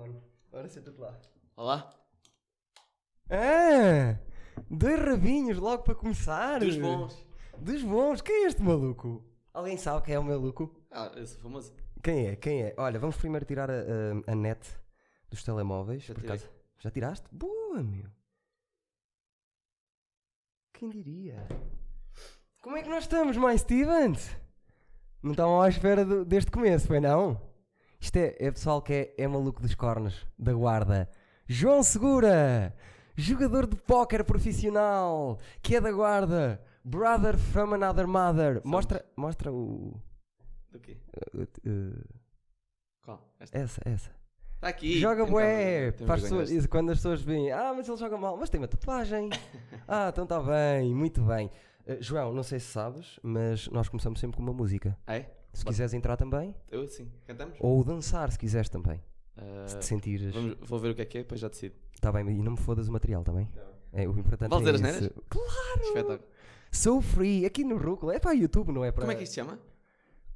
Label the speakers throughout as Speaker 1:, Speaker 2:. Speaker 1: um
Speaker 2: aparecer tudo lá.
Speaker 1: Olha lá.
Speaker 3: Ah! Dois rabinhos logo para começar.
Speaker 1: Dos bons.
Speaker 3: Dos bons. Quem é este maluco? Alguém sabe quem é o maluco?
Speaker 1: Ah, esse famoso.
Speaker 3: Quem é? Quem é? Olha, vamos primeiro tirar a, a- a net dos telemóveis.
Speaker 1: Já
Speaker 3: por
Speaker 1: tirei.
Speaker 3: acaso. Já tiraste? Boa, meu. Quem diria? Como é que nós estamos, mais Stevens? Não estavam à espera do- deste começo, foi não? Isto é, é pessoal que é, é maluco dos cornos, da guarda. João Segura, jogador de póquer profissional, que é da guarda. Brother from another mother. Mostra, mostra o...
Speaker 1: Do quê?
Speaker 3: Uh, uh,
Speaker 1: Qual? Esta?
Speaker 3: essa, essa.
Speaker 1: Está aqui.
Speaker 3: joga
Speaker 1: Tem
Speaker 3: bué.
Speaker 1: vergonha, tem
Speaker 3: para as
Speaker 1: vergonha
Speaker 3: pessoas- isso, quando as pessoas veem, ah, mas ele joga mal, mas tem uma tatuagem. ah, então está bem, muito bem. Uh, João, não sei se sabes, mas nós começamos sempre com uma música.
Speaker 1: desta. Ah, é?
Speaker 3: Se
Speaker 1: Bora.
Speaker 3: quiseres entrar também,
Speaker 1: Eu sim. Cantamos?
Speaker 3: ou dançar se quiseres também.
Speaker 1: Ah,
Speaker 3: Se te sentires.
Speaker 1: vamos- vou ver o que é que é, depois já decido.
Speaker 3: Está bem, e não me fodas o material, está bem? É, o importante
Speaker 1: Vamos
Speaker 3: é
Speaker 1: Tá dizer as
Speaker 3: isso. Claro!
Speaker 1: Espetáculo.
Speaker 3: So free, aqui no Rúcula. É para o YouTube, não é para.
Speaker 1: Como é que isto se chama?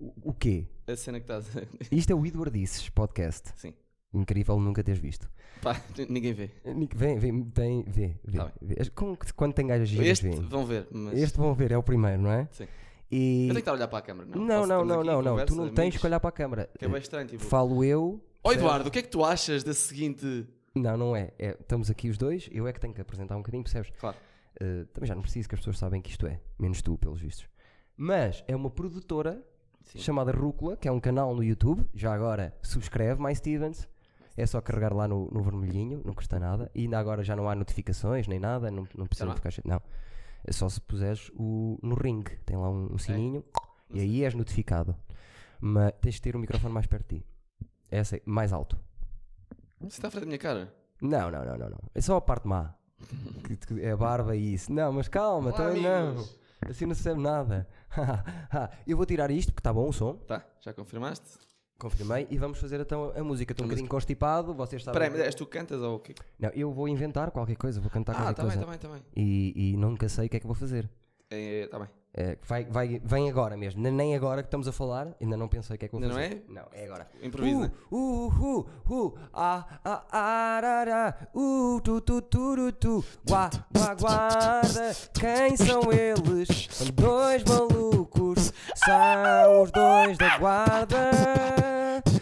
Speaker 3: O, o quê?
Speaker 1: A cena que estás a...
Speaker 3: Isto é o Eduardices podcast.
Speaker 1: Sim.
Speaker 3: Incrível nunca teres visto.
Speaker 1: Pá, ninguém vê.
Speaker 3: Nick, Vem, vem, tem, vê, vê.
Speaker 1: Tá
Speaker 3: vê. As- com- quando tem gajas giras,
Speaker 1: Este
Speaker 3: vê.
Speaker 1: vão ver, mas...
Speaker 3: Este vão ver, é o primeiro, não é?
Speaker 1: Sim.
Speaker 3: E...
Speaker 1: Eu tenho que estar a olhar para a câmera, não?
Speaker 3: Não,
Speaker 1: Posso-
Speaker 3: não,
Speaker 1: estamos
Speaker 3: não,
Speaker 1: aqui
Speaker 3: não,
Speaker 1: em
Speaker 3: não.
Speaker 1: conversa,
Speaker 3: Tu não tens
Speaker 1: amigos,
Speaker 3: que olhar para a câmara.
Speaker 1: Que é bem estranho, tipo...
Speaker 3: Falo eu.
Speaker 1: Ó
Speaker 3: percebes?
Speaker 1: Eduardo, o que é que tu achas da seguinte...
Speaker 3: Não, não é. é. Estamos aqui os dois, eu é que tenho que apresentar um bocadinho, percebes?
Speaker 1: Claro.
Speaker 3: Eh, também já não preciso que as pessoas sabem que isto é, menos tu, pelos vistos. Mas é uma produtora
Speaker 1: Sim.
Speaker 3: chamada Rúcula, que é um canal no YouTube. Já agora subscreve My Stevens. É só carregar lá no, no vermelhinho, não custa nada. E ainda agora já não há notificações nem nada, não, não
Speaker 1: Já não
Speaker 3: precisa
Speaker 1: há?
Speaker 3: ficar cheio. Não. É Só se puseres o, no ring, tem lá um, um sininho e aí és notificado. Mas tens de ter o microfone mais perto de ti. Essa é mais alto.
Speaker 1: Você está à frente da minha cara?
Speaker 3: Não, não, não, não, não. É só a parte má. Que- que é a barba e isso. Não, mas calma,
Speaker 1: Olá,
Speaker 3: também
Speaker 1: amigos.
Speaker 3: não. Assim não se sabe nada. Eu vou tirar isto porque está bom o som.
Speaker 1: Tá, já confirmaste?
Speaker 3: Tá Confirmei e vamos fazer então a música. Estou um
Speaker 1: A
Speaker 3: bocadinho constipado, vocês
Speaker 1: Espera
Speaker 3: sabem.
Speaker 1: aí, mas és tu que cantas ou o quê?
Speaker 3: Não, eu vou inventar qualquer coisa, vou cantar
Speaker 1: Ah,
Speaker 3: qualquer
Speaker 1: tá
Speaker 3: coisa.
Speaker 1: bem, tá bem, tá bem.
Speaker 3: E, e nunca sei o que é que vou fazer.
Speaker 1: É, tá bem.
Speaker 3: É, vai, vai- vem agora mesmo. Nem- Nem agora que estamos a falar, ainda não pensei o que é que vou
Speaker 1: Ainda não
Speaker 3: fazer. Não é? Não, é agora.
Speaker 1: Improvisa, né?
Speaker 3: Uh, uh, uh, uh, ah, ah, arara, uh, tu, tu, tu, tu, guá, guá, guarda, quem são eles? São dois malucos, são os dois da guarda.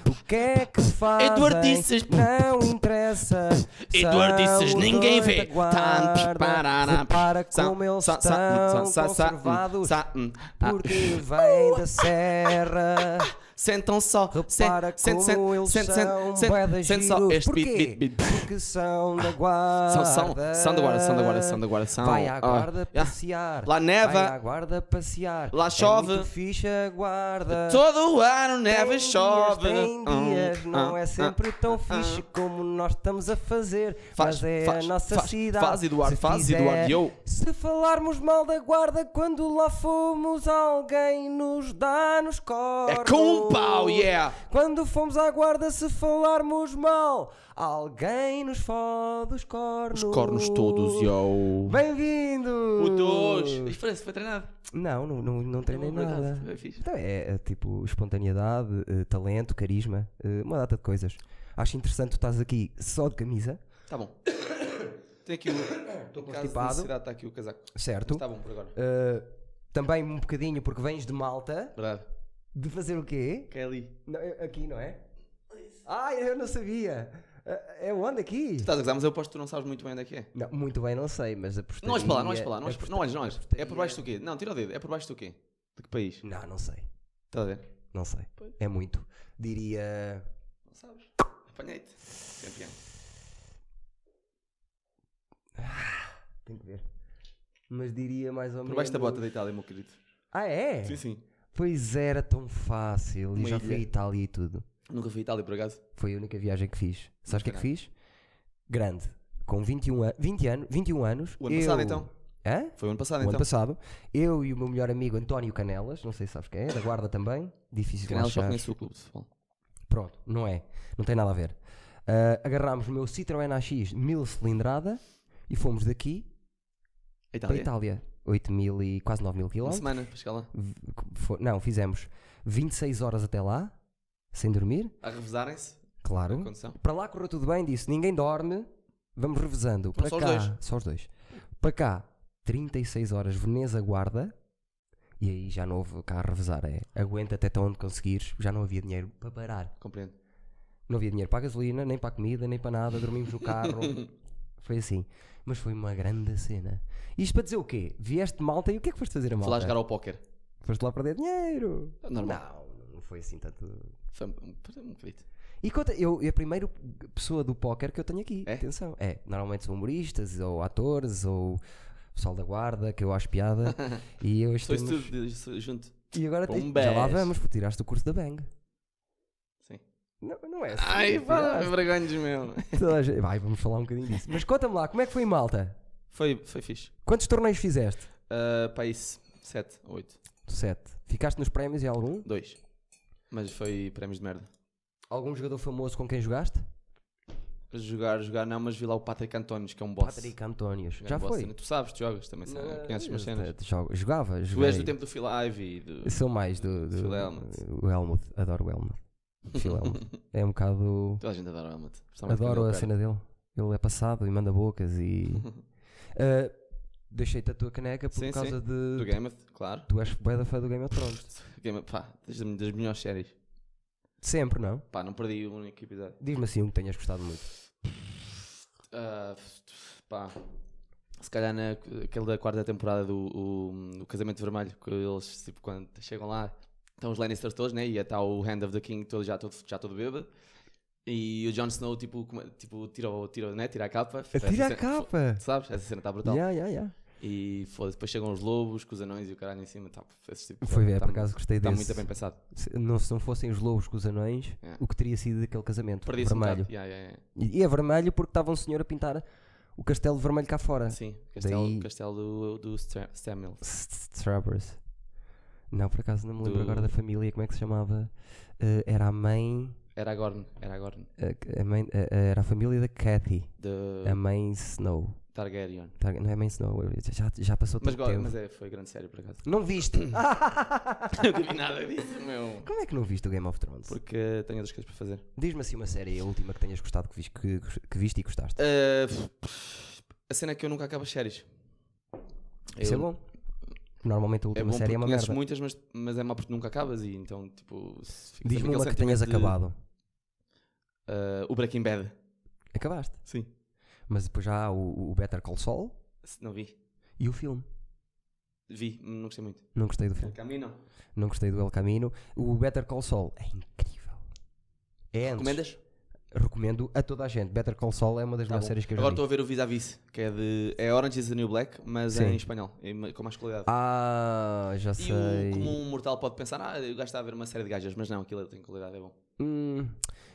Speaker 3: O que é que fazem?
Speaker 1: Eduardices.
Speaker 3: Não interessa.
Speaker 1: Eduardices,
Speaker 3: são os
Speaker 1: "Hum, ninguém
Speaker 3: dois
Speaker 1: vê.
Speaker 3: da guarda.
Speaker 1: Tanto, parará.
Speaker 3: Repara
Speaker 1: Sa-
Speaker 3: como eles
Speaker 1: sa- sa-
Speaker 3: estão
Speaker 1: sa- sa-
Speaker 3: conservados.
Speaker 1: sa- hum, ah.
Speaker 3: Porque vem da serra.
Speaker 1: Sentam só.
Speaker 3: Repara
Speaker 1: sen-
Speaker 3: como
Speaker 1: sen- sen-
Speaker 3: eles
Speaker 1: sen-
Speaker 3: são
Speaker 1: sen-
Speaker 3: bué
Speaker 1: sen- só
Speaker 3: giros.
Speaker 1: este beat,
Speaker 3: Porquê?
Speaker 1: beat, beat.
Speaker 3: Porque são da guarda.
Speaker 1: São, são, são da guarda, são da guarda, são da guarda, são.
Speaker 3: Vai à
Speaker 1: Ah,
Speaker 3: guarda
Speaker 1: ah.
Speaker 3: passear.
Speaker 1: Lá neva.
Speaker 3: Vai à guarda passear.
Speaker 1: Lá chove.
Speaker 3: É muito fixe a guarda.
Speaker 1: Todo o ano neve
Speaker 3: Tem
Speaker 1: e chove.
Speaker 3: Dias, tem
Speaker 1: Hum,
Speaker 3: dias, não
Speaker 1: ah,
Speaker 3: é sempre
Speaker 1: ah,
Speaker 3: tão
Speaker 1: ah,
Speaker 3: fixe como nós estamos a fazer.
Speaker 1: Faz,
Speaker 3: mas é
Speaker 1: faz,
Speaker 3: a nossa
Speaker 1: faz,
Speaker 3: cidade.
Speaker 1: faz, Eduardo,
Speaker 3: Se
Speaker 1: faz,
Speaker 3: fizer-
Speaker 1: Eduardo, eu.
Speaker 3: Se falarmos mal da guarda quando lá fomos, alguém nos dá nos cornos.
Speaker 1: É com um pau, yeah.
Speaker 3: Quando fomos à guarda, se falarmos mal, alguém nos fode os cornos.
Speaker 1: Os cornos todos, yo.
Speaker 3: Bem-vindos!
Speaker 1: O dois. Isto parece que foi treinado.
Speaker 3: Não, não, não, não treinei
Speaker 1: por acaso,
Speaker 3: nada.
Speaker 1: é fixe.
Speaker 3: Então é, é, tipo espontaneidade, eh, talento, carisma, eh, uma data de coisas. Acho interessante tu estás aqui só de camisa,
Speaker 1: Tá bom. Tem aqui o. Estou
Speaker 3: constipado.
Speaker 1: Está tá aqui o casaco.
Speaker 3: certo?
Speaker 1: Está bom por agora.
Speaker 3: Eh, também um bocadinho porque vens de Malta.
Speaker 1: Verdade.
Speaker 3: De fazer o quê?
Speaker 1: Que é ali.
Speaker 3: Não, eu- aqui, não é? Ah, eu não sabia. Eh, É onde aqui?
Speaker 1: Estás a gozar, mas eu aposto que tu não sabes muito bem onde é que é.
Speaker 3: Não, muito bem, não sei, mas apostaria...
Speaker 1: Não olhes para lá, não olhes para lá, não olhes, não olhes, não olhes. É por
Speaker 3: apostaria-
Speaker 1: baixo do quê? Não, tira o dedo, é por baixo do quê? De que país?
Speaker 3: Não, não sei.
Speaker 1: Estás a ver?
Speaker 3: Não sei.
Speaker 1: Pois.
Speaker 3: É muito. Diria...
Speaker 1: Não sabes. Apanhei-te. Campeão.
Speaker 3: Tenho que ver. Mas diria mais ou menos...
Speaker 1: Por baixo da bota da Itália, meu querido.
Speaker 3: Ah, é?
Speaker 1: Sim, sim.
Speaker 3: Pois era tão fácil.
Speaker 1: Uma
Speaker 3: e já
Speaker 1: ilha.
Speaker 3: fui à Itália e tudo.
Speaker 1: Nunca fui a Itália, por acaso.
Speaker 3: Foi a única viagem que fiz. Sabes o que é que
Speaker 1: Bacana.
Speaker 3: fiz? Grande. Com 21, an 20 anos, 21 anos.
Speaker 1: O ano passado,
Speaker 3: eu-
Speaker 1: então.
Speaker 3: Hã?
Speaker 1: Foi o ano passado,
Speaker 3: O ano
Speaker 1: então.
Speaker 3: passado, eu e o meu melhor amigo António Canelas, não sei se sabes quem é, da Guarda também, difícil de
Speaker 1: Canal só
Speaker 3: achar.
Speaker 1: conheço o clube de futebol.
Speaker 3: Pronto, não é, não tem nada a ver. Ah, agarrámos o meu Citroën AX 1000 cilindrada e fomos daqui
Speaker 1: A
Speaker 3: para
Speaker 1: Itália?
Speaker 3: Itália. 8 mil e quase 9 mil
Speaker 1: Uma
Speaker 3: quilómetros.
Speaker 1: semana para chegar lá.
Speaker 3: V- co- fo- Não, fizemos 26 horas até lá, sem dormir.
Speaker 1: A revezarem-se.
Speaker 3: Claro.
Speaker 1: Condição.
Speaker 3: Para lá correu tudo bem, disse: ninguém dorme, vamos revezando. Para
Speaker 1: Então só os
Speaker 3: cá,
Speaker 1: dois.
Speaker 3: só os dois. Para cá, 36 horas, Veneza guarda. E aí já não houve cá a revezar. É aguenta até onde conseguires. Já não havia dinheiro para parar.
Speaker 1: Compreendo.
Speaker 3: Não havia dinheiro para a gasolina, nem para a comida, nem para nada. Dormimos no carro. foi assim. Mas foi uma grande cena. Isto para dizer o quê? Vieste malta e o que é que foste fazer a
Speaker 1: Fui lá
Speaker 3: malta?
Speaker 1: jogar ao póquer.
Speaker 3: Foste lá perder dinheiro.
Speaker 1: É Normal.
Speaker 3: Não, não foi assim tanto.
Speaker 1: Foi um, um bocadito.
Speaker 3: E conta, eu, é a primeira pessoa do póquer que eu tenho aqui,
Speaker 1: É?
Speaker 3: atenção. É, normalmente são humoristas, ou atores, ou pessoal da guarda, que eu acho piada. e hoje
Speaker 1: Sou isso
Speaker 3: temos...
Speaker 1: tudo de- sou- junto.
Speaker 3: E agora tens-
Speaker 1: Bombas.
Speaker 3: já lá vamos, porque tiraste o curso da Bang.
Speaker 1: um Sim.
Speaker 3: Não, não é assim.
Speaker 1: Ai, pá,
Speaker 3: tiraste.
Speaker 1: vergonhas mesmo.
Speaker 3: Toda a gente- Vai, vamos falar um bocadinho disso. Mas conta-me lá, como é que foi em Malta?
Speaker 1: Foi, foi fixe.
Speaker 3: Quantos torneios fizeste?
Speaker 1: Uh, para isso, 7, 8,
Speaker 3: Sete. Ficaste nos prémios e algum?
Speaker 1: 2. Mas foi prémios de merda.
Speaker 3: Algum jogador famoso com quem jogaste?
Speaker 1: Jogar, jogar não, mas vi lá o Patrick Antónios, que é um boss.
Speaker 3: Patrick Antónios.
Speaker 1: Grande
Speaker 3: Já
Speaker 1: boss.
Speaker 3: foi?
Speaker 1: Cena. Tu sabes, tu jogas também, sabe? conheces umas cenas.
Speaker 3: Jogava, jogava.
Speaker 1: Tu és
Speaker 3: é- joguei.
Speaker 1: do tempo do Phil Ivey e do...
Speaker 3: Sou mais do, do,
Speaker 1: Phil Hellmuth.
Speaker 3: O Helmut, adoro o Helmut. Phil Hellmuth. é um bocado.
Speaker 1: Toda a gente adora o Helmut. principalmente
Speaker 3: Adoro
Speaker 1: quando
Speaker 3: a
Speaker 1: ele opera.
Speaker 3: cena dele. Ele é passado e manda bocas e. Ah, Deixei-te a tua caneca por
Speaker 1: Sim,
Speaker 3: causa de.
Speaker 1: Do Gameth, claro.
Speaker 3: Tu és bué da fã do Game of Thrones.
Speaker 1: Game, pá, das, das melhores séries.
Speaker 3: Sempre, não?
Speaker 1: Pá, não perdi um único episódio.
Speaker 3: Diz-me assim um que tenhas gostado muito.
Speaker 1: Ah, pá. Se calhar na, aquele da quarta temporada do o- do Casamento Vermelho, que eles tipo, quando chegam lá, estão os Lannisters todos, né? E está o Hand of the King todo, já, todo, já todo bêbado. E o Jon Snow tipo, come- tipo tira, o- tira, né? tira a capa.
Speaker 3: É, Tira
Speaker 1: Essa
Speaker 3: a
Speaker 1: cena-
Speaker 3: capa!
Speaker 1: Sabes? Essa cena está brutal.
Speaker 3: Yeah, yeah, yeah.
Speaker 1: E foda-se, depois chegam os lobos, com os anões e o caralho em cima. Tá, esse tipo,
Speaker 3: Foi ver,
Speaker 1: tá,
Speaker 3: por acaso gostei
Speaker 1: Está
Speaker 3: desse.
Speaker 1: muito bem pensado.
Speaker 3: Se não, se não fossem os lobos com os anões,
Speaker 1: Yeah.
Speaker 3: o que teria sido daquele casamento?
Speaker 1: Perdi-se um
Speaker 3: vermelho.
Speaker 1: bocado. Yeah, yeah, yeah.
Speaker 3: e, e é vermelho porque estava um senhor a pintar o castelo vermelho cá fora.
Speaker 1: Sim, castelo,
Speaker 3: Daí-
Speaker 1: castelo do, do Stra- Samuel.
Speaker 3: Strabbers. Não, por acaso não me lembro
Speaker 1: Do-
Speaker 3: agora da família, como é que se chamava? Eh, era a mãe. eh,
Speaker 1: Era Gorn, era Gorn.
Speaker 3: a- a mãe- a- a- era a família da Cathy.
Speaker 1: De
Speaker 3: A mãe Snow.
Speaker 1: Targaryen.
Speaker 3: Tá, Não é mãe Snow, eu- já, já- já passou
Speaker 1: Mas,
Speaker 3: tanto
Speaker 1: go-
Speaker 3: tempo.
Speaker 1: mas é, foi grande série por acaso.
Speaker 3: Não viste! Ah,
Speaker 1: Não tive nada disso, meu.
Speaker 3: como é que não viste o Game of Thrones?
Speaker 1: Porque tenho outras coisas para fazer.
Speaker 3: Diz-me assim uma série, a última que tenhas gostado, que, vis- que- que viste e gostaste.
Speaker 1: Ah, a cena é que eu nunca acabo as séries.
Speaker 3: Isso é
Speaker 1: Eu-
Speaker 3: bom. Normalmente a
Speaker 1: É
Speaker 3: última
Speaker 1: bom
Speaker 3: série
Speaker 1: porque
Speaker 3: é uma
Speaker 1: conheces
Speaker 3: merda.
Speaker 1: muitas, mas, mas é má porque nunca acabas e então, tipo... se fica
Speaker 3: Diz-me
Speaker 1: sempre
Speaker 3: uma
Speaker 1: aquele
Speaker 3: que tenhas
Speaker 1: sentimento de,
Speaker 3: acabado.
Speaker 1: ah, o Breaking Bad.
Speaker 3: Acabaste.
Speaker 1: Sim.
Speaker 3: Mas depois já há o, o Better Call Saul
Speaker 1: Não vi.
Speaker 3: e o filme.
Speaker 1: Vi, não gostei muito.
Speaker 3: Não gostei do filme.
Speaker 1: Camino.
Speaker 3: Não gostei do El Camino. O Better Call Saul é incrível. É antes.
Speaker 1: Recomendas?
Speaker 3: Recomendo a toda a gente. Better Call Saul é uma das
Speaker 1: Tá
Speaker 3: melhores
Speaker 1: bom.
Speaker 3: séries que eu já
Speaker 1: Agora
Speaker 3: vi.
Speaker 1: estou a ver o Vis a Vis, que é de. É Orange is the New Black, mas é
Speaker 3: Sim.
Speaker 1: em espanhol, e ma- com mais qualidade.
Speaker 3: Ah, já
Speaker 1: e o,
Speaker 3: sei.
Speaker 1: como um mortal pode pensar, ah, eu gajo está a ver uma série de gajas, mas não, aquilo tem qualidade, é bom.
Speaker 3: Hum,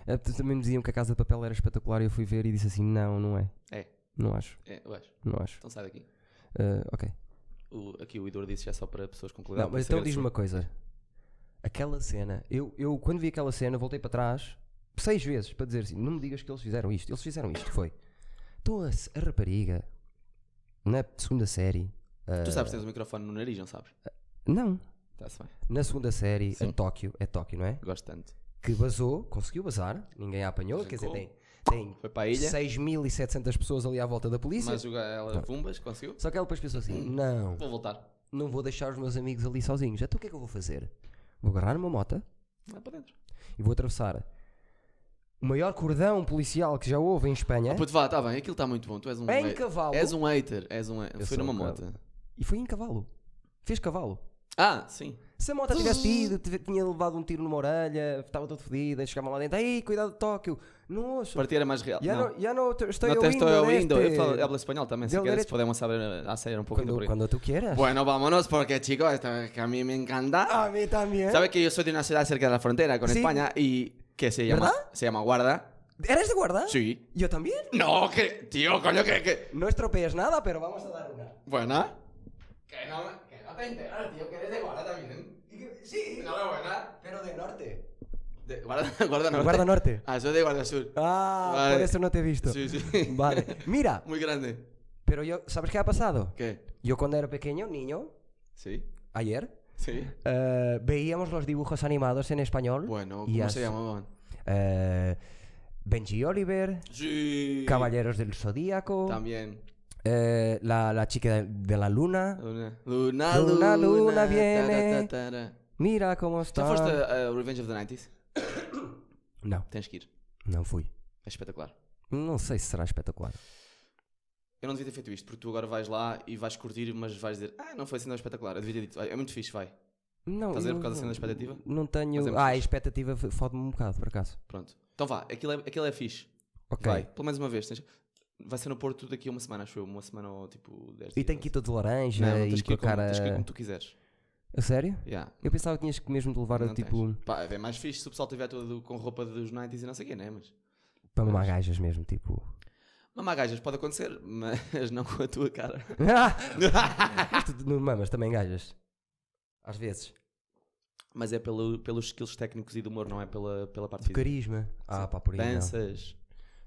Speaker 3: eh, tu também me diziam que a Casa de Papel era espetacular e eu fui ver e disse assim, não, não é.
Speaker 1: É.
Speaker 3: Não acho,
Speaker 1: É, eu acho.
Speaker 3: não acho.
Speaker 1: Então sai daqui.
Speaker 3: Eh, ok.
Speaker 1: O- aqui o Idor disse já é só para pessoas com qualidade.
Speaker 3: Não, mas
Speaker 1: por
Speaker 3: então
Speaker 1: isso é
Speaker 3: diz-me uma coisa. Aquela cena, eu, eu quando vi aquela cena voltei para trás seis vezes para dizer assim, não me digas que eles fizeram isto. Eles fizeram isto, foi. Então a, a rapariga, na segunda série...
Speaker 1: agradeço.
Speaker 3: eh,
Speaker 1: Tu sabes que tens o microfone no nariz, não sabes?
Speaker 3: Não.
Speaker 1: Está-se bem.
Speaker 3: Na segunda série,
Speaker 1: Sim.
Speaker 3: a Tóquio, é Tóquio, não é?
Speaker 1: Gosto tanto.
Speaker 3: Que vazou, conseguiu vazar, ninguém a apanhou, quer dizer, tem,
Speaker 1: Arrancou.
Speaker 3: tem
Speaker 1: Foi para a ilha,
Speaker 3: 6.700 pessoas ali à volta da polícia.
Speaker 1: mas o ga- ela Pumbas conseguiu.
Speaker 3: Só que ela depois pensou assim: não,
Speaker 1: Vou voltar.
Speaker 3: não vou deixar os meus amigos ali sozinhos. Então o que é que eu vou fazer? Vou agarrar uma mota
Speaker 1: Vai para dentro.
Speaker 3: e vou atravessar o maior cordão policial que já houve em Espanha.
Speaker 1: Puto, vá, está bem, aquilo está muito bom. Tu és um.
Speaker 3: Em
Speaker 1: hate-
Speaker 3: É? cavalo.
Speaker 1: És um hater, és um.
Speaker 3: Eu
Speaker 1: Foi
Speaker 3: sou
Speaker 1: numa
Speaker 3: um
Speaker 1: moto.
Speaker 3: bocado. E foi em cavalo. Fez cavalo.
Speaker 1: Ah, sim.
Speaker 3: Se a moto tivesse tido, tive- tinha levado um tiro numa orelha, estava todo fodida, chegava lá dentro, ei, cuidado de Tóquio, não ouço.
Speaker 1: Partir era mais real.
Speaker 3: Ya
Speaker 1: não. é
Speaker 3: no, ya no te- estoy
Speaker 1: no te
Speaker 3: oyendo.
Speaker 1: estoy
Speaker 3: de
Speaker 1: oyendo.
Speaker 3: este.
Speaker 1: Yo falo- hablo español también, si
Speaker 3: del
Speaker 1: quieres
Speaker 3: derecho.
Speaker 1: podemos um saber- hacer un
Speaker 3: cuando,
Speaker 1: poquito assim, por ahí.
Speaker 3: cuando tú quieras.
Speaker 1: Bueno, vámonos porque chicos, esto es que a mí me encanta.
Speaker 3: A mí también.
Speaker 1: Sabes que yo soy de una ciudad cerca de la frontera con
Speaker 3: Ah, ¿eh? Sí.
Speaker 1: España y que se llama,
Speaker 3: ¿Verdad?
Speaker 1: se llama Guarda.
Speaker 3: ¿Eres de guarda?
Speaker 1: Sí.
Speaker 3: Yo también.
Speaker 1: No, que tío, coño, que... que...
Speaker 3: No estropees nada, pero vamos a dar una.
Speaker 1: Buena. Que no, que no te enteras, tío, que eres de Guarda también. ¿eh?
Speaker 3: Sí,
Speaker 1: No, buena.
Speaker 3: pero de norte.
Speaker 1: De Guarda, guarda Norte.
Speaker 3: Guarda Norte.
Speaker 1: Ah, soy de Guarda Sur.
Speaker 3: Ah,
Speaker 1: Vale.
Speaker 3: por eso no te he visto.
Speaker 1: Sí, sí.
Speaker 3: Vale. Mira,
Speaker 1: Muy grande.
Speaker 3: pero yo, ¿sabes qué ha pasado?
Speaker 1: ¿Qué?
Speaker 3: Yo cuando era pequeño, niño,
Speaker 1: Sí.
Speaker 3: ayer,
Speaker 1: Sí.
Speaker 3: eh, veíamos los dibujos animados en español.
Speaker 1: Bueno,
Speaker 3: y
Speaker 1: ¿cómo se
Speaker 3: as-
Speaker 1: llamaban?
Speaker 3: eh, Benji Oliver,
Speaker 1: Sí.
Speaker 3: Caballeros del Zodíaco,
Speaker 1: También.
Speaker 3: eh, la, la chica de, de la luna.
Speaker 1: Luna, luna,
Speaker 3: Luna,
Speaker 1: luna,
Speaker 3: luna
Speaker 1: ta, ta,
Speaker 3: viene.
Speaker 1: ta, ta, ta.
Speaker 3: Mira cómo está.
Speaker 1: Já foste a, a Revenge of the 90s?
Speaker 3: Não,
Speaker 1: Tens que ir.
Speaker 3: não fui.
Speaker 1: É espetacular.
Speaker 3: Não sei se será espetacular.
Speaker 1: Eu não devia ter feito isto, porque tu agora vais lá e vais curtir, mas vais dizer, ah, não foi assim tão espetacular. Eu devia ter dito, "Ah, é muito fixe, vai.
Speaker 3: Não,
Speaker 1: Estás a ver
Speaker 3: eu
Speaker 1: por causa da
Speaker 3: não-
Speaker 1: cena da expectativa?
Speaker 3: Não tenho.
Speaker 1: Mas é muito
Speaker 3: ah, a
Speaker 1: fixe.
Speaker 3: expectativa f- fode-me um bocado, por acaso.
Speaker 1: Pronto. Então vá, aquilo é, aquilo é fixe.
Speaker 3: Ok.
Speaker 1: Vai, pelo menos uma vez. Tens- Vai ser no Porto daqui a uma semana, acho eu. Uma semana ou tipo 10
Speaker 3: E tem que ir todo de laranja
Speaker 1: Não, não,
Speaker 3: e
Speaker 1: tens que
Speaker 3: com
Speaker 1: ir
Speaker 3: a
Speaker 1: como,
Speaker 3: cara.
Speaker 1: tens que ir como tu quiseres.
Speaker 3: A sério?
Speaker 1: Yeah.
Speaker 3: Eu pensava que tinhas que mesmo de levar
Speaker 1: Não
Speaker 3: tipo.
Speaker 1: tens. Pá, é mais fixe se o pessoal estiver todo com roupa dos 90s e não sei o quê, né? Mas.
Speaker 3: para mamar gajas mesmo, tipo.
Speaker 1: Mamar gajas pode acontecer, mas não com a tua cara.
Speaker 3: Ah! Mas tu não mamas também gajas? Às vezes.
Speaker 1: mas é pelo, pelos skills técnicos e do humor, não é pela, pela parte
Speaker 3: Do
Speaker 1: física.
Speaker 3: carisma. Ah, pá, por aí. não.
Speaker 1: Danças.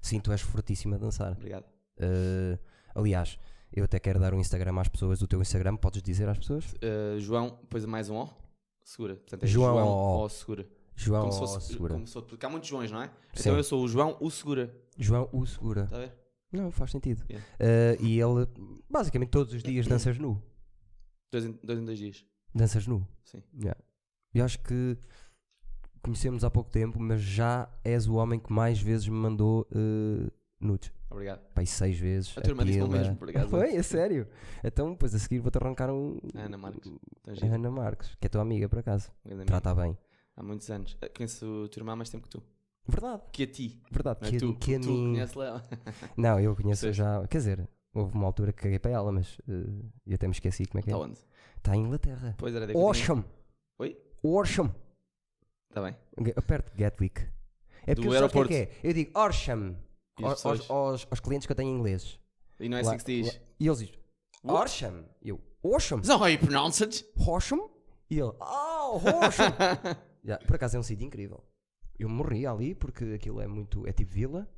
Speaker 3: Sim, tu és fortíssima a dançar.
Speaker 1: Obrigado.
Speaker 3: Eh, aliás, eu até quero dar um Instagram às pessoas. O teu Instagram, podes dizer às pessoas?
Speaker 1: Uh, João, depois mais um O. Segura. Portanto, é
Speaker 3: João
Speaker 1: João,
Speaker 3: O.
Speaker 1: O. Segura.
Speaker 3: João
Speaker 1: Como se
Speaker 3: O
Speaker 1: fosse,
Speaker 3: Segura.
Speaker 1: como se fosse- porque há muitos Joões, não é?
Speaker 3: Sim.
Speaker 1: Então eu sou o João o Segura.
Speaker 3: João O Segura.
Speaker 1: Está a ver?
Speaker 3: Não, faz sentido.
Speaker 1: Yeah.
Speaker 3: Eh, e ele, basicamente, todos os dias danças nu.
Speaker 1: Dois em dois, em dois dias.
Speaker 3: Danças nu.
Speaker 1: Sim.
Speaker 3: Yeah. Eu acho que conhecemos há pouco tempo, mas já és o homem que mais vezes me mandou eh, nudes.
Speaker 1: Obrigado.
Speaker 3: Pai, seis vezes.
Speaker 1: A tua irmã disse-me o
Speaker 3: pila.
Speaker 1: mesmo, por acaso.
Speaker 3: Foi, é sério. Então, depois a seguir vou-te arrancar um.
Speaker 1: Ana Marques. Tão
Speaker 3: A
Speaker 1: giro. Um
Speaker 3: Ana Marques, que é tua amiga, por acaso.
Speaker 1: Grande amiga.
Speaker 3: Trata bem.
Speaker 1: Há muitos anos. Eh, Conheço o teu irmão há mais tempo que tu.
Speaker 3: Verdade,
Speaker 1: Que a ti.
Speaker 3: verdade.
Speaker 1: Não é
Speaker 3: que,
Speaker 1: tu.
Speaker 3: que a
Speaker 1: tu
Speaker 3: mim-
Speaker 1: conheces lá.
Speaker 3: Não, eu conheço
Speaker 1: Percebes?
Speaker 3: já. Quer dizer, houve uma altura que caguei para ela, mas eh, eu até me esqueci como é que é.
Speaker 1: Está Tá onde?
Speaker 3: Está em Inglaterra.
Speaker 1: Pois era daí que eu tinha-
Speaker 3: Orsham.
Speaker 1: Oi?
Speaker 3: Orsham.
Speaker 1: Está bem.
Speaker 3: Ga- Perto de Gatwick. É porque sabes
Speaker 1: Do
Speaker 3: o que é
Speaker 1: aeroporto.
Speaker 3: que é? Eu digo Orsham
Speaker 1: E
Speaker 3: ao-
Speaker 1: as
Speaker 3: aos,
Speaker 1: pessoas?
Speaker 3: aos- aos clientes que eu tenho ingleses.
Speaker 1: E não é
Speaker 3: Lá-
Speaker 1: assim que se diz.
Speaker 3: lá- E eles dizem
Speaker 1: What?
Speaker 3: Orsham. E eu Orsham.
Speaker 1: Is that how you pronounce it?
Speaker 3: Rosham? E ele, oh, Rosham! Yeah, por acaso é um sítio incrível. Eu morri ali porque aquilo é muito. é tipo vila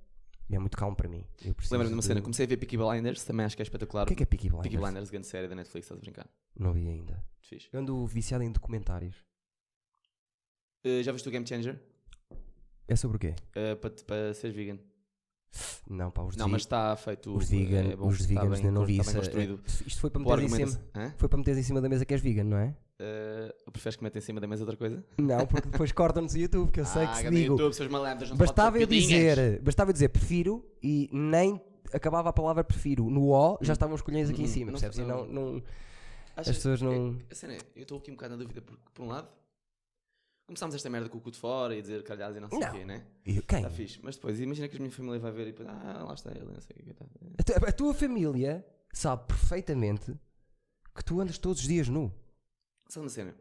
Speaker 3: e é muito calmo para mim. Eu preciso
Speaker 1: Lembra-me de uma cena,
Speaker 3: O
Speaker 1: comecei a ver Peaky Blinders, também acho que é espetacular.
Speaker 3: que é que é Peaky Blinders?
Speaker 1: Peaky Blinders, grande série da Netflix, estás a brincar?
Speaker 3: Não vi ainda.
Speaker 1: Muito Fixe.
Speaker 3: Eu ando viciado em documentários.
Speaker 1: Eh, já viste o Game Changer?
Speaker 3: É sobre o quê?
Speaker 1: Eh, para te- para seres vegan.
Speaker 3: Não, pá, os
Speaker 1: não,
Speaker 3: vi-
Speaker 1: mas está feito.
Speaker 3: os
Speaker 1: eh,
Speaker 3: vegan,
Speaker 1: é bom,
Speaker 3: os
Speaker 1: tá
Speaker 3: veganos
Speaker 1: bem,
Speaker 3: eu não vi
Speaker 1: tá
Speaker 3: isso.
Speaker 1: bem construído.
Speaker 3: É- Isto foi para
Speaker 1: Boa
Speaker 3: meter em cima.
Speaker 1: argumentação. Hã?
Speaker 3: Foi para meter em cima da mesa que és vegan, não é?
Speaker 1: Eh, preferes que meta em cima da mesa outra coisa?
Speaker 3: Não, porque depois cortam-nos o YouTube, que eu sei
Speaker 1: ah,
Speaker 3: que se
Speaker 1: grande
Speaker 3: digo.
Speaker 1: YouTube, seus malandros, não se
Speaker 3: Bastava
Speaker 1: pode
Speaker 3: eu
Speaker 1: ter piadinhas.
Speaker 3: dizer, bastava eu dizer prefiro e nem acabava a palavra prefiro. No O já estavam os colhões aqui em
Speaker 1: Hum,
Speaker 3: cima,
Speaker 1: não
Speaker 3: percebes? E
Speaker 1: sei,
Speaker 3: não,
Speaker 1: não.
Speaker 3: não-
Speaker 1: Achas-
Speaker 3: as pessoas não-
Speaker 1: é- a cena é, eu estou aqui um bocado na dúvida, porque, por um lado, começámos esta merda com o cu de fora e dizer calhadas e não sei
Speaker 3: Não.
Speaker 1: o quê, né?
Speaker 3: E quem?
Speaker 1: Está fixe. Mas depois, imagina que a minha família vai ver e depois, ah, lá está ele, não sei o quê. tá-
Speaker 3: A, tu- a tua família sabe perfeitamente que tu andas todos os dias nu.
Speaker 1: Sabe uma cena?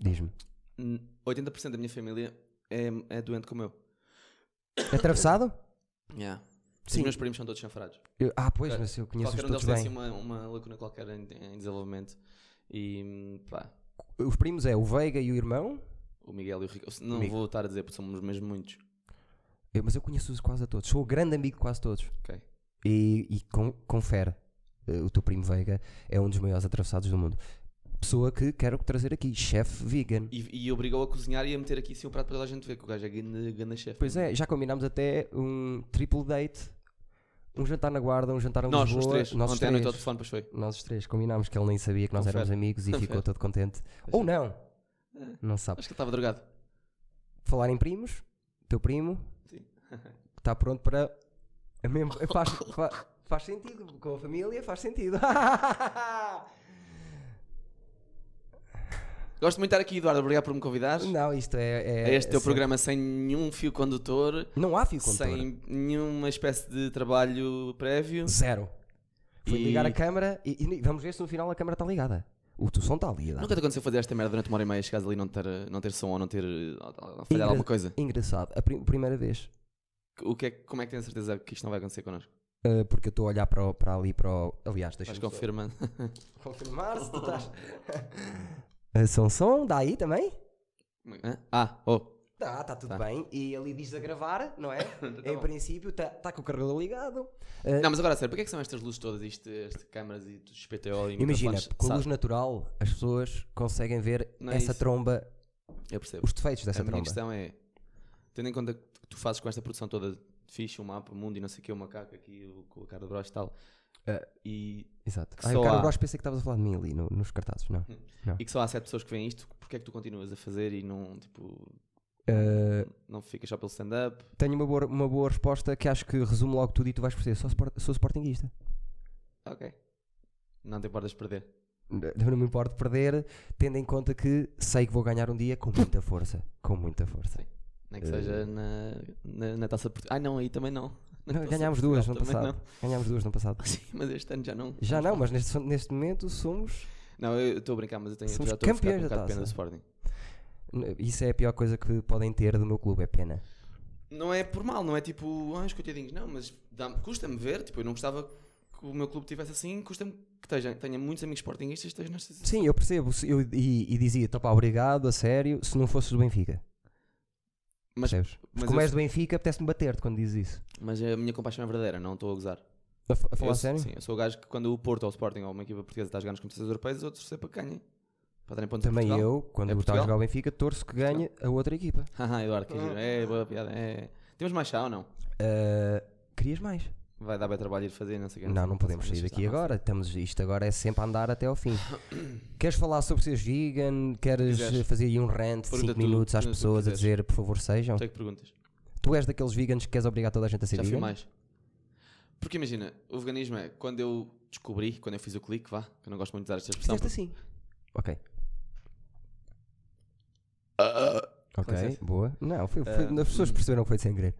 Speaker 3: Diz-me.
Speaker 1: Hum, 80% da minha família é, é doente como eu.
Speaker 3: Atravessado?
Speaker 1: Yeah.
Speaker 3: Sim.
Speaker 1: Os meus primos são todos chanfrados.
Speaker 3: Eu- ah, pois, mas eu conheço-os
Speaker 1: Qualquer um
Speaker 3: todos
Speaker 1: deles tem assim
Speaker 3: bem.
Speaker 1: uma, uma lacuna qualquer em, em desenvolvimento. E pá,
Speaker 3: Os primos é o Veiga e o irmão,
Speaker 1: o Miguel e o Rico. Não
Speaker 3: Amigo.
Speaker 1: vou estar a dizer porque somos mesmo muitos.
Speaker 3: Eu- mas eu conheço-os quase a todos. Sou o grande amigo de quase todos.
Speaker 1: Ok.
Speaker 3: E, e con- confere, eh, o teu primo Veiga é um dos maiores atravessados do mundo. Pessoa que quero trazer aqui, chefe vegan.
Speaker 1: E, e obrigou a cozinhar e a meter aqui assim o prato para toda a gente ver que o gajo é ganda, ganda chefe.
Speaker 3: Pois é, já combinámos até um triple date, um jantar na guarda, um jantar em
Speaker 1: Nós,
Speaker 3: Lisboa.
Speaker 1: os três.
Speaker 3: Nós os
Speaker 1: Ontem à noite ao
Speaker 3: três,
Speaker 1: telefone, pois foi.
Speaker 3: nós os três combinámos que ele nem sabia que nós
Speaker 1: Confere.
Speaker 3: éramos amigos e ficou
Speaker 1: Confere.
Speaker 3: todo contente. Ou não, não sabe.
Speaker 1: É. Acho que ele estava drogado.
Speaker 3: Falar em primos, teu primo
Speaker 1: Sim.
Speaker 3: está pronto para. a mem- Faz, fa- faz sentido, com a família faz sentido.
Speaker 1: Gosto muito de estar aqui, Eduardo. Obrigado por me convidar.
Speaker 3: não, isto é. é
Speaker 1: É este teu
Speaker 3: sempre-
Speaker 1: programa sem nenhum fio condutor,
Speaker 3: Não há fio condutor.
Speaker 1: sem nenhuma espécie de trabalho prévio.
Speaker 3: Zero. Fui
Speaker 1: E-
Speaker 3: ligar a câmara e, e vamos ver se no final a câmara está ligada. O teu som está ligado.
Speaker 1: Nunca te aconteceu fazer esta merda durante uma hora e meia, chegares ali e não ter, não ter som ou não ter eh, falhar
Speaker 3: Engra-
Speaker 1: alguma coisa?
Speaker 3: Engraçado. A pri- primeira vez.
Speaker 1: O que é, que- como é que tens a certeza que isto não vai acontecer connosco?
Speaker 3: Uh, porque eu estou a olhar para, o- para ali para o... Aliás,
Speaker 1: Mas
Speaker 3: deixa-me só
Speaker 1: confirmando.
Speaker 3: confirmar se tu estás. Uh, som som, dá aí também?
Speaker 1: Hã? ah, oh.
Speaker 3: Tá, está tudo bem. E ali diz a gravar, não é? em
Speaker 1: Então tá bom.
Speaker 3: princípio, está com o carregador ligado. Uh,
Speaker 1: Não, mas agora a sério, para que é que são estas luzes todas, isto, este câmaras e tudo, PTO e
Speaker 3: Imagina,
Speaker 1: microfones?
Speaker 3: com a
Speaker 1: então Sabe?
Speaker 3: luz natural as pessoas conseguem ver
Speaker 1: Não é
Speaker 3: essa
Speaker 1: isso.
Speaker 3: tromba,
Speaker 1: Eu percebo.
Speaker 3: os defeitos dessa
Speaker 1: a minha
Speaker 3: tromba.
Speaker 1: questão é, tendo em conta que tu fazes com esta produção toda fixe, o mapa, o mundo e não sei o que, o macaco aqui, o, com a cara de broche e tal. eh,
Speaker 3: Ah.
Speaker 1: E,
Speaker 3: Exato.
Speaker 1: Que
Speaker 3: Ah,
Speaker 1: só
Speaker 3: eu cara,
Speaker 1: há- Hum.
Speaker 3: eu gosto pensei que estavas a falar de mim ali no- nos cartazes, não?
Speaker 1: e que só há sete pessoas que veem isto, porque é que tu continuas a fazer e não, tipo,
Speaker 3: Ah,
Speaker 1: não ficas só pelo stand-up?
Speaker 3: tenho uma boa, uma boa resposta que acho que resume logo tudo e tu vais perceber. Sou, sport, sou sportinguista.
Speaker 1: Ok. Não te importas de perder.
Speaker 3: N- Não me importo perder, tendo em conta que sei que vou ganhar um dia com muita força. Com muita força.
Speaker 1: Nem que seja na, na, na taça de Portugal. Ah, não, aí também não. Na
Speaker 3: Eh. Não,
Speaker 1: Taça de
Speaker 3: ganhámos duas no
Speaker 1: Portugal Então, também
Speaker 3: passado. Ganhámos duas no passado.
Speaker 1: não. Sim, mas este ano já não.
Speaker 3: Já não, mas neste, neste momento somos.
Speaker 1: Não, eu estou a brincar, mas eu tenho,
Speaker 3: Somos
Speaker 1: já estou a ficar com um
Speaker 3: campeões da
Speaker 1: bocado de pena do
Speaker 3: taça.
Speaker 1: Sporting.
Speaker 3: Isso é a pior coisa que podem ter do meu clube, é pena.
Speaker 1: Não é por mal, não é tipo, ah, os coitadinhos, não, mas dá-me- custa-me ver, tipo, eu não gostava que o meu clube tivesse assim, custa-me que tenha, tenha muitos amigos sportinguistas, esteja nesta situação.
Speaker 3: Sim, eu percebo. se- Eu, e, e dizia, topá, obrigado, a sério, se não fosses do Benfica.
Speaker 1: Mas,
Speaker 3: percebes?
Speaker 1: mas
Speaker 3: Como
Speaker 1: eu-
Speaker 3: és do Benfica, apetece-me bater-te quando dizes isso.
Speaker 1: mas a minha compaixão é verdadeira, não estou a gozar.
Speaker 3: A, f- a falar
Speaker 1: eu,
Speaker 3: sério?
Speaker 1: Sim, eu sou o gajo que quando o Porto ou o Sporting ou uma equipa portuguesa está a jogar nos competições europeias, os outros sempre que ganhem. Para terem pontos a
Speaker 3: Também
Speaker 1: Portugal.
Speaker 3: eu, quando
Speaker 1: É
Speaker 3: eu estava a
Speaker 1: Portugal?
Speaker 3: jogar o Benfica, torço que ganhe a outra equipa.
Speaker 1: Haha, Eduardo, que giro. É, boa piada. É. Temos mais chá ou não?
Speaker 3: Ah, querias mais?
Speaker 1: Vai dar bem trabalho ir fazer, não sei o que.
Speaker 3: Não, não podemos sair daqui agora. Estamos, isto agora é sempre a andar até ao fim. Queres falar sobre seres vegan? Queres
Speaker 1: Quiseres.
Speaker 3: eh, fazer aí um rant de
Speaker 1: Pergunta
Speaker 3: 5
Speaker 1: tu,
Speaker 3: minutos às
Speaker 1: tu
Speaker 3: pessoas a
Speaker 1: quiseres.
Speaker 3: dizer, por favor, sejam?
Speaker 1: Sei que perguntas.
Speaker 3: Tu és daqueles veganos que queres obrigar toda a gente a ser
Speaker 1: Já fui
Speaker 3: vegan?
Speaker 1: mais. Porque imagina, o veganismo é quando eu descobri, quando eu fiz o clique, vá, que eu não gosto muito de usar esta expressão.
Speaker 3: Fizeste assim. Ok.
Speaker 1: Ah, Com
Speaker 3: Ok,
Speaker 1: licença.
Speaker 3: boa. Não, foi, foi-
Speaker 1: Ah,
Speaker 3: as
Speaker 1: hum.
Speaker 3: pessoas perceberam que foi de sem querer.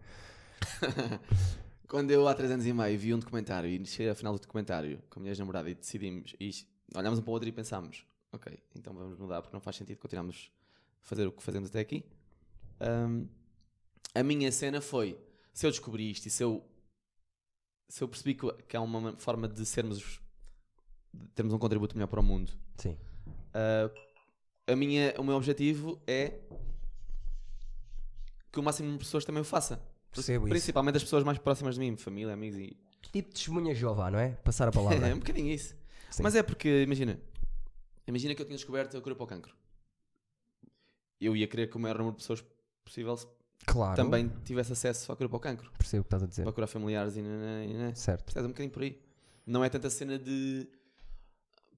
Speaker 1: Quando eu há 3 anos e meio vi um documentário e cheguei ao final do documentário com a minha ex-namorada e decidimos, e ch- olhámos um para o outro e pensámos, ok, então vamos mudar porque não faz sentido continuarmos a fazer o que fazemos até aqui. Ahm, a minha cena foi, se eu descobri isto e se eu, se eu percebi que, que há uma ma- forma de sermos, de termos um contributo melhor para o mundo,
Speaker 3: Sim.
Speaker 1: ah, a minha, o meu objetivo é que o máximo de pessoas também o faça.
Speaker 3: Percebo isso.
Speaker 1: Principalmente as pessoas mais próximas de mim, família, amigos e.
Speaker 3: Tipo testemunha de Jeová, não é? Passar a
Speaker 1: É,
Speaker 3: palavra.
Speaker 1: um bocadinho isso.
Speaker 3: Sim.
Speaker 1: Mas é porque, imagina, imagina que eu tinha descoberto a cura para o cancro. Eu ia querer que o maior número de pessoas possível se-
Speaker 3: claro.
Speaker 1: também tivesse acesso à cura para o cancro,
Speaker 3: Percebo o que estás a dizer.
Speaker 1: para curar familiares e. nanã, e nanã.
Speaker 3: Certo.
Speaker 1: Percebes? um bocadinho por aí. Não é tanta cena de.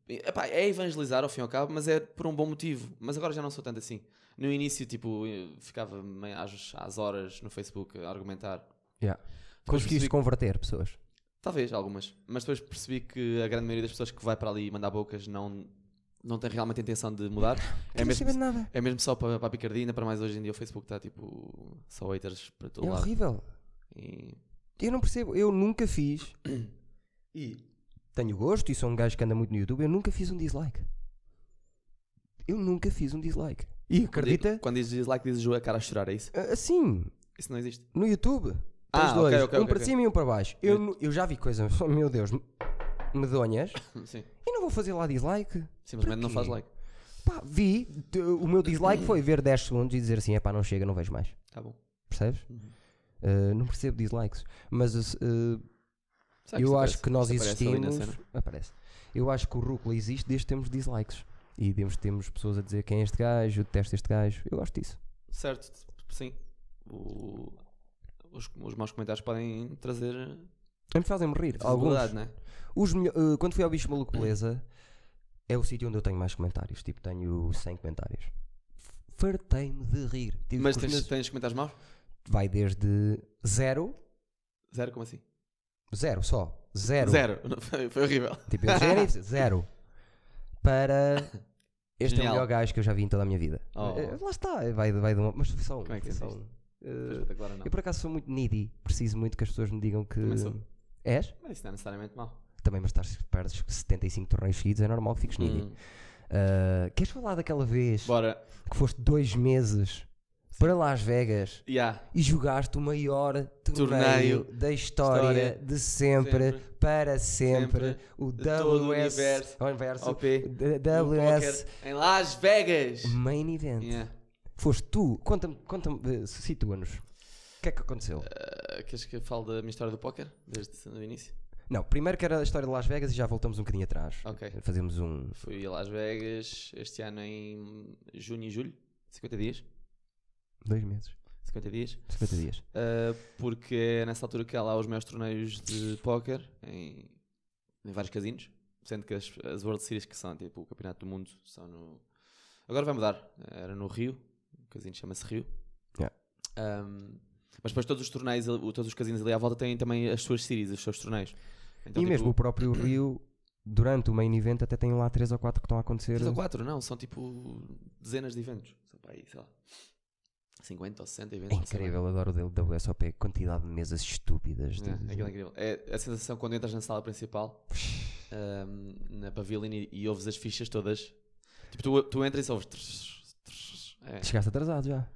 Speaker 1: Epá, é evangelizar ao fim e ao cabo, mas é por um bom motivo. Mas agora já não sou tanto assim. No início, tipo, eu ficava meio às, às horas no Facebook a argumentar.
Speaker 3: Yeah.
Speaker 1: Depois
Speaker 3: Conseguiste
Speaker 1: percebi-
Speaker 3: converter pessoas.
Speaker 1: Talvez, algumas. Mas depois percebi que a grande maioria das pessoas que vai para ali mandar bocas não, não tem realmente a intenção de mudar. É
Speaker 3: não
Speaker 1: mesmo,
Speaker 3: sabia de nada.
Speaker 1: é mesmo só para, para a picardia, ainda para mais hoje em dia o Facebook está tipo só haters para todo
Speaker 3: É
Speaker 1: lado.
Speaker 3: horrível.
Speaker 1: E...
Speaker 3: Eu não percebo. Eu nunca fiz.
Speaker 1: e
Speaker 3: Tenho gosto e sou um gajo que anda muito no YouTube. Eu nunca fiz um dislike. Eu nunca fiz um dislike. E acredita?
Speaker 1: Quando dizes dislike, dizes a cara a chorar, é isso?
Speaker 3: Ah, Assim,
Speaker 1: Isso não existe.
Speaker 3: no YouTube.
Speaker 1: Ah,
Speaker 3: Tens
Speaker 1: ok,
Speaker 3: dois.
Speaker 1: ok,
Speaker 3: um
Speaker 1: ok,
Speaker 3: para
Speaker 1: ok.
Speaker 3: cima e um para baixo. Eu, nu- eu já vi coisas, oh, meu Deus, medonhas.
Speaker 1: Sim.
Speaker 3: E não vou fazer lá dislike.
Speaker 1: Simplesmente não
Speaker 3: Porquê?
Speaker 1: faz like.
Speaker 3: Pá, vi. de- O meu dislike foi ver 10 segundos e dizer assim: é pá, não chega, não vejo mais.
Speaker 1: Tá bom.
Speaker 3: Percebes?
Speaker 1: Uhum.
Speaker 3: Uh, não percebo dislikes. Mas uh,
Speaker 1: Sabe
Speaker 3: eu
Speaker 1: isto
Speaker 3: acho
Speaker 1: aparece-
Speaker 3: que nós
Speaker 1: isto aparece ali na
Speaker 3: existimos.
Speaker 1: cena.
Speaker 3: Aparece. Eu acho que o Rúcula existe desde que temos dislikes. E temos, temos pessoas a dizer quem é este gajo, eu detesto este gajo. Eu gosto disso.
Speaker 1: Certo, sim. O- Os, os maus comentários podem trazer
Speaker 3: Me fazem-me rir. Alguns.
Speaker 1: visibilidade, não é?
Speaker 3: Os melho- uh, quando fui ao Bicho Maluco Beleza, é o sítio onde eu tenho mais comentários. Tipo, tenho 100 comentários. Fartei-me de rir. Tive
Speaker 1: Mas
Speaker 3: que os-
Speaker 1: tens, tens comentários maus?
Speaker 3: Vai desde zero,
Speaker 1: Zero, como assim?
Speaker 3: zero só, zero.
Speaker 1: Zero. Não, Foi, foi horrível.
Speaker 3: Tipo, eu cheguei e disse, zero. Para. Este é
Speaker 1: Genial.
Speaker 3: o melhor gajo que eu já vi em toda a minha vida.
Speaker 1: Oh.
Speaker 3: Eh, Lá está, vai, vai de uma. Mas foi só um.
Speaker 1: Como é que
Speaker 3: foi só
Speaker 1: disseste?
Speaker 3: um.
Speaker 1: Foi
Speaker 3: Eh,
Speaker 1: espetacular, não.
Speaker 3: eu por acaso sou muito needy. Preciso muito que as pessoas me digam que.
Speaker 1: Também sou.
Speaker 3: És?
Speaker 1: Mas isso não é necessariamente mau.
Speaker 3: Também, mas estás perdes 75 torneios seguidos, é normal que fiques needy.
Speaker 1: Hum.
Speaker 3: Eh, queres falar daquela vez
Speaker 1: Bora.
Speaker 3: que foste dois meses para Las Vegas
Speaker 1: Yeah.
Speaker 3: e jogaste o maior torneio,
Speaker 1: Torneio
Speaker 3: da história,
Speaker 1: história,
Speaker 3: de sempre,
Speaker 1: sempre,
Speaker 3: para sempre,
Speaker 1: sempre,
Speaker 3: o
Speaker 1: de todo o
Speaker 3: WS,
Speaker 1: universo,
Speaker 3: o universo,
Speaker 1: OP,
Speaker 3: d-
Speaker 1: Um
Speaker 3: WS
Speaker 1: póquer Em Las Vegas.
Speaker 3: Main Event.
Speaker 1: Yeah.
Speaker 3: Foste tu, conta-me, conta-me, eh, situa-nos. O que é que aconteceu?
Speaker 1: Ah, queres que eu fale da minha história do póquer? Desde o início?
Speaker 3: Não, primeiro que era a história de Las Vegas e já voltamos um bocadinho atrás.
Speaker 1: Ok.
Speaker 3: Fazemos um.
Speaker 1: Fui a Las Vegas este ano em junho e julho. 50 dias.
Speaker 3: dois meses.
Speaker 1: 50 dias.
Speaker 3: 50 dias.
Speaker 1: Uh, porque é nessa altura que há lá os maiores torneios de póquer em, em vários casinos, sendo que as, as World Series que são tipo o Campeonato do Mundo são no. Agora vai mudar, era no Rio, o casino chama-se Rio.
Speaker 3: Yeah.
Speaker 1: Um, mas depois todos os torneios, ali- todos os casinos ali à volta têm também as suas series, os seus torneios.
Speaker 3: e
Speaker 1: Então, tipo,
Speaker 3: mesmo o próprio Rio, durante o main event, até tem lá 3 ou 4 que estão a acontecer.
Speaker 1: Três ou quatro, não, são tipo dezenas de eventos. São para aí, sei lá, 50 ou 60
Speaker 3: É
Speaker 1: eventos. não sei bem.
Speaker 3: incrível, adoro o WSOP. Quantidade de mesas estúpidas. de-
Speaker 1: É,
Speaker 3: de-
Speaker 1: aquilo é incrível. É a sensação quando entras na sala principal, ahm, na pavilion, e, e ouves as fichas todas. Tipo, tu, tu entras e ouves. trrr, trrr. É.
Speaker 3: Chegaste atrasado já.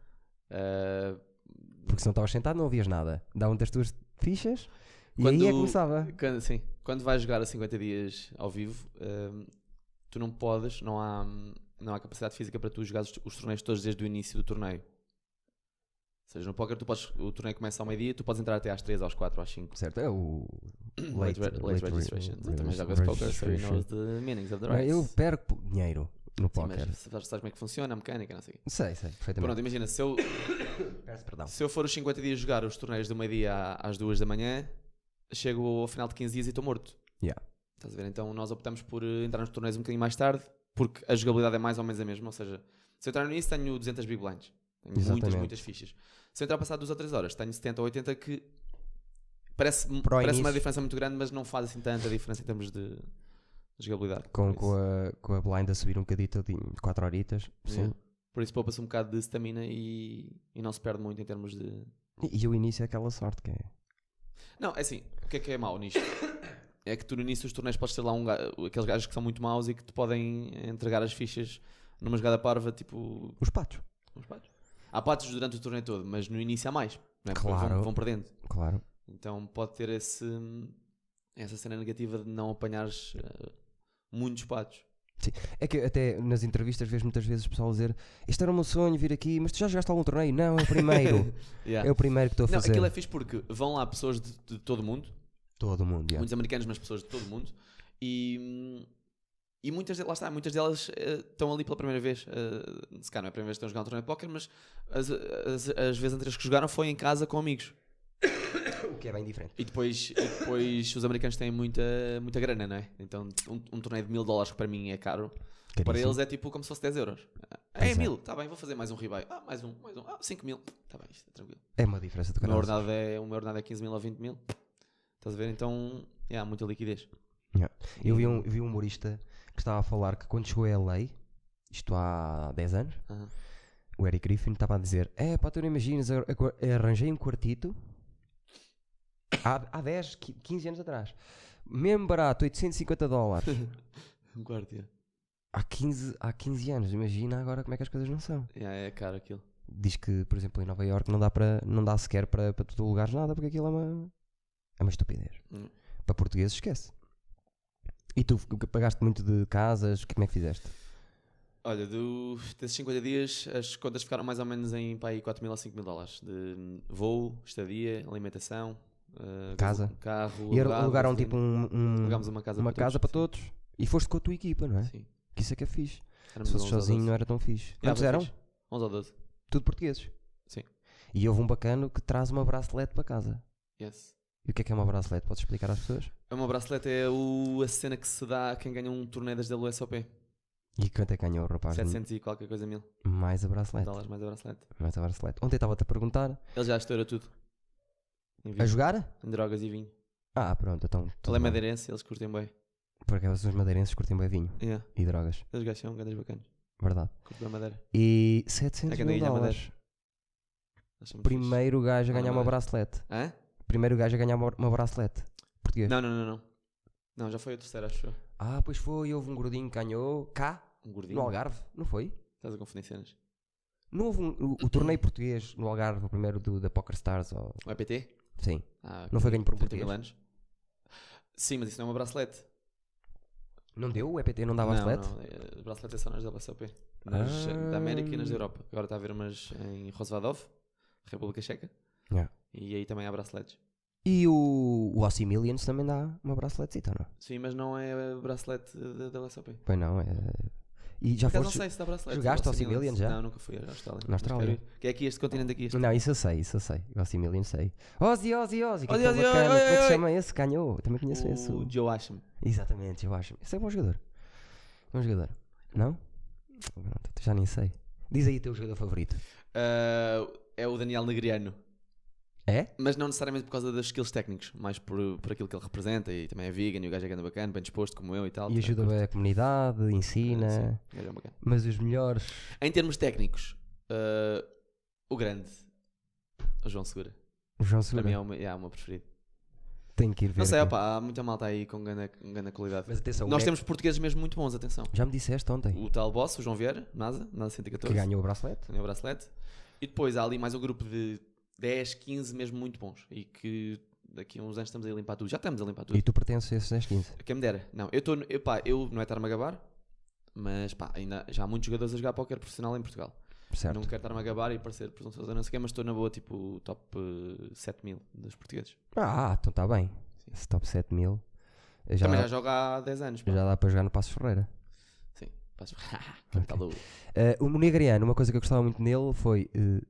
Speaker 1: Ah,
Speaker 3: Porque se não estavas sentado, não ouvias nada. Davam-te as tuas fichas e aí é que
Speaker 1: Quando-
Speaker 3: começava.
Speaker 1: Ah, quando, sim, quando vais jogar a 50 dias ao vivo, ahm, tu não podes, não há, não há capacidade física para tu jogares os, os torneios todos desde o início do torneio. Ou seja, no póquer tu podes, o torneio começa ao meio-dia, tu podes entrar até às 3, às 4, às 5.
Speaker 3: Certo, é o.
Speaker 1: Late, re- late,
Speaker 3: re-
Speaker 1: registration. Tu
Speaker 3: re-
Speaker 1: também jogas póquer, so you
Speaker 3: registration.
Speaker 1: know the meanings of the
Speaker 3: Não,
Speaker 1: rights.
Speaker 3: Eu perco dinheiro no
Speaker 1: Sim,
Speaker 3: póquer.
Speaker 1: mas sabes, sabes como é que funciona a mecânica, não sei o quê.
Speaker 3: Sei, sei,
Speaker 1: Pronto,
Speaker 3: perfeitamente.
Speaker 1: imagina, se eu,
Speaker 3: Peço perdão.
Speaker 1: se eu for os 50 dias jogar os torneios do meio-dia à- às 2 da manhã, chego ao final de 15 dias e estou morto.
Speaker 3: Yeah.
Speaker 1: Estás a ver? Então nós optamos por eh, entrar nos torneios um bocadinho mais tarde, porque a jogabilidade é mais ou menos a mesma. Ou seja, se eu entrar nisso, tenho 200 big blinds. Tenho muitas,
Speaker 3: Exatamente.
Speaker 1: muitas fichas. Se eu entrar passado 2 ou 3 horas, tenho 70 ou 80 que parece,
Speaker 3: Para o
Speaker 1: parece uma
Speaker 3: início.
Speaker 1: diferença muito grande, mas não faz assim tanta diferença em termos de jogabilidade.
Speaker 3: Com,
Speaker 1: Por
Speaker 3: com,
Speaker 1: isso-
Speaker 3: a, com a blind a subir um bocadito de 4 horitas. Sim.
Speaker 1: Yeah. Por isso poupa-se um bocado de stamina e, e não se perde muito em termos de.
Speaker 3: E, e o início é aquela sorte que é.
Speaker 1: Não, é assim, o que é que é mau nisto? É que tu no início dos torneios podes ter lá um ga- aqueles gajos que são muito maus e que te podem entregar as fichas numa jogada parva, tipo.
Speaker 3: Os patos.
Speaker 1: uns patos. Há patos durante o torneio todo, mas no início há mais. Não é? Porque
Speaker 3: Claro.
Speaker 1: Vão, vão perdendo.
Speaker 3: Claro.
Speaker 1: Então pode ter esse, essa cena negativa de não apanhares eh, muitos patos.
Speaker 3: É que até nas entrevistas vejo muitas vezes o pessoal dizer isto era o meu sonho vir aqui, mas tu já jogaste algum torneio? Não, é o primeiro.
Speaker 1: Yeah.
Speaker 3: é o primeiro que estou a
Speaker 1: Não,
Speaker 3: fazer.
Speaker 1: aquilo é fixe porque vão lá pessoas de- de todo o mundo.
Speaker 3: Todo mundo, yeah.
Speaker 1: muitos americanos, mas pessoas de todo o mundo. E, e muitas, de- lá está, muitas delas eh, estão ali pela primeira vez. eh, se calhar não é a primeira vez que estão a jogar um torneio de póquer, mas as, as, as vezes anteriores que jogaram foi em casa com amigos.
Speaker 3: o que é bem diferente.
Speaker 1: E depois, e depois os americanos têm muita, muita grana, não é? Então um, um torneio de mil dólares que para mim é caro, para eles é tipo como se fosse 10 euros. Ah, É
Speaker 3: Pois é.
Speaker 1: mil, tá bem, vou fazer mais um rebuy. Ah, mais um, mais um, ah, 5 mil, tá bem, isto é tranquilo.
Speaker 3: é uma diferença de
Speaker 1: O meu
Speaker 3: canal.
Speaker 1: ordenado é, o meu ordenado é 15 mil ou 20 mil. Estás a ver? Então, é, há muita liquidez.
Speaker 3: Eu vi um, vi um humorista que estava a falar que quando chegou a LA, isto há 10 anos,
Speaker 1: Aham.
Speaker 3: o Eric Griffin estava a dizer: É pá, tu não imaginas, ar- agora- arranjei um quartito há, há 10, qui- 15 anos atrás, mesmo barato, 850 dólares.
Speaker 1: Um quarto, yeah.
Speaker 3: há, 15, há 15 anos, imagina agora como é que as coisas não são.
Speaker 1: Yeah, é caro aquilo.
Speaker 3: Diz que, por exemplo, em Nova York não dá, para não dá sequer para, para tu alugares nada porque aquilo é uma, é uma estupidez.
Speaker 1: Hum.
Speaker 3: Para portugueses, esquece. E tu que pagaste muito de casas, como é que fizeste?
Speaker 1: Olha, do, desses 50 dias, as contas ficaram mais ou menos em pá, aí 4 mil a 5 mil dólares. De voo, estadia, alimentação, ah,
Speaker 3: Casa.
Speaker 1: gaso- carro.
Speaker 3: E era-
Speaker 1: alugado,
Speaker 3: alugaram tipo
Speaker 1: gasolina.
Speaker 3: um, um-
Speaker 1: assim, Alugámos uma casa
Speaker 3: uma
Speaker 1: para
Speaker 3: casa para todos. E foste com a tua equipa, não é?
Speaker 1: Sim.
Speaker 3: Que isso é que é fixe.
Speaker 1: Éramos
Speaker 3: Se fosse
Speaker 1: 11 ou
Speaker 3: sozinho
Speaker 1: 12.
Speaker 3: não era tão fixe.
Speaker 1: Yeah,
Speaker 3: Quantos
Speaker 1: foi
Speaker 3: eram?
Speaker 1: fixe. 11 ou 12.
Speaker 3: Tudo portugueses.
Speaker 1: Sim.
Speaker 3: E houve um bacano que traz uma bracelete para casa.
Speaker 1: Yes.
Speaker 3: E o que é que é uma bracelete? Podes explicar às pessoas?
Speaker 1: É uma bracelete, é o, a cena que se dá a quem ganha um torneio das WSOP.
Speaker 3: E quanto é que ganhou o rapaz?
Speaker 1: 700 e qualquer coisa mil
Speaker 3: Mais a bracelete.
Speaker 1: dólares mais a bracelete.
Speaker 3: Mais a bracelete. Ontem estava-te a perguntar.
Speaker 1: Ele já estoura tudo. Em
Speaker 3: A
Speaker 1: vinho,
Speaker 3: jogar?
Speaker 1: em drogas e vinho.
Speaker 3: Ah, pronto, então. tudo
Speaker 1: Ele
Speaker 3: bem.
Speaker 1: é madeirense, eles curtem bem.
Speaker 3: Porque os madeirenses curtem bem vinho
Speaker 1: Yeah.
Speaker 3: e drogas.
Speaker 1: Eles gajos são grandes bacanas.
Speaker 3: Verdade.
Speaker 1: Curto bem madeira.
Speaker 3: E 700
Speaker 1: É que
Speaker 3: mil
Speaker 1: na Ilha
Speaker 3: dólares.
Speaker 1: Eles são muito fixe.
Speaker 3: Primeiro gajo a
Speaker 1: Ah, na
Speaker 3: ganhar uma
Speaker 1: Madeira.
Speaker 3: bracelete.
Speaker 1: Hã?
Speaker 3: Primeiro gajo a ganhar uma, uma bracelete. Português.
Speaker 1: Não, não, não, não. Não, já foi o terceiro, acho eu.
Speaker 3: Ah, pois foi, houve um gordinho que ganhou cá,
Speaker 1: Um gordinho.
Speaker 3: no Algarve, não foi?
Speaker 1: Estás a confundir cenas.
Speaker 3: Não houve um, o, o torneio português no Algarve, o primeiro do, da Poker Stars, ou...
Speaker 1: O EPT?
Speaker 3: Sim.
Speaker 1: Ah,
Speaker 3: Não foi ganho por um
Speaker 1: 30 mil
Speaker 3: português?
Speaker 1: anos. Sim, mas isso não é uma bracelete.
Speaker 3: Não deu? O EPT não dá
Speaker 1: não,
Speaker 3: bracelete? Ah.
Speaker 1: não, é- bracelete é só nas WSOP. Nas eh, da América e nas da Europa. Agora está a haver umas em Rosvadov, República Checa.
Speaker 3: Yeah.
Speaker 1: E aí também há braceletes.
Speaker 3: E o, o Osimilians também dá uma braceletecita, não?
Speaker 1: Sim, mas não é bracelete da da WSOP.
Speaker 3: Pois não, é... E já
Speaker 1: Por acaso
Speaker 3: foste.
Speaker 1: não sei se dá bracelete.
Speaker 3: jogaste ao Civilian já?
Speaker 1: Não, nunca fui à Austrália.
Speaker 3: Na Austrália.
Speaker 1: Mas quero ir. Que é aqui este continente aqui. Este.
Speaker 3: Não, isso eu sei, isso eu sei. Gossimilian sei. Ozzy, Ozzy, Ozzy, que é
Speaker 1: Ozzy,
Speaker 3: tão
Speaker 1: Ozzy,
Speaker 3: bacana.
Speaker 1: oi,
Speaker 3: Como é que
Speaker 1: oi,
Speaker 3: se
Speaker 1: oi.
Speaker 3: chama esse? Ganhou. Também conheço esse.
Speaker 1: O Joe Asham.
Speaker 3: Exatamente, eu acho. Esse é bom jogador. Bom jogador. Não? Pronto, já nem sei. Diz aí o teu jogador favorito.
Speaker 1: Ah, é o Daniel Negriano.
Speaker 3: É?
Speaker 1: Mas não necessariamente por causa dos skills técnicos, mais por, por aquilo que ele representa e também é vegan e o gajo é grande bacana, bem disposto como eu e tal. é
Speaker 3: E ajuda bem né? a comunidade, ensina.
Speaker 1: Sim, o gajo é bacana.
Speaker 3: Mas os melhores.
Speaker 1: Em termos técnicos, ah, o grande, o João Segura.
Speaker 3: O João
Speaker 1: Para mim é
Speaker 3: Segura.
Speaker 1: o meu, é o meu preferido.
Speaker 3: Tem que ir ver.
Speaker 1: Não sei,
Speaker 3: aqui.
Speaker 1: opa, há muita malta aí com grande, com grande qualidade.
Speaker 3: Mas então é- atenção, o
Speaker 1: Nós
Speaker 3: Mac-
Speaker 1: temos portugueses mesmo muito bons, atenção.
Speaker 3: já me disseste ontem
Speaker 1: O tal boss, o João Vieira, NASA, NASA
Speaker 3: que
Speaker 1: 114,
Speaker 3: ganhou o bracelete.
Speaker 1: ganhou o bracelete. E depois há ali mais um grupo de 10, 15 mesmo muito bons. E que daqui a uns anos estamos a limpar tudo. Já estamos a limpar tudo.
Speaker 3: E tu pertences a esses 10, 15.
Speaker 1: Quem me dera. Não, eu estou. Eu, pá, eu não é estar-me a gabar, mas pá, ainda já há muitos jogadores a jogar póquer profissional em Portugal.
Speaker 3: Certo.
Speaker 1: Não quero estar-me a gabar e parecer presunçoso, não sei o quê, mas estou na boa, tipo, top 7 mil dos portugueses.
Speaker 3: Ah, então está bem.
Speaker 1: Sim.
Speaker 3: Esse top 7 mil. eh, Já,
Speaker 1: Também já
Speaker 3: dá-
Speaker 1: jogo há 10 anos. Pá.
Speaker 3: já dá para jogar no Passo Ferreira.
Speaker 1: Sim, passo. tá Capital do-
Speaker 3: Eh, o Negriano, uma coisa que eu gostava muito nele foi eh,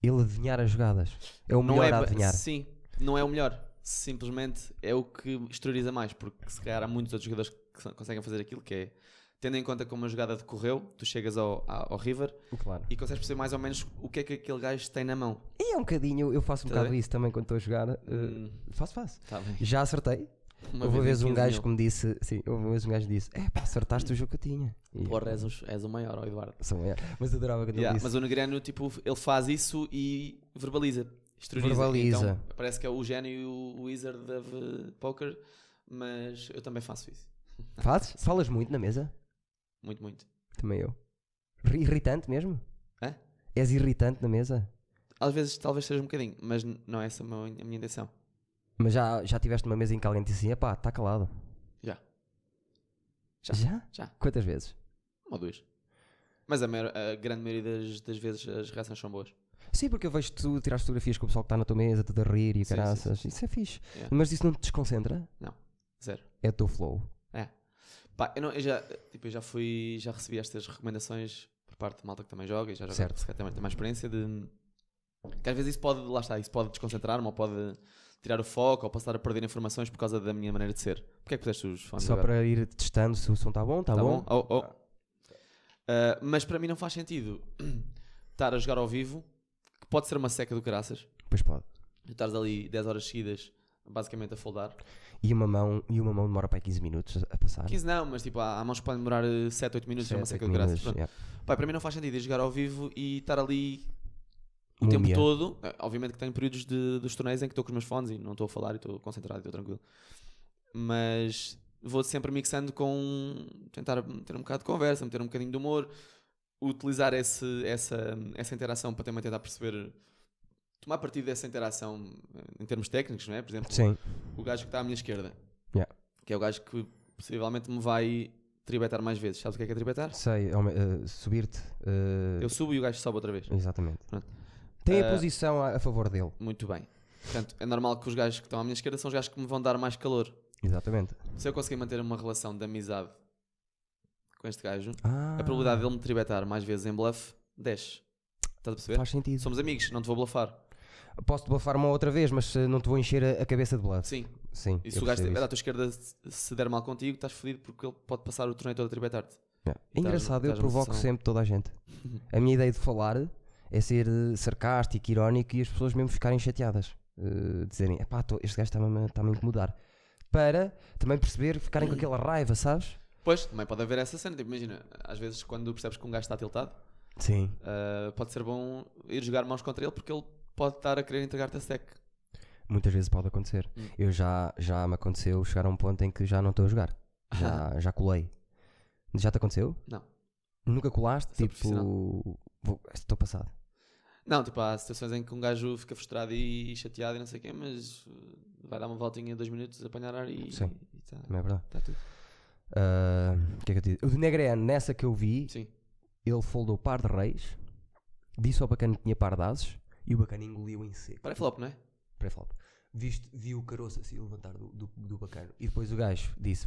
Speaker 3: ele adivinhar as jogadas. É o melhor
Speaker 1: é,
Speaker 3: a
Speaker 1: ba-
Speaker 3: adivinhar.
Speaker 1: Sim, não é o melhor. Simplesmente é o que exterioriza mais, porque se calhar há muitos outros jogadores que sa- conseguem fazer aquilo, que é tendo em conta como a jogada decorreu, tu chegas ao, a- ao River
Speaker 3: Claro.
Speaker 1: e consegues perceber mais ou menos o que é que aquele gajo tem na mão.
Speaker 3: E é um bocadinho, eu faço um
Speaker 1: Tá
Speaker 3: bocado
Speaker 1: bem?
Speaker 3: isso também quando estou a jogar. eh,
Speaker 1: Hum,
Speaker 3: faço, faço.
Speaker 1: tá bem.
Speaker 3: Já acertei.
Speaker 1: Uma
Speaker 3: houve uma vez
Speaker 1: em
Speaker 3: um
Speaker 1: 15
Speaker 3: gajo
Speaker 1: mil.
Speaker 3: que me disse, sim, houve uma vez um gajo que disse: É pá, acertaste o jogo que eu tinha. E,
Speaker 1: Porra, és, o- és o maior, ó Eduardo.
Speaker 3: sou eu. Mas eu adorava quando
Speaker 1: Yeah,
Speaker 3: ele disse.
Speaker 1: mas o Negreano, tipo, ele faz isso e verbaliza. Exterioriza.
Speaker 3: Verbaliza.
Speaker 1: Então, parece que é o gênio e o wizard da v- poker, mas eu também faço isso.
Speaker 3: Fazes? Falas muito na mesa?
Speaker 1: Muito, muito.
Speaker 3: Também eu. Ri- Irritante mesmo?
Speaker 1: Hã?
Speaker 3: És irritante na mesa?
Speaker 1: Às vezes talvez seja um bocadinho, mas n- não é essa a meu- a minha intenção.
Speaker 3: Mas já, já tiveste uma mesa em que alguém te disse: É pá, está calado.
Speaker 1: Já. Já.
Speaker 3: Já?
Speaker 1: Já.
Speaker 3: Quantas vezes?
Speaker 1: Uma ou duas. Mas a, maior- a grande maioria das, das vezes as reações são boas.
Speaker 3: Sim, porque eu vejo tu tirar fotografias com o pessoal que está na tua mesa, tudo a rir e o
Speaker 1: Sim,
Speaker 3: caraças. Isso é fixe.
Speaker 1: Yeah.
Speaker 3: Mas isso não te desconcentra?
Speaker 1: Zero.
Speaker 3: É o teu flow.
Speaker 1: Pá, eu, não- eu já, tipo, eu já fui, já recebi estas recomendações por parte de malta que também joga e já joga
Speaker 3: Certo.
Speaker 1: se calhar também tem mais experiência de que às vezes isso pode, lá está, isso pode desconcentrar-me ou pode tirar o foco ou posso estar a perder informações por causa da minha maneira de ser. Porquê é que puseste os fones
Speaker 3: Só
Speaker 1: agora?
Speaker 3: para ir testando se o som está bom, está
Speaker 1: Tá
Speaker 3: bom.
Speaker 1: Oh, oh. Ah, mas para mim não faz sentido estar a jogar ao vivo, que pode ser uma seca do caraças,
Speaker 3: Pois pode.
Speaker 1: e estares ali 10 horas seguidas basicamente a foldar.
Speaker 3: E uma mão, e uma mão demora para aí 15 minutos a passar.
Speaker 1: 15 não, mas tipo, há, há mãos que podem demorar 7, 8 minutos, é uma
Speaker 3: Sete,
Speaker 1: seca
Speaker 3: oito
Speaker 1: do caraças.
Speaker 3: minutos,
Speaker 1: Pronto.
Speaker 3: yeah.
Speaker 1: Pá, para mim não faz sentido ir jogar ao vivo e estar ali o
Speaker 3: Múmia.
Speaker 1: tempo todo. Eh, Obviamente que tenho períodos de, dos torneios em que estou com os meus fones e não estou a falar e estou concentrado e estou tranquilo. Mas vou sempre mixando com tentar ter um bocado de conversa, meter um bocadinho de humor, utilizar esse, essa, essa interação para também tentar perceber. Tomar partido dessa interação eh, em termos técnicos, não é? Por exemplo,
Speaker 3: Sim.
Speaker 1: o gajo que está à minha esquerda,
Speaker 3: Yeah.
Speaker 1: que é o gajo que possivelmente me vai tribetar mais vezes. Sabes o que é que é tribetar?
Speaker 3: Sei, ao me- eh, subir-te. eh,
Speaker 1: Eu subo e o gajo sobe outra vez.
Speaker 3: Exatamente.
Speaker 1: Pronto.
Speaker 3: Tem a
Speaker 1: Eh,
Speaker 3: posição a, a favor dele.
Speaker 1: Muito bem. Portanto, é normal que os gajos que estão à minha esquerda são os gajos que me vão dar mais calor.
Speaker 3: Exatamente.
Speaker 1: Se eu conseguir manter uma relação de amizade com este gajo,
Speaker 3: Ah,
Speaker 1: a probabilidade dele me tribetar mais vezes em bluff desce. Estás a perceber?
Speaker 3: Faz sentido.
Speaker 1: Somos amigos, não te vou blafar.
Speaker 3: Posso-te bafar uma outra vez, mas eh, não te vou encher a, a cabeça de bluff.
Speaker 1: Sim.
Speaker 3: Sim.
Speaker 1: E
Speaker 3: eu
Speaker 1: se o
Speaker 3: percebo
Speaker 1: gajo estiver à
Speaker 3: isso.
Speaker 1: tua esquerda se- se der mal contigo, estás fodido porque ele pode passar o torneio todo a tribetar-te.
Speaker 3: Yeah. É engraçado, eu
Speaker 1: estás numa
Speaker 3: provoco
Speaker 1: sessão-
Speaker 3: sempre toda a gente. A minha ideia de falar é ser eh, sarcástico, irónico e as pessoas mesmo ficarem chateadas. Eh, dizerem, epá, tô- este gajo está-me a- tá-me a incomodar. Para também perceber, ficarem com aquela raiva, sabes?
Speaker 1: Pois, também pode haver essa cena. Tipo, imagina, às vezes quando percebes que um gajo está tiltado,
Speaker 3: Sim.
Speaker 1: ah, pode ser bom ir jogar mãos contra ele porque ele pode estar a querer entregar-te a stack.
Speaker 3: Muitas vezes pode acontecer.
Speaker 1: Hum.
Speaker 3: Eu já, já me aconteceu chegar a um ponto em que já não estou a jogar. Já, já colei. Já te aconteceu?
Speaker 1: Não.
Speaker 3: Nunca colaste?
Speaker 1: Sou
Speaker 3: tipo, vou- estou passado.
Speaker 1: Não, tipo, há situações em que um gajo fica frustrado e chateado e não sei o quê, mas uh, vai dar uma voltinha dois minutos, apanhar ar e.
Speaker 3: Sim.
Speaker 1: e tá,
Speaker 3: Também é verdade.
Speaker 1: tá tudo.
Speaker 3: Ah, o que é que eu te digo? O de Negreano, nessa que eu vi,
Speaker 1: Sim.
Speaker 3: ele foldou par de reis, disse ao bacana que tinha par de ases e o bacana engoliu em seco.
Speaker 1: Para flop, não é?
Speaker 3: Pré-flop. Viste, viu o caroço assim levantar do, do, do bacana e depois o gajo disse,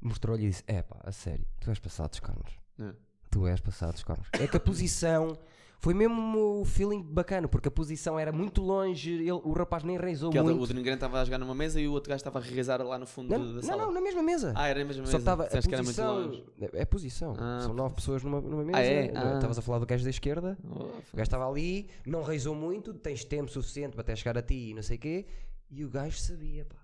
Speaker 3: mostrou-lhe e disse: É pá, a sério, tu és passado dos carnes.
Speaker 1: É.
Speaker 3: Tu és passado dos cornos. É que a posição foi mesmo o feeling bacana, porque a posição era muito longe, ele- o rapaz nem reizou
Speaker 1: Que ele-
Speaker 3: muito.
Speaker 1: o Dringrande estava a jogar numa mesa e o outro gajo estava a rezar lá no fundo
Speaker 3: Não,
Speaker 1: da
Speaker 3: não,
Speaker 1: sala.
Speaker 3: não, na mesma mesa.
Speaker 1: Ah, era a mesma mesa.
Speaker 3: Só estava a
Speaker 1: Disseste que era muito
Speaker 3: posição.
Speaker 1: longe.
Speaker 3: É a posição.
Speaker 1: Ah,
Speaker 3: São nove pessoas numa, numa mesa.
Speaker 1: Ah, é? Ah.
Speaker 3: Estavas a falar do gajo da esquerda.
Speaker 1: Oh,
Speaker 3: O gajo estava ali, não reizou muito, tens tempo suficiente para até chegar a ti e não sei o quê. E o gajo sabia, pá.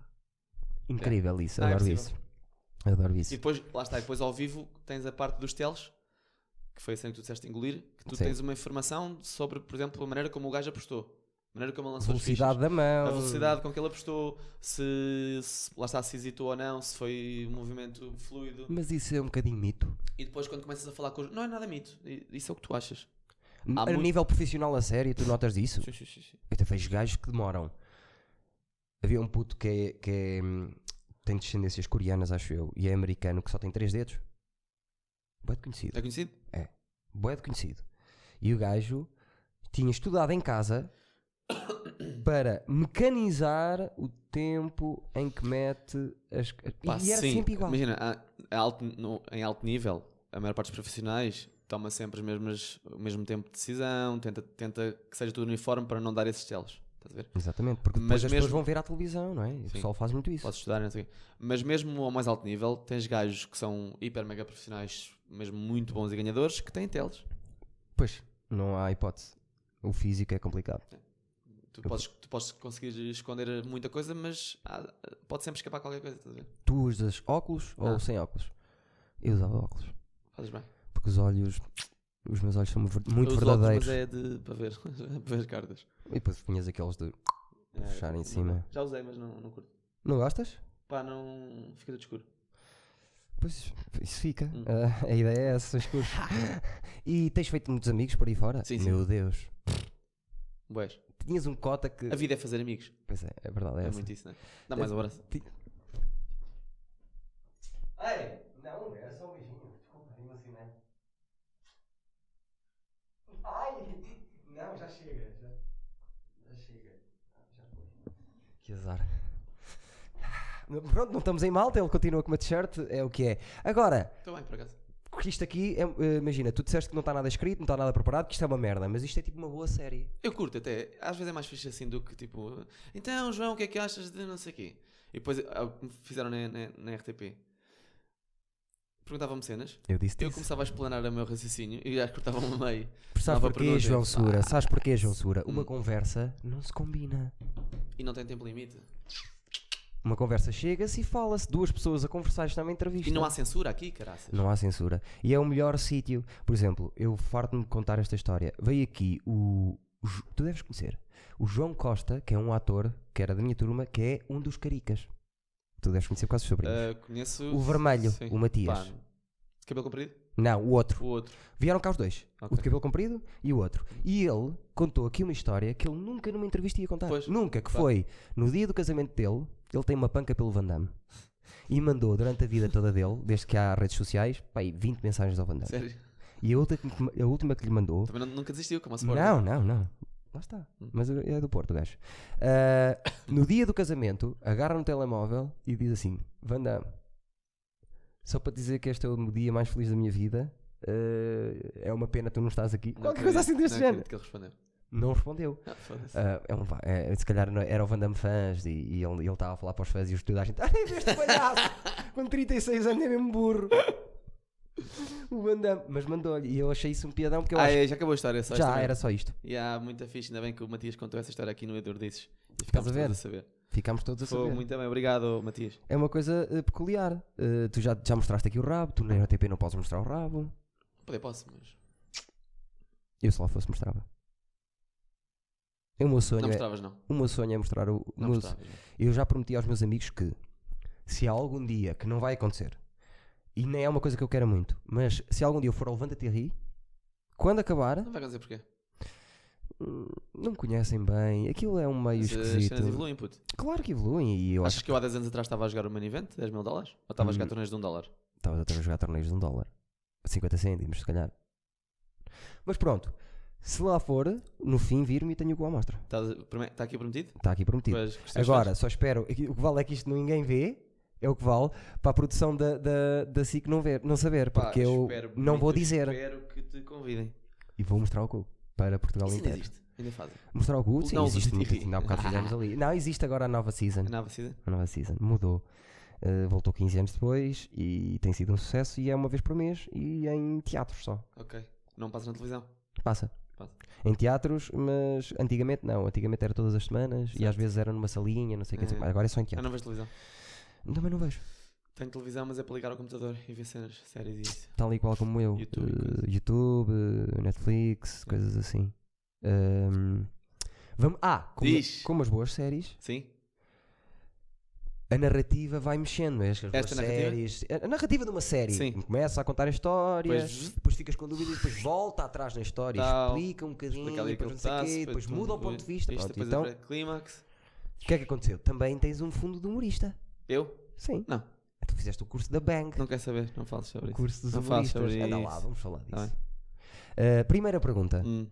Speaker 3: Incrível isso,
Speaker 1: Não, é
Speaker 3: adoro
Speaker 1: possível.
Speaker 3: isso. Adoro isso.
Speaker 1: E depois, lá está, e depois ao vivo tens a parte dos teles, que foi a cena que tu disseste engolir, que tu
Speaker 3: Sim.
Speaker 1: tens uma informação sobre, por exemplo, a maneira como o gajo apostou, a maneira como
Speaker 3: A
Speaker 1: ele lançou as fichas,
Speaker 3: velocidade da mão.
Speaker 1: a velocidade com que ele apostou, se, se- lá está, se hesitou ou não, se foi um movimento fluido.
Speaker 3: Mas isso é um bocadinho mito.
Speaker 1: E depois quando começas a falar com os... Não é nada mito, I- isso é o que tu achas.
Speaker 3: a
Speaker 1: muito-
Speaker 3: nível profissional a sério, tu notas isso?
Speaker 1: Sim, sim, sim, sim.
Speaker 3: Eu até vejo gajos que demoram. Havia um puto que, é, que é, hum, tem descendências coreanas, acho eu, e é americano que só tem três dedos. Boé de conhecido.
Speaker 1: É conhecido?
Speaker 3: Boé de conhecido. E o gajo tinha estudado em casa para mecanizar o tempo em que mete as.
Speaker 1: Pá,
Speaker 3: e era
Speaker 1: sim.
Speaker 3: sempre igual.
Speaker 1: Imagina, a- a alto- no- em alto nível, a maior parte dos profissionais toma sempre as mesmas, o mesmo tempo de decisão, tenta, tenta que seja tudo uniforme para não dar esses telos. Estás a ver?
Speaker 3: Exatamente, porque depois
Speaker 1: Mas
Speaker 3: as pessoas
Speaker 1: mesmo-
Speaker 3: vão ver à televisão, não é? E o
Speaker 1: Sim.
Speaker 3: pessoal faz muito isso.
Speaker 1: Podes estudar, não sei o quê. Mas mesmo ao mais alto nível, tens gajos que são hiper mega profissionais, mesmo muito bons e ganhadores, que têm telos.
Speaker 3: Pois, não há hipótese. O físico é complicado.
Speaker 1: Tu podes, tu podes conseguir esconder muita coisa, mas há- pode sempre escapar qualquer coisa, estás a ver?
Speaker 3: Tu usas óculos ou
Speaker 1: Ah.
Speaker 3: sem óculos? Eu usava óculos.
Speaker 1: Fazes bem.
Speaker 3: Porque os olhos, os meus olhos são ver- muito
Speaker 1: Eu uso óculos,
Speaker 3: verdadeiros.
Speaker 1: mas é de, para ver, para ver cartas.
Speaker 3: E depois punhas aqueles de.
Speaker 1: É,
Speaker 3: Fechar em
Speaker 1: não-
Speaker 3: cima.
Speaker 1: Já usei, mas não, não curto.
Speaker 3: Não gostas?
Speaker 1: Pá, não. Fica tudo escuro.
Speaker 3: Pois, isso fica.
Speaker 1: Hum.
Speaker 3: Ah, a ideia é essa. escuta. e tens feito muitos amigos por aí fora?
Speaker 1: Sim, sim.
Speaker 3: Meu Deus.
Speaker 1: Boés.
Speaker 3: Tinhas um cota que.
Speaker 1: A vida é fazer amigos.
Speaker 3: Pois é, é verdade. É,
Speaker 1: É,
Speaker 3: essa.
Speaker 1: muito isso, não é? Dá mais um abraço.
Speaker 3: Ei, não, era só um beijinho. Desculpa, emocionei. Ai! Não, já chega. Já, já chega. Já foi. Que azar. Pronto, não estamos em malta, ele continua com uma t-shirt, é o que é. Agora,
Speaker 1: Estou bem, por acaso.
Speaker 3: porque isto aqui, é, eh, imagina, tu disseste que não está nada escrito, não está nada preparado, que isto é uma merda, mas isto é tipo uma boa série.
Speaker 1: Eu curto até. Às vezes é mais fixe assim do que tipo. Então, João, o que é que achas de não sei quê? E depois ah, o que me fizeram na, na- na RTP. Perguntavam-me cenas.
Speaker 3: Eu disse
Speaker 1: Eu começava a explanar o meu raciocínio e já cortavam me meio.
Speaker 3: Sabes
Speaker 1: Nova
Speaker 3: porquê,
Speaker 1: pergunta.
Speaker 3: João Segura?
Speaker 1: Ah.
Speaker 3: Sabes porquê, João Segura? Uma
Speaker 1: Hum.
Speaker 3: conversa não se combina.
Speaker 1: E não tem tempo limite.
Speaker 3: Uma conversa chega-se e fala-se. Duas pessoas a conversar está numa entrevista.
Speaker 1: E não há censura aqui, caraças.
Speaker 3: Não há censura. E é o melhor sítio. Por exemplo, eu farto-me de contar esta história. Veio aqui o. o Jo- Tu deves conhecer. O João Costa, que é um ator, que era da minha turma, que é um dos caricas. Tu deves conhecer por causa dos sobrinhos.
Speaker 1: Ah, conheço.
Speaker 3: o vermelho,
Speaker 1: Sim.
Speaker 3: o Matias.
Speaker 1: Pá, cabelo comprido?
Speaker 3: Não, o outro.
Speaker 1: O outro.
Speaker 3: Vieram cá os dois. O
Speaker 1: Ok.
Speaker 3: de cabelo comprido e o outro. E ele contou aqui uma história que ele nunca numa entrevista ia contar.
Speaker 1: Pois,
Speaker 3: nunca, que
Speaker 1: claro.
Speaker 3: foi no dia do casamento dele, ele tem uma panca pelo Van Damme. E mandou durante a vida toda dele, desde que há redes sociais, pá, aí 20 mensagens ao Van Damme.
Speaker 1: Sério.
Speaker 3: E a, outra que me- a última que lhe mandou.
Speaker 1: Também não- nunca desistiu, como a Sport.
Speaker 3: Não, não, não. Lá está.
Speaker 1: Hum.
Speaker 3: Mas é do Porto, o gajo. Ah, no dia do casamento, agarra no telemóvel e diz assim: Van Damme, só para te dizer que este é o dia mais feliz da minha vida. ah, é uma pena tu não estás aqui.
Speaker 1: Não
Speaker 3: Qualquer coisa
Speaker 1: acredito,
Speaker 3: assim deste
Speaker 1: não
Speaker 3: género.
Speaker 1: acredito que ele respondeu.
Speaker 3: Não respondeu.
Speaker 1: Ah, foda-se.
Speaker 3: Ah, é um va- é, se calhar não- era o Van Damme fãs e, e ele ele estava a falar para os fãs e os toda a gente. Ai, este palhaço com 36 anos é mesmo burro. O Van Damme, mas mandou-lhe e eu achei isso um piadão porque eu
Speaker 1: ah,
Speaker 3: acho
Speaker 1: é, já acabou a história. Só
Speaker 3: já
Speaker 1: esta mesmo.
Speaker 3: era só isto.
Speaker 1: E há muita fixe, ainda bem que o Matias contou essa história aqui no Edordices. E ficámos
Speaker 3: a ver?
Speaker 1: todos a saber.
Speaker 3: Ficámos todos a
Speaker 1: Foi
Speaker 3: saber.
Speaker 1: muito bem, obrigado, Matias.
Speaker 3: É uma coisa eh, peculiar. Eh, tu já, já mostraste aqui o rabo, tu na RTP não podes mostrar o rabo.
Speaker 1: Poder posso, mas
Speaker 3: Eu se lá fosse mostrava. O meu sonho,
Speaker 1: não
Speaker 3: é,
Speaker 1: mostravas, não.
Speaker 3: o meu sonho é mostrar o. o
Speaker 1: Não
Speaker 3: meu-
Speaker 1: mostravas. não.
Speaker 3: eu já prometi aos meus amigos que se há algum dia que não vai acontecer, e nem é uma coisa que eu quero muito, mas se algum dia eu for ao Levanta-te e ri, quando acabar,
Speaker 1: Não Então vai acontecer porquê.
Speaker 3: hum, não me conhecem bem, aquilo é um meio
Speaker 1: eh, As as cenas
Speaker 3: esquisito.
Speaker 1: evoluem, puto.
Speaker 3: Claro que evoluem e eu acho
Speaker 1: Achas que eu há 10 anos atrás estava a jogar o Main Event, 10 mil dólares? Ou estava a jogar
Speaker 3: Hum.
Speaker 1: torneios de 1 dólar?
Speaker 3: Estavas outra vez a jogar torneios de um dólar. 50 cêntimos, se calhar. Mas pronto, se lá for, no fim vir-me e tenho com a amostra.
Speaker 1: Está está aqui prometido?
Speaker 3: Está aqui prometido.
Speaker 1: Pois, questões
Speaker 3: Agora, só espero. O que vale é que isto ninguém vê É o que vale para a produção da, da, da SIC não, ver, não saber,
Speaker 1: Pá,
Speaker 3: porque eu
Speaker 1: espero
Speaker 3: não
Speaker 1: muito,
Speaker 3: vou dizer.
Speaker 1: Espero que te convidem.
Speaker 3: E vou mostrar o cu para Portugal
Speaker 1: Isso ainda
Speaker 3: inteiro.
Speaker 1: existe. Ainda fazem.
Speaker 3: Mostrar o cu? Sim,
Speaker 1: Não,
Speaker 3: existe.
Speaker 1: existe.
Speaker 3: muito, Ainda há bocado fizemos ali. Não, existe agora a nova season.
Speaker 1: A É nova cidade.
Speaker 3: A nova season mudou. Uh, voltou 15 anos depois e tem sido um sucesso e é uma vez por mês e em teatros só.
Speaker 1: Ok. Não passa na televisão.
Speaker 3: Passa.
Speaker 1: Passa.
Speaker 3: Em teatros, mas antigamente não. Antigamente era todas as semanas e
Speaker 1: Certo.
Speaker 3: às vezes era numa salinha, não sei o que. não sei o
Speaker 1: É. Ah,
Speaker 3: que mais. Agora é só em
Speaker 1: Eu
Speaker 3: teatro.
Speaker 1: não vejo televisão.
Speaker 3: Também não vejo.
Speaker 1: Tenho televisão, mas é para ligar ao computador e ver cenas, séries e isso.
Speaker 3: Tal e qual como eu.
Speaker 1: YouTube assim. e
Speaker 3: Uh,
Speaker 1: coisas.
Speaker 3: YouTube, uh, Netflix, coisas assim. Um, vamos. Ah, como,
Speaker 1: Diz.
Speaker 3: como as boas séries,
Speaker 1: Sim?
Speaker 3: a narrativa vai mexendo, não é? As boas
Speaker 1: Esta narrativa?
Speaker 3: séries. A narrativa de uma série.
Speaker 1: Sim.
Speaker 3: Começa a contar a história,
Speaker 1: Pois- uhum.
Speaker 3: depois ficas com dúvidas, depois volta atrás na história,
Speaker 1: Tal.
Speaker 3: explica um bocadinho,
Speaker 1: Explica ali
Speaker 3: depois
Speaker 1: aquele
Speaker 3: não sei o
Speaker 1: pedaço,
Speaker 3: quê, depois
Speaker 1: tudo,
Speaker 3: muda o ponto de vista.
Speaker 1: isto,
Speaker 3: Pronto,
Speaker 1: depois
Speaker 3: então,
Speaker 1: é para clímax.
Speaker 3: o que é que aconteceu? Também tens um fundo de humorista.
Speaker 1: Eu?
Speaker 3: Sim.
Speaker 1: Não.
Speaker 3: Tu fizeste o curso da Bang,
Speaker 1: Não quer saber, não falo
Speaker 3: o
Speaker 1: sobre isso.
Speaker 3: curso dos
Speaker 1: Não falo
Speaker 3: humoristas.
Speaker 1: sobre
Speaker 3: Anda
Speaker 1: isso.
Speaker 3: lá, vamos falar disso.
Speaker 1: Tá bem.
Speaker 3: Uh, primeira pergunta.
Speaker 1: Hum,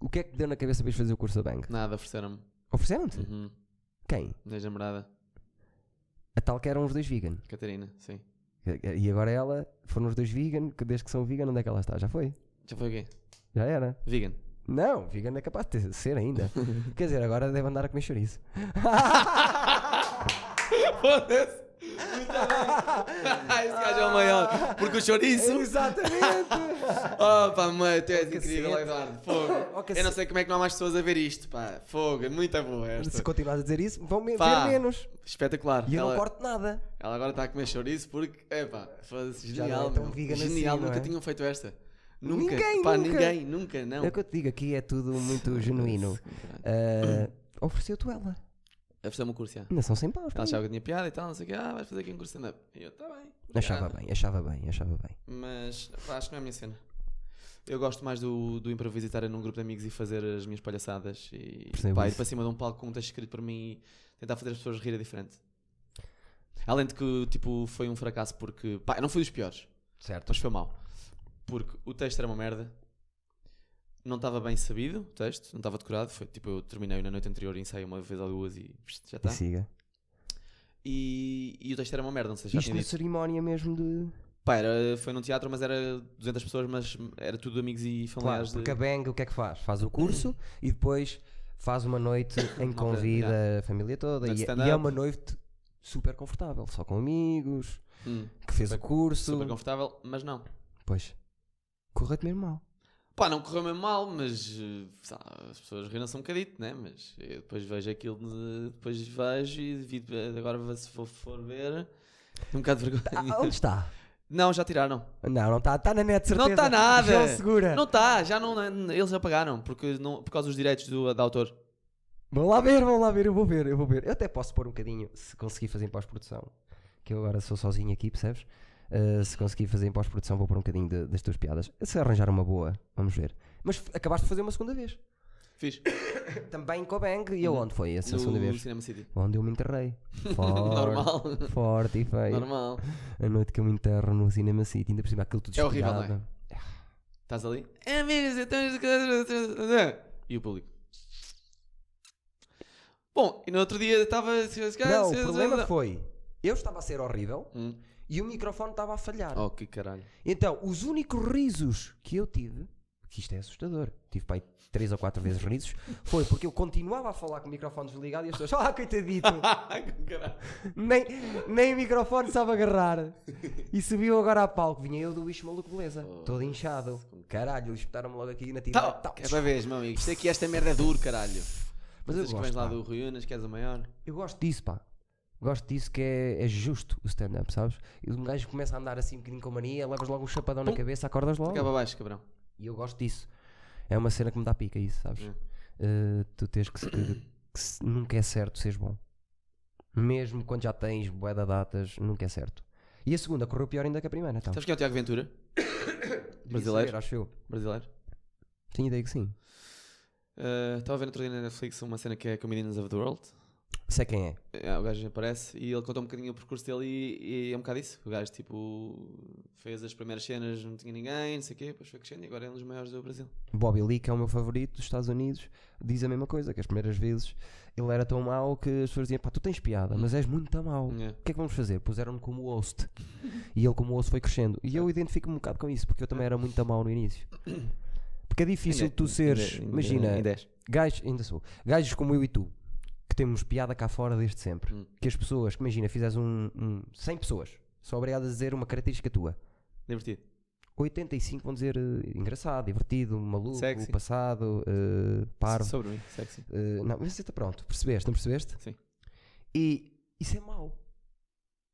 Speaker 3: O que é que te deu na cabeça para ires fazer o curso da Bang?
Speaker 1: nada, ofereceram-me.
Speaker 3: Ofereceram-te?
Speaker 1: Uhum.
Speaker 3: Quem?
Speaker 1: Ex-namorada,
Speaker 3: A tal que eram os dois vegan.
Speaker 1: Catarina, sim.
Speaker 3: E agora ela, foram os dois vegan, que desde que são vegan, onde é que ela está? Já foi?
Speaker 1: Já foi o quê?
Speaker 3: Já era?
Speaker 1: Vegan.
Speaker 3: Não, vegan é capaz de ter- ser ainda. Quer dizer, agora deve andar a comer chouriço.
Speaker 1: Foda-se! Muito bem! Este gajo é o maior! Porque o chouriço.
Speaker 3: Exatamente!
Speaker 1: Oh, pá, mãe, tu és
Speaker 3: Oh,
Speaker 1: incrível,
Speaker 3: cacete.
Speaker 1: Eduardo. Fogo.
Speaker 3: Oh, cacete.
Speaker 1: Eu não sei como é que não há mais pessoas a ver isto, pá. Fogo, é muito boa
Speaker 3: Se
Speaker 1: esta.
Speaker 3: continuares a dizer isso, vão me
Speaker 1: Pá.
Speaker 3: ver menos.
Speaker 1: Espetacular.
Speaker 3: E eu não
Speaker 1: Ela,
Speaker 3: corto nada.
Speaker 1: ela agora está a comer chouriço porque, epá, foda-se,
Speaker 3: Já não é
Speaker 1: genial.
Speaker 3: tão
Speaker 1: meu.
Speaker 3: vegan
Speaker 1: genial,
Speaker 3: assim, não
Speaker 1: nunca
Speaker 3: é?
Speaker 1: tinham feito esta. Nunca.
Speaker 3: Ninguém,
Speaker 1: pá,
Speaker 3: nunca.
Speaker 1: ninguém, nunca, não.
Speaker 3: É o que eu te digo, aqui é tudo muito genuíno. Ah,
Speaker 1: Caralho.
Speaker 3: Ofereceu-te ela.
Speaker 1: Ofereceu-me o curso, já.
Speaker 3: Ainda são 100 paus.
Speaker 1: Ela
Speaker 3: pá.
Speaker 1: achava que eu tinha piada e tal, não sei o quê. Ah, vais fazer aqui um curso de stand-up. E eu, tá bem.
Speaker 3: Achava
Speaker 1: Ah,
Speaker 3: bem, achava bem, achava bem.
Speaker 1: Mas pá, acho que não é a minha cena. Eu gosto mais do, do improviso e estar num grupo de amigos e fazer as minhas palhaçadas e
Speaker 3: Percebo
Speaker 1: pá, ir
Speaker 3: isso.
Speaker 1: para cima de um palco com um texto escrito para mim e tentar fazer as pessoas rirem diferente. Além de que tipo, foi um fracasso porque pá, eu não fui dos piores,
Speaker 3: Certo.
Speaker 1: mas foi mal. Porque o texto era uma merda, não estava bem sabido o texto, não estava decorado. Foi tipo, eu terminei na noite anterior, ensaiei uma vez ou duas e pst,
Speaker 3: E
Speaker 1: já está.
Speaker 3: siga.
Speaker 1: E, e o texto era uma merda, não sei se já
Speaker 3: Isto
Speaker 1: tinha
Speaker 3: na
Speaker 1: dito.
Speaker 3: cerimónia mesmo de.
Speaker 1: Pá, era, foi num teatro, mas era 200 pessoas, mas era tudo amigos e
Speaker 3: Claro,
Speaker 1: familiares. de-
Speaker 3: porque a Bang o que é que faz? Faz o curso e depois faz uma noite em que
Speaker 1: Malta,
Speaker 3: convida a família toda
Speaker 1: Portanto,
Speaker 3: e,
Speaker 1: stand-up.
Speaker 3: e é uma noite super confortável, só com amigos,
Speaker 1: Hum,
Speaker 3: que fez o
Speaker 1: Super-
Speaker 3: curso.
Speaker 1: super confortável, mas não.
Speaker 3: Pois correu-te mesmo mal.
Speaker 1: Pá, não correu mesmo mal, mas eh, sei lá, as pessoas riram-se um bocadito, né? Mas eu depois vejo aquilo, eh, depois vejo e devido, eh, agora se for, for ver, tenho um bocado de vergonha.
Speaker 3: Ah, onde está?
Speaker 1: Não, já tiraram.
Speaker 3: Não, não está, está na net, certeza.
Speaker 1: tá nada.
Speaker 3: Já segura.
Speaker 1: Não está, já não, eles apagaram, porque não, por causa dos direitos do, da autor.
Speaker 3: Vão lá ver, vão lá ver, eu vou ver, eu vou ver. Eu até posso pôr um bocadinho, se conseguir fazer em pós-produção, que eu agora sou sozinho aqui, percebes? Uh, se conseguir fazer em pós-produção, vou pôr um bocadinho de- das tuas piadas. Se arranjar uma boa, vamos ver. Mas f- acabaste de fazer uma segunda vez.
Speaker 1: Fiz.
Speaker 3: Também com a Bang. E aonde foi essa segunda
Speaker 1: no
Speaker 3: vez?
Speaker 1: Cinema City.
Speaker 3: Onde eu me enterrei. Forte,
Speaker 1: Normal.
Speaker 3: Forte e feio.
Speaker 1: Normal.
Speaker 3: A noite que eu me enterro no Cinema City, ainda por cima aquilo tudo
Speaker 1: É horrível,
Speaker 3: espelhado.
Speaker 1: Estás ali? Amigos, então. E o público. Bom, e no outro dia estava. é?
Speaker 3: Não, o problema foi, eu estava a ser horrível
Speaker 1: Hum.
Speaker 3: e o microfone estava a falhar.
Speaker 1: Oh, que caralho.
Speaker 3: Então, os únicos risos que eu tive, que isto é assustador, tive pai três ou quatro vezes risos, foi porque eu continuava a falar com o microfone desligado e as pessoas, ah, coitadito,
Speaker 1: Que caralho.
Speaker 3: nem, nem o microfone sabe agarrar. E subiu agora a palco, vinha eu do bicho maluco, beleza,
Speaker 1: Oh,
Speaker 3: todo inchado. Caralho, eles espetaram-me logo aqui na tirada.
Speaker 1: é? Tá,
Speaker 3: tal.
Speaker 1: é para vez, meu amigo. Isto aqui, esta merda é duro, caralho.
Speaker 3: Mas eu
Speaker 1: Vocês que vens
Speaker 3: gosto,
Speaker 1: lá
Speaker 3: pá.
Speaker 1: do Rui Unas, que és o maior.
Speaker 3: eu gosto disso, pá. Gosto disso que é, é justo o stand-up, sabes? E um gajo começa a andar assim um bocadinho com mania, levas logo um chapadão na
Speaker 1: Pum.
Speaker 3: cabeça, acordas logo.
Speaker 1: Cá para baixo, cabrão.
Speaker 3: E eu gosto disso. É uma cena que me dá pica, isso, sabes?
Speaker 1: Hum.
Speaker 3: Eh, tu tens que, se- que- que se- nunca é certo seres bom. Mesmo quando já tens bué de datas, nunca é certo. E a segunda correu pior ainda que a primeira, então.
Speaker 1: Sabes quem é o Tiago Ventura?
Speaker 3: Devia
Speaker 1: brasileiro?
Speaker 3: saber, acho eu.
Speaker 1: Brasileiro.
Speaker 3: Tinha ideia que sim.
Speaker 1: Eh, Estava a ver outro dia na Netflix uma cena que é Comedians of the World.
Speaker 3: Sei quem é.
Speaker 1: É, o gajo aparece e ele conta um bocadinho o percurso dele e, e é um bocado isso. O gajo, tipo, fez as primeiras cenas, não tinha ninguém, não sei o quê, depois foi crescendo e agora é um dos maiores do Brasil.
Speaker 3: Bobby Lee, que é o meu favorito dos Estados Unidos, diz a mesma coisa, que as primeiras vezes ele era tão mau que as pessoas diziam, pá, tu tens piada, mas és muito tão mau. O
Speaker 1: Yeah.
Speaker 3: que é que vamos fazer? Puseram-no como host. E ele como host foi crescendo. E eu identifico-me um bocado com isso, porque eu também era muito tão mau no início. Porque é difícil
Speaker 1: Ainda-
Speaker 3: tu seres,
Speaker 1: ainda- é um, ainda-
Speaker 3: imagina,
Speaker 1: Em 10.
Speaker 3: gajos, ainda sou, gajos como eu e tu, que temos piada cá fora desde sempre,
Speaker 1: Hum.
Speaker 3: que as pessoas, que imagina, fizeres um, um 100 pessoas, são obrigadas a dizer uma característica tua.
Speaker 1: Divertido.
Speaker 3: 85 vão dizer eh, engraçado, divertido, maluco,
Speaker 1: Sexy.
Speaker 3: passado, eh, parvo.
Speaker 1: Sobre mim, sexy.
Speaker 3: eh, não, mas está pronto, percebeste, não percebeste?
Speaker 1: Sim.
Speaker 3: E isso é mau.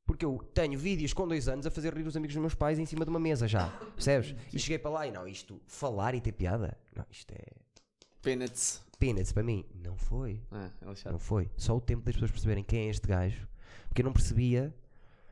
Speaker 3: Porque eu tenho vídeos com dois anos a fazer rir os amigos dos meus pais em cima de uma mesa já, percebes? E cheguei para lá e não, isto, falar e ter piada, não, isto é
Speaker 1: Peanuts.
Speaker 3: peanuts para mim. Não foi,
Speaker 1: Ah, é lixado.
Speaker 3: não foi. Só o tempo das pessoas perceberem quem é este gajo, porque eu não percebia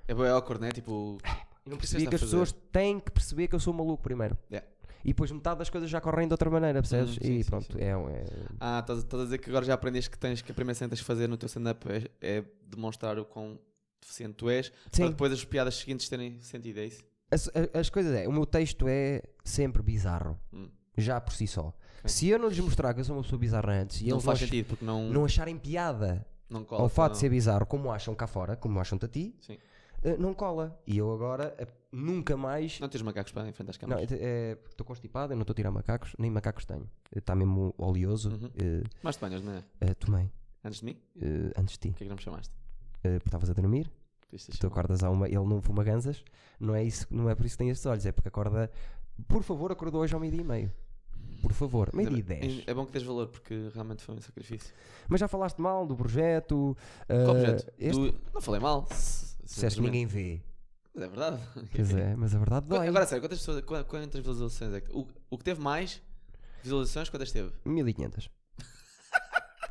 Speaker 1: É bem awkward, né? Tipo,
Speaker 3: Eu não
Speaker 1: O que é que
Speaker 3: percebi
Speaker 1: você
Speaker 3: que as
Speaker 1: está a fazer?
Speaker 3: pessoas têm que perceber que eu sou um maluco primeiro.
Speaker 1: Yeah.
Speaker 3: E depois metade das coisas já correm de outra maneira, percebes?
Speaker 1: Hum, sim,
Speaker 3: e
Speaker 1: sim,
Speaker 3: pronto,
Speaker 1: sim.
Speaker 3: é um. É...
Speaker 1: ah, estás estás a dizer que agora já aprendeste que tens que a primeira cena que tens de fazer no teu stand-up é, é demonstrar o quão deficiente tu és, para
Speaker 3: Sim,
Speaker 1: depois as piadas seguintes terem sentido, é isso?
Speaker 3: as, a- as coisas é, o meu texto é sempre bizarro,
Speaker 1: Hum.
Speaker 3: já por si só.
Speaker 1: Ok.
Speaker 3: Se eu não lhes mostrar que eu sou uma pessoa bizarra antes e
Speaker 1: não
Speaker 3: eles
Speaker 1: faz
Speaker 3: ach-
Speaker 1: sentido, porque não, não,
Speaker 3: não acharem piada
Speaker 1: cola.
Speaker 3: ao fato de
Speaker 1: não.
Speaker 3: ser bizarro, como acham cá fora, como acham-te a ti,
Speaker 1: Sim.
Speaker 3: eh, não cola. E eu agora eh, nunca mais.
Speaker 1: Não tens macacos para em frente às
Speaker 3: Não, eh,
Speaker 1: câmaras.
Speaker 3: estou constipado, eu não estou a tirar macacos, nem macacos tenho. Está mesmo oleoso.
Speaker 1: Uhum.
Speaker 3: eh,
Speaker 1: Mas te banhas, não é?
Speaker 3: eh, tomei
Speaker 1: Antes de mim?
Speaker 3: eh, antes de ti.
Speaker 1: O que é que não me chamaste?
Speaker 3: Eh, porque estavas a dormir,
Speaker 1: Podias ter
Speaker 3: tu
Speaker 1: chamado.
Speaker 3: acordas a uma, ele não fuma ganzas, não é isso, não é por isso que tem estes olhos, é porque acorda, por favor, acordou hoje ao meio-dia e meio. Por favor, meio-dia e
Speaker 1: Ainda bem-
Speaker 3: dez.
Speaker 1: É bom que tens valor, porque realmente foi um sacrifício.
Speaker 3: Mas já falaste mal do projeto.
Speaker 1: Qual
Speaker 3: eh,
Speaker 1: projeto?
Speaker 3: Este,
Speaker 1: Do- Não falei mal. se- se-
Speaker 3: disseste que ninguém vê.
Speaker 1: Mas é verdade.
Speaker 3: Pois é, mas a verdade dói.
Speaker 1: Agora, sério, quantas, pessoas, qua- quantas visualizações é que. O, o que teve mais visualizações, quantas teve?
Speaker 3: 1500.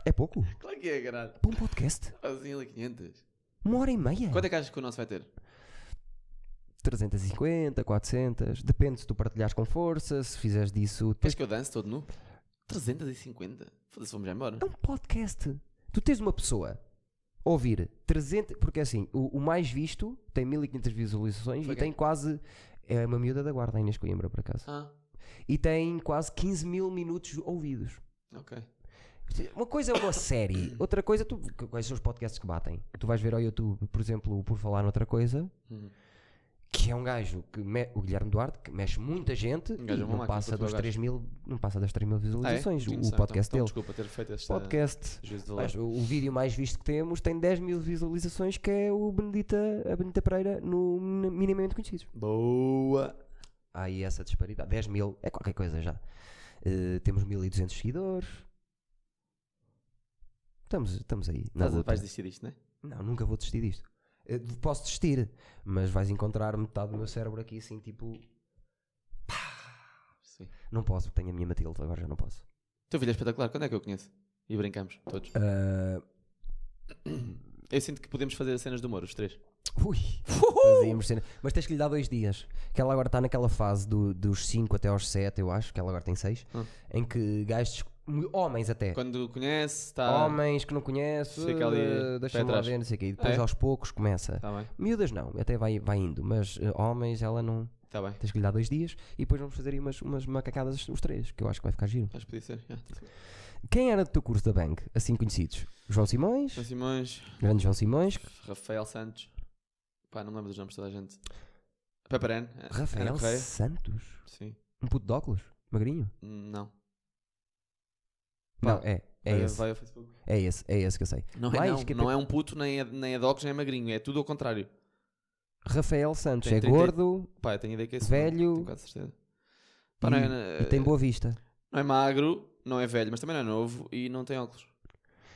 Speaker 3: é pouco?
Speaker 1: Claro que é, caralho.
Speaker 3: Para um podcast?
Speaker 1: Quase 1500.
Speaker 3: Uma hora e meia?
Speaker 1: Quanto é que achas que o nosso vai ter? é-
Speaker 3: 350, 400. Depende se tu partilhares com força, se fizeres disso. Depois...
Speaker 1: Queres que eu dance todo nu? 350? Foda-se, vamos já embora.
Speaker 3: É um podcast. Tu tens uma pessoa a ouvir 300, porque assim, o, o mais visto tem 1500 visualizações
Speaker 1: Foi
Speaker 3: e
Speaker 1: quem?
Speaker 3: tem quase. É uma miúda da guarda, a Inês Coimbra, por acaso.
Speaker 1: Ah,
Speaker 3: E tem quase 15 mil minutos ouvidos.
Speaker 1: ok.
Speaker 3: Uma coisa é uma série, outra coisa, tu, qu- quais são os podcasts que batem? Tu vais ver ao YouTube, por exemplo, o por falar noutra coisa,
Speaker 1: Uhum.
Speaker 3: que é um gajo, que me- o Guilherme Duarte, que mexe muita gente
Speaker 1: Um gajo
Speaker 3: e
Speaker 1: é uma
Speaker 3: não
Speaker 1: máquina,
Speaker 3: passa,
Speaker 1: puto, é
Speaker 3: dos
Speaker 1: gajo.
Speaker 3: 3 mil, não passa das 3 mil
Speaker 1: Ah, é?
Speaker 3: visualizações,
Speaker 1: Não
Speaker 3: o,
Speaker 1: sei, então-
Speaker 3: podcast
Speaker 1: então
Speaker 3: dele.
Speaker 1: Desculpa ter feito este
Speaker 3: podcast
Speaker 1: juízo de valor.
Speaker 3: Aliás, o, o vídeo mais visto que temos tem 10 mil visualizações, que é o Benedita, a Benedita Pereira no Min- Minimamente Conhecidos.
Speaker 1: Boa!
Speaker 3: Há aí essa disparidade. 10 mil é qualquer coisa já. Eh, temos 1200 seguidores. Estamos, estamos aí. na
Speaker 1: Estás a-
Speaker 3: luta.
Speaker 1: vais desistir disto, não é?
Speaker 3: Não, nunca vou desistir disto. Eh, posso desistir, mas vais encontrar metade do meu cérebro aqui assim, tipo.
Speaker 1: Sim.
Speaker 3: Não posso, porque tenho a minha Matilde, agora já não posso.
Speaker 1: Teu filho é espetacular, quando é que eu o conheço? E brincamos, todos.
Speaker 3: Ah,
Speaker 1: Eu sinto que podemos fazer cenas de humor, os três.
Speaker 3: Ui, fazíamos cena. Mas tens que lhe dar dois dias. Que ela agora está naquela fase do- dos 5 até aos 7, eu acho, que ela agora tem 6,
Speaker 1: Hum.
Speaker 3: em que gajos, homens até,
Speaker 1: Quando conhece, tá está.
Speaker 3: homens que não conhece,
Speaker 1: Fica ali,
Speaker 3: eh, deixa-me
Speaker 1: pé
Speaker 3: lá
Speaker 1: atrás.
Speaker 3: ver, não sei o quê. E depois
Speaker 1: Ah, é?
Speaker 3: aos poucos começa.
Speaker 1: Está tá bem,
Speaker 3: Miúdas não, até vai, vai indo, mas eh, homens ela não.
Speaker 1: está tá bem.
Speaker 3: Tens que lhe dar dois dias e depois vamos fazer aí umas, umas macacadas os três, que eu acho que vai ficar giro.
Speaker 1: Acho que podia ser. yeah.
Speaker 3: Quem era do teu curso da Bank? Assim conhecidos? João Simões,
Speaker 1: João Simões,
Speaker 3: grande João Simões,
Speaker 1: Rafael Santos. Pá, não me lembro dos nomes de toda a gente. Peperén. Ana
Speaker 3: Rafael
Speaker 1: Correia.
Speaker 3: Santos,
Speaker 1: Sim.
Speaker 3: um puto de óculos, magrinho.
Speaker 1: Não. Pá,
Speaker 3: Não, é, é
Speaker 1: vai-
Speaker 3: esse.
Speaker 1: vai ao Facebook.
Speaker 3: É esse, é esse que eu sei.
Speaker 1: Não é,
Speaker 3: Mais
Speaker 1: não.
Speaker 3: que-
Speaker 1: não é um puto, nem é, nem é de óculos, nem é magrinho. É tudo ao contrário.
Speaker 3: Rafael Santos
Speaker 1: Tem
Speaker 3: é
Speaker 1: 38.
Speaker 3: gordo
Speaker 1: Pá, eu tenho ideia que é esse.
Speaker 3: Velho.
Speaker 1: Tenho quase certeza. Pá, não, é,
Speaker 3: e tem boa vista.
Speaker 1: não é magro, não é velho, mas também não é novo e não tem óculos.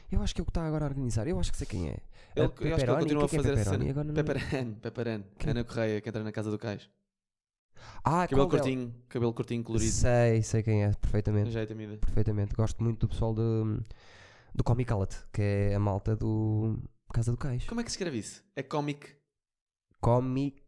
Speaker 3: Eu acho que é o que está agora a organizar. Eu acho que sei quem é. A
Speaker 1: Ele, eu acho que ele
Speaker 3: Pepperoni,
Speaker 1: continua a
Speaker 3: quem é que
Speaker 1: fazer
Speaker 3: é
Speaker 1: essa
Speaker 3: Pepperoni?
Speaker 1: cena.
Speaker 3: Agora não-
Speaker 1: Peperén, Peperén. Ana Correia, que entra na casa do cais.
Speaker 3: Ah,
Speaker 1: Cabelo
Speaker 3: qual é o-
Speaker 1: curtinho, cabelo curtinho, colorido.
Speaker 3: Sei, sei quem é, perfeitamente.
Speaker 1: Jeito, amiga.
Speaker 3: Perfeitamente. Gosto muito do pessoal do, do Comic Outlet, que é a malta do Casa do Cais.
Speaker 1: Como é que se escreve isso? É cómic.
Speaker 3: Comic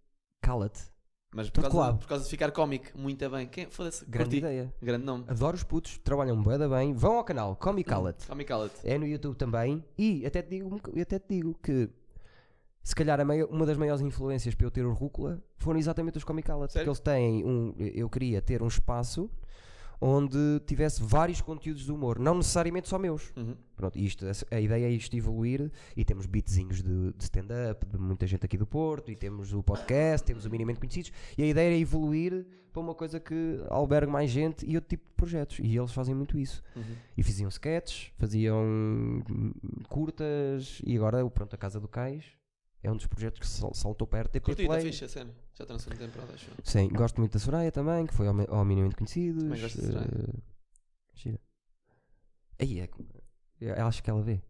Speaker 3: Outlet.
Speaker 1: Mas por
Speaker 3: Tudo
Speaker 1: causa,
Speaker 3: colado.
Speaker 1: por causa de ficar cómico, muito bem. Quem, foda-se,
Speaker 3: Grande
Speaker 1: curti.
Speaker 3: ideia.
Speaker 1: Grande nome.
Speaker 3: Adoro os putos, trabalham bué da bem. Vão ao canal, come
Speaker 1: Uhum.
Speaker 3: e cala-te.
Speaker 1: Tommy Callet.
Speaker 3: É no YouTube também. E até te digo, um boc- eu até te digo que se calhar a maior- uma das maiores influências para eu ter o Rúcula foram exatamente os Comic Outlets,
Speaker 1: Sério?
Speaker 3: porque eles têm um. Eu queria ter um espaço onde tivesse vários conteúdos de humor, não necessariamente só meus.
Speaker 1: Uhum.
Speaker 3: Pronto, isto, a ideia é isto evoluir e temos beatzinhos de, de stand-up de muita gente aqui do Porto e temos o podcast, temos o Minimamente Conhecidos e a ideia é evoluir para uma coisa que albergue mais gente e outro tipo de projetos e eles fazem muito isso
Speaker 1: Uhum.
Speaker 3: e faziam sketches, faziam hum, curtas e agora o Pronto a Casa do Cais é um dos projetos que sal- saltou para a RTP
Speaker 1: Curti, está
Speaker 3: Play.
Speaker 1: fixe a cena. Já está na segunda temporada, acho. eu.
Speaker 3: Sim, gosto muito da Soraya também, que foi ao, mi- ao Minimamente Conhecidos.
Speaker 1: Também gosto da Soraya.
Speaker 3: eh, gira. Aí é. que- Eu acho que ela vê.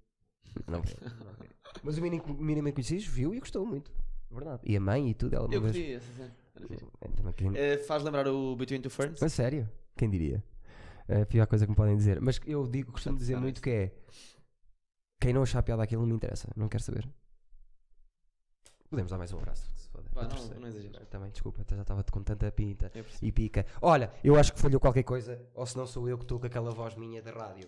Speaker 3: Não vê. não vê. Mas o Minim- Minimamente Conhecidos viu e gostou muito. é Verdade. E a mãe e tudo, ela uma
Speaker 1: Eu
Speaker 3: vez.
Speaker 1: curti essa cena. Era fixe.
Speaker 3: É, também queria-
Speaker 1: Eh, faz lembrar o Between Two Ferns?
Speaker 3: a sério? Quem diria? É a pior coisa que me podem dizer. Mas eu digo, costumo
Speaker 1: Portanto,
Speaker 3: dizer
Speaker 1: tá
Speaker 3: muito que é quem não achar piada aquilo não me interessa, não quero saber. Podemos dar mais um abraço. que se foda.
Speaker 1: Pá,
Speaker 3: Eu
Speaker 1: não-
Speaker 3: percebo.
Speaker 1: não exageres.
Speaker 3: Também, Tá desculpa, até já estava com tanta pinta
Speaker 1: Eu percebi.
Speaker 3: e pica. Olha, eu acho que falhou qualquer coisa, ou se não sou eu que estou com aquela voz minha da rádio.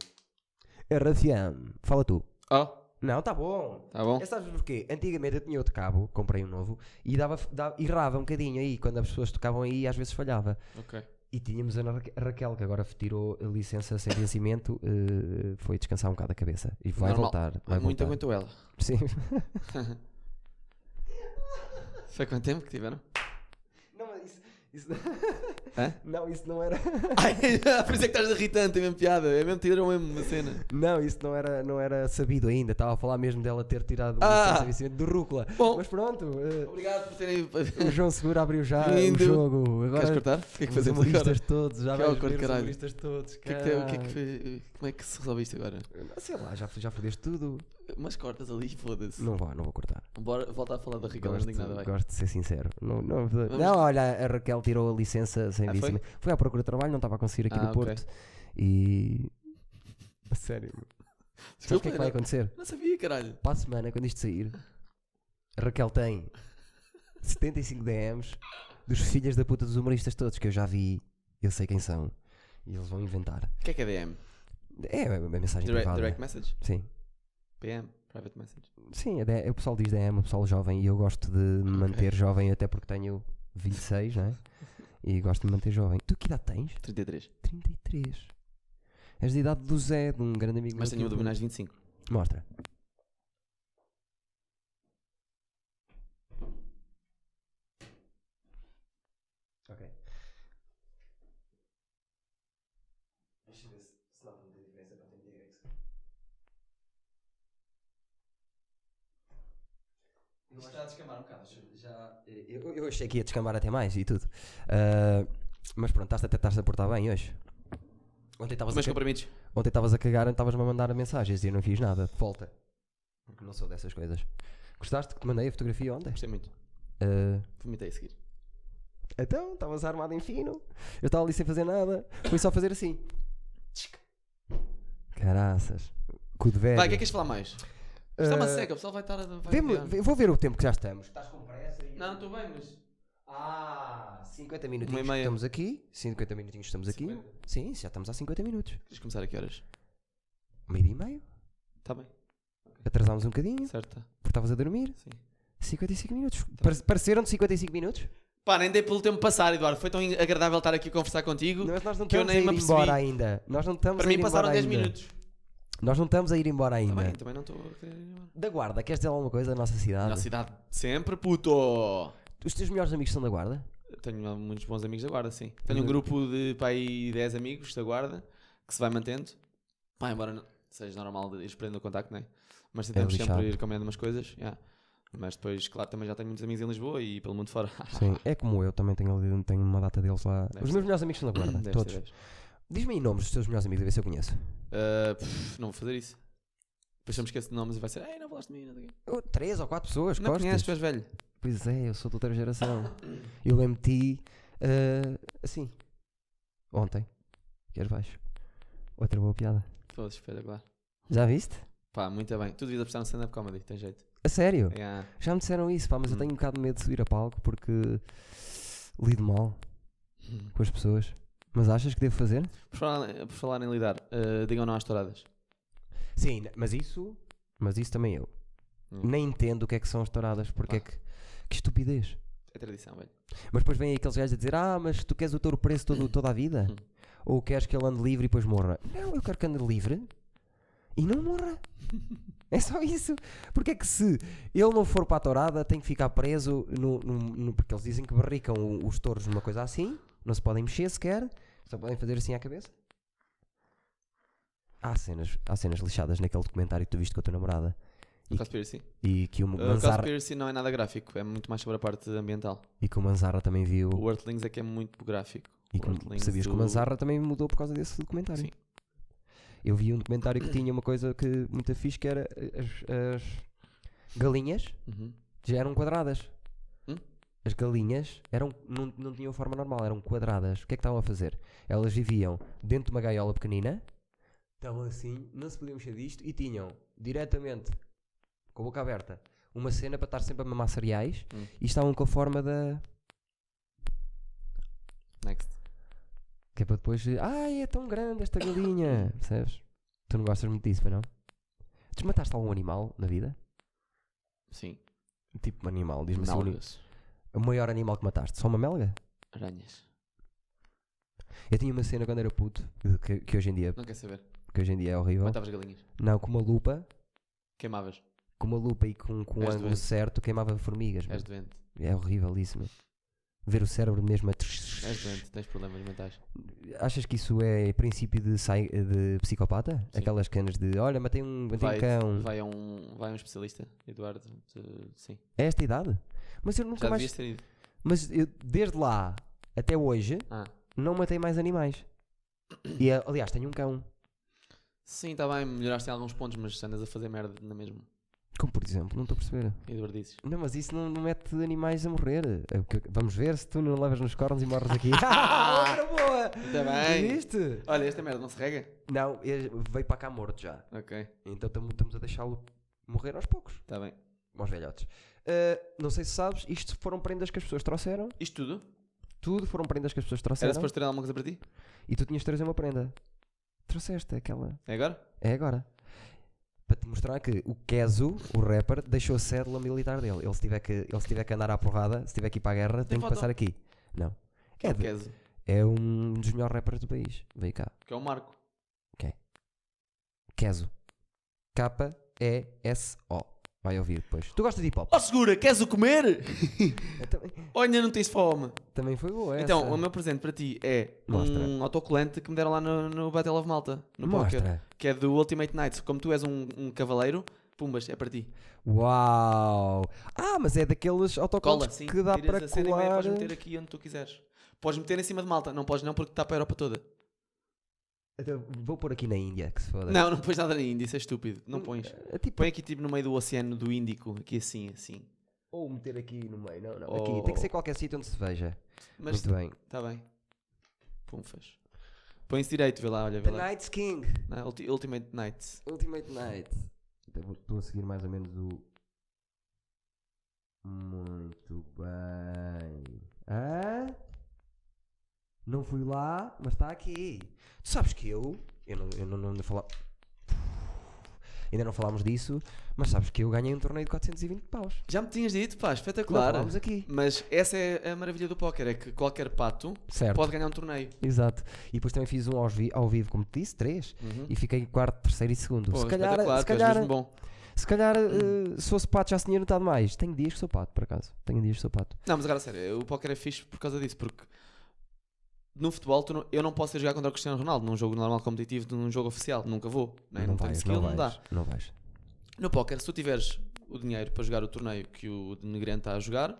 Speaker 3: É Rafiam, fala tu.
Speaker 1: Oh,
Speaker 3: Não, tá bom.
Speaker 1: tá bom.
Speaker 3: É, sabes porquê? Antigamente eu tinha outro cabo, comprei um novo, e dava, dava, errava um bocadinho aí, quando as pessoas tocavam aí, às vezes falhava.
Speaker 1: Ok.
Speaker 3: E tínhamos a Ana Ra- Raquel, que agora tirou a licença sem vencimento, eh, foi descansar um bocado a cabeça. E vai
Speaker 1: Normal.
Speaker 3: voltar. Vai voltar.
Speaker 1: Muito aguentou ela.
Speaker 3: Sim.
Speaker 1: Foi quanto tempo que tiveram?
Speaker 3: Não, mas isso. isso-
Speaker 1: Hã?
Speaker 3: Não, isso não era.
Speaker 1: Ai, por isso é que estás irritante, é mesmo piada. É mesmo tirar mesmo uma cena.
Speaker 3: Não, isso não era, não era sabido ainda. Estava a falar mesmo dela ter tirado a
Speaker 1: Ah! Oh.
Speaker 3: licença sem vencimento do Rúcula.
Speaker 1: Bom.
Speaker 3: Mas pronto, eh,
Speaker 1: Obrigado por terem.
Speaker 3: o João Segura abriu já o
Speaker 1: Lindo.
Speaker 3: jogo.
Speaker 1: Queres
Speaker 3: Agora
Speaker 1: cortar? O que é que
Speaker 3: os
Speaker 1: fazemos
Speaker 3: humoristas
Speaker 1: agora?
Speaker 3: todos, já
Speaker 1: Que
Speaker 3: vais
Speaker 1: awkward,
Speaker 3: ver os
Speaker 1: caralho.
Speaker 3: humoristas todos.
Speaker 1: O que é que te- o que é
Speaker 3: caralho.
Speaker 1: que- como é que se resolve isto agora?
Speaker 3: Sei lá, já, já fodeste tudo.
Speaker 1: Mas cortas ali, foda-se.
Speaker 3: Não vá, não vou cortar.
Speaker 1: Bora, volta a falar da Raquel
Speaker 3: Gosto,
Speaker 1: indignada, vai.
Speaker 3: gosto de ser sincero. Não, não, não, olha, a Raquel tirou a licença sem
Speaker 1: Ah,
Speaker 3: disse.
Speaker 1: foi?
Speaker 3: Foi à procura de trabalho, não estava a conseguir aqui
Speaker 1: Ah,
Speaker 3: no
Speaker 1: ok.
Speaker 3: Porto. E. A sério. Sabe o que é que vai
Speaker 1: não,
Speaker 3: acontecer?
Speaker 1: não sabia, caralho.
Speaker 3: Para a semana, quando isto sair, a Raquel tem 75 DMs dos filhas da puta dos humoristas todos que eu já vi, eu sei quem são. E eles vão inventar.
Speaker 1: O que é que é DM?
Speaker 3: É a mensagem
Speaker 1: Direct,
Speaker 3: privada.
Speaker 1: direct message?
Speaker 3: Sim.
Speaker 1: PM? Private message?
Speaker 3: Sim, é de- o pessoal diz DM, o pessoal jovem, e eu gosto de me manter jovem, até porque tenho 26, não é? E gosto de me manter jovem. Tu que idade tens?
Speaker 1: 33.
Speaker 3: 33. És da idade do Zé, de um grande amigo
Speaker 1: Mas
Speaker 3: meu
Speaker 1: tenho
Speaker 3: que
Speaker 1: o
Speaker 3: eu-
Speaker 1: abdominais 25.
Speaker 3: Mostra. Ok. Deixa eu ver se se nota muita diferença para ter direito. Eu acho-
Speaker 1: descamar um bocado.
Speaker 3: já, eu, eu achei que ia descambar até mais e tudo. Ah, mas pronto, estás até estás a portar bem hoje. Ontem estavas a,
Speaker 1: Mas
Speaker 3: ca-
Speaker 1: comprimidos?
Speaker 3: ontem estavas a cagar e estavas-me a mandar mensagens e eu não fiz nada. Volta. Porque não sou dessas coisas. Gostaste que te mandei a fotografia ontem?
Speaker 1: Gostei muito.
Speaker 3: Ah,
Speaker 1: Vomitei a seguir.
Speaker 3: então, estavas armado em fino. Eu estava ali sem fazer nada. Fui só fazer assim. Tchic. Caraças. Cu de velho.
Speaker 1: Vai, o que é que queres falar mais? Isto é uma
Speaker 3: Ah,
Speaker 1: seca, o pessoal vai estar a. Vai
Speaker 3: vê-me-
Speaker 1: odiar.
Speaker 3: vê- vou ver o tempo que já estamos. Estás com pressa e...
Speaker 1: Não, estou bem, mas.
Speaker 3: Ah, 50
Speaker 1: Uma e
Speaker 3: minutinhos
Speaker 1: meia.
Speaker 3: estamos aqui. 50 minutinhos estamos aqui.
Speaker 1: 50.
Speaker 3: Sim, já estamos há 50 minutos.
Speaker 1: Queres começar a que horas?
Speaker 3: Meio e meio.
Speaker 1: Está bem,
Speaker 3: Atrasámos um bocadinho,
Speaker 1: certo. tá.
Speaker 3: porque estavas a dormir.
Speaker 1: Sim.
Speaker 3: 55 minutos.
Speaker 1: Tá.
Speaker 3: Pare- Pareceram-te 55 minutos?
Speaker 1: Pá, nem dei pelo tempo passar, Eduardo. Foi tão in- agradável estar aqui a conversar contigo.
Speaker 3: Mas nós não
Speaker 1: que eu
Speaker 3: estamos a
Speaker 1: nem me
Speaker 3: ir
Speaker 1: apercebi.
Speaker 3: embora ainda. Nós não estamos
Speaker 1: Para
Speaker 3: a ir
Speaker 1: mim passaram
Speaker 3: embora
Speaker 1: 10
Speaker 3: ainda.
Speaker 1: minutos. Tá
Speaker 3: Nós não estamos a ir embora ainda.
Speaker 1: Também, também não estou a querer ir embora.
Speaker 3: Da Guarda, queres dizer alguma coisa da nossa cidade?
Speaker 1: Na cidade, sempre puto!
Speaker 3: Os teus melhores amigos são da Guarda?
Speaker 1: Tenho muitos bons amigos da guarda, sim. Tenho um
Speaker 3: Uhum.
Speaker 1: grupo de pá, aí 10 amigos da guarda que se vai mantendo. Pá, embora não- seja normal de ir prendendo o contacto, não é? Mas tentamos
Speaker 3: lixado.
Speaker 1: sempre ir comendo umas coisas. yeah. Mas depois, claro, também já tenho muitos amigos em Lisboa e pelo mundo fora.
Speaker 3: Sim, é como eu, também tenho, ali- tenho uma data deles lá.
Speaker 1: Tá. Deve
Speaker 3: Os
Speaker 1: ser.
Speaker 3: meus melhores amigos são da Guarda,
Speaker 1: Deve ser,
Speaker 3: todos.
Speaker 1: deve ser.
Speaker 3: Diz-me aí nomes dos teus melhores amigos, a ver se eu conheço.
Speaker 1: Ah, pff, não vou fazer isso. Depois se eu me esqueço de nomes e vai ser, ei, não falaste de mim, não sei o quê."
Speaker 3: Oh, três ou quatro pessoas,
Speaker 1: Não
Speaker 3: costas.
Speaker 1: conheces, tu és velho.
Speaker 3: Pois é, eu sou de outra geração. Eu lembro-te ah, assim, ontem. Queres baixo? Outra boa piada.
Speaker 1: Pô, espetacular.
Speaker 3: Já viste?
Speaker 1: Pá, muito bem. Tu devias apostar no stand-up comedy, tem jeito.
Speaker 3: A sério?
Speaker 1: Yeah.
Speaker 3: Já me disseram isso, pá, mas eu
Speaker 1: Hum.
Speaker 3: tenho um bocado de medo de subir a palco porque lido mal com as pessoas. Mas achas que devo fazer?
Speaker 1: Por falar, por falar em lidar, eh, digam não às touradas.
Speaker 3: Sim, mas isso. Mas isso também eu.
Speaker 1: Hum.
Speaker 3: Nem entendo o que é que são as touradas, porque é que. Que estupidez.
Speaker 1: É tradição, velho.
Speaker 3: Mas depois vêm aqueles gajos a dizer: Ah, mas tu queres o touro preso todo, toda a vida?
Speaker 1: Hum.
Speaker 3: Ou queres que ele ande livre e depois morra? Não, eu quero que ande livre e não morra. é só isso. Porque é que se ele não for para a tourada, tem que ficar preso. No, no- no- porque eles dizem que barricam o- os touros numa coisa assim, não se podem mexer sequer, só podem fazer assim à cabeça. Há cenas, há cenas lixadas naquele documentário que tu viste com a tua namorada E-
Speaker 1: O Conspiracy.
Speaker 3: e que o
Speaker 1: Eh, O
Speaker 3: Manzara,
Speaker 1: Conspiracy não é nada gráfico, é muito mais sobre a parte ambiental.
Speaker 3: e que o Manzara também viu.
Speaker 1: O Earthlings é que é muito gráfico.
Speaker 3: E
Speaker 1: O
Speaker 3: que
Speaker 1: Earthlings
Speaker 3: sabias que o
Speaker 1: do-
Speaker 3: Manzarra também mudou por causa desse documentário.
Speaker 1: Sim.
Speaker 3: Eu vi um documentário que tinha uma coisa que muito fixe que era as, as galinhas
Speaker 1: Uhum.
Speaker 3: já eram quadradas.
Speaker 1: Hum?
Speaker 3: As galinhas eram, não, não tinham forma normal, eram quadradas. O que é que estavam a fazer? Elas viviam dentro de uma gaiola pequenina, estavam assim, não se podiam mexer disto e tinham diretamente, com a boca aberta, uma cena para estar sempre a mamar cereais
Speaker 1: Hum.
Speaker 3: e estavam com a forma da,
Speaker 1: Next.
Speaker 3: Que é para depois. dizer, Ai, é tão grande esta galinha. Percebes? Tu não gostas muito disso, pois não? Desmataste algum animal na vida?
Speaker 1: Sim.
Speaker 3: Tipo um animal, diz-me assim. o-
Speaker 1: Náufragas.
Speaker 3: O maior animal que mataste? Só uma melga?
Speaker 1: Aranhas.
Speaker 3: Eu tinha uma cena quando era puto, que, que hoje em dia,
Speaker 1: Não quer saber.
Speaker 3: que hoje em dia é horrível.
Speaker 1: Matavas galinhas.
Speaker 3: Não, com uma lupa,
Speaker 1: Queimavas.
Speaker 3: com uma lupa e com, com um
Speaker 1: És
Speaker 3: ângulo
Speaker 1: doente.
Speaker 3: certo, queimava formigas. meu.
Speaker 1: És doente.
Speaker 3: É horrível isso, meu. Ver o cérebro mesmo a.
Speaker 1: És doente. Tens problemas mentais.
Speaker 3: Achas que isso é princípio de, sai- de psicopata?
Speaker 1: Sim.
Speaker 3: Aquelas canas de olha, matei um, matei um cão.
Speaker 1: vai, a um, vai a um especialista, Eduardo. de- sim.
Speaker 3: É esta idade? Mas eu nunca
Speaker 1: Já
Speaker 3: mais.
Speaker 1: devias ter ido.
Speaker 3: Mas eu, desde lá até hoje,
Speaker 1: Ah.
Speaker 3: não matei mais animais. E a- aliás, tenho um cão.
Speaker 1: Sim, está bem. Melhoraste em alguns pontos, mas andas a fazer merda na mesma.
Speaker 3: Como por exemplo, não estou a perceber.
Speaker 1: Eduardices.
Speaker 3: Não, mas isso não, não mete animais a morrer. É o que- Vamos ver se tu não levas nos cornos e morres aqui. Outra boa!
Speaker 1: Está Tá bem.
Speaker 3: Viste?
Speaker 1: Olha, esta merda não se rega?
Speaker 3: Não, ele veio para cá morto já.
Speaker 1: Ok,
Speaker 3: Então estamos a deixá-lo morrer aos poucos.
Speaker 1: está bem.
Speaker 3: Aos velhotes. Ah, não sei se sabes, isto foram prendas que as pessoas trouxeram.
Speaker 1: Isto tudo?
Speaker 3: Tudo foram prendas que as pessoas
Speaker 1: Era
Speaker 3: trouxeram.
Speaker 1: suposto ter alguma coisa para ti?
Speaker 3: E tu tinhas de trazer uma prenda. Trouxeste aquela.
Speaker 1: É agora?
Speaker 3: É agora. Para te mostrar que o Keso, o rapper, deixou a cédula militar dele. Ele se tiver que, ele se tiver que andar à porrada, se tiver que ir para a guerra, tem, que
Speaker 1: foto?
Speaker 3: passar aqui. Não.
Speaker 1: Que é
Speaker 3: É,
Speaker 1: o
Speaker 3: de-
Speaker 1: Keso,
Speaker 3: é um dos melhores rappers do país. Veio cá.
Speaker 1: que é o Marco.
Speaker 3: Keso. K-E-S-O. Vai ouvir depois. Tu gostas de hip hop?
Speaker 1: Oh segura, queres o comer?
Speaker 3: Eu Também,
Speaker 1: Ou ainda não tens fome?
Speaker 3: também foi boa essa.
Speaker 1: Então, o meu presente para ti é um
Speaker 3: Mostra.
Speaker 1: autocolante que me deram lá no, no Battle of Malta, no poker,
Speaker 3: Mostra.
Speaker 1: que é do Ultimate Knights. Como tu és um, um cavaleiro, pumbas, é para ti.
Speaker 3: Uau. Ah, mas é daqueles
Speaker 1: Cola,
Speaker 3: autocolantes
Speaker 1: sim,
Speaker 3: que dá
Speaker 1: tiras
Speaker 3: para
Speaker 1: a cena e meia,
Speaker 3: colar.
Speaker 1: podes meter aqui onde tu quiseres. Podes meter em cima de Malta, não podes não porque está para a Europa toda.
Speaker 3: Então, Vou pôr aqui na Índia, que se foda.
Speaker 1: Não, não pões nada na Índia, isso é estúpido, não pões.
Speaker 3: É tipo,
Speaker 1: Põe aqui tipo no meio do oceano do Índico, aqui assim, assim.
Speaker 3: ou meter aqui no meio. Não, não.
Speaker 1: Ou-
Speaker 3: Aqui. Tem que ser qualquer sítio onde se veja.
Speaker 1: Mas
Speaker 3: Muito bem.
Speaker 1: Tá bem. Pumfas. Põe-se direito, vê lá, olha, vê
Speaker 3: The
Speaker 1: lá.
Speaker 3: Night's King.
Speaker 1: Na Ulti- Ultimate Nights.
Speaker 3: Ultimate Night. Então, Estou a seguir mais ou menos o. Muito bem. Hã? Não fui lá, mas está aqui. Tu sabes que eu. Eu não, eu não, não, não fala- Ainda não falámos disso, mas sabes que eu ganhei um torneio de 420 paus.
Speaker 1: Já me tinhas dito, pá,
Speaker 3: Não
Speaker 1: espetacular.
Speaker 3: falámos aqui.
Speaker 1: Mas essa é a maravilha do póquer, é que qualquer pato
Speaker 3: Certo.
Speaker 1: pode ganhar um torneio.
Speaker 3: Exato. E depois também fiz um aos vi- ao vivo, como te disse, três.
Speaker 1: Uhum.
Speaker 3: E fiquei quarto, terceiro e segundo.
Speaker 1: Pô,
Speaker 3: se calhar,
Speaker 1: espetacular,
Speaker 3: se
Speaker 1: tu és
Speaker 3: calhar,
Speaker 1: mesmo bom.
Speaker 3: Se calhar, eh, se fosse pato, já se tinha notado mais. Tenho dias que sou pato, por acaso. Tenho dias que sou pato.
Speaker 1: Não, mas agora a sério, o póquer é fixe por causa disso, porque no futebol tu não- eu não posso ir jogar contra o Cristiano Ronaldo num jogo normal competitivo, num jogo oficial, nunca vou. Né? Não, tenho skill, não dá.
Speaker 3: Não vais.
Speaker 1: No póquer, se tu tiveres o dinheiro para jogar o torneio que o Negrente está a jogar,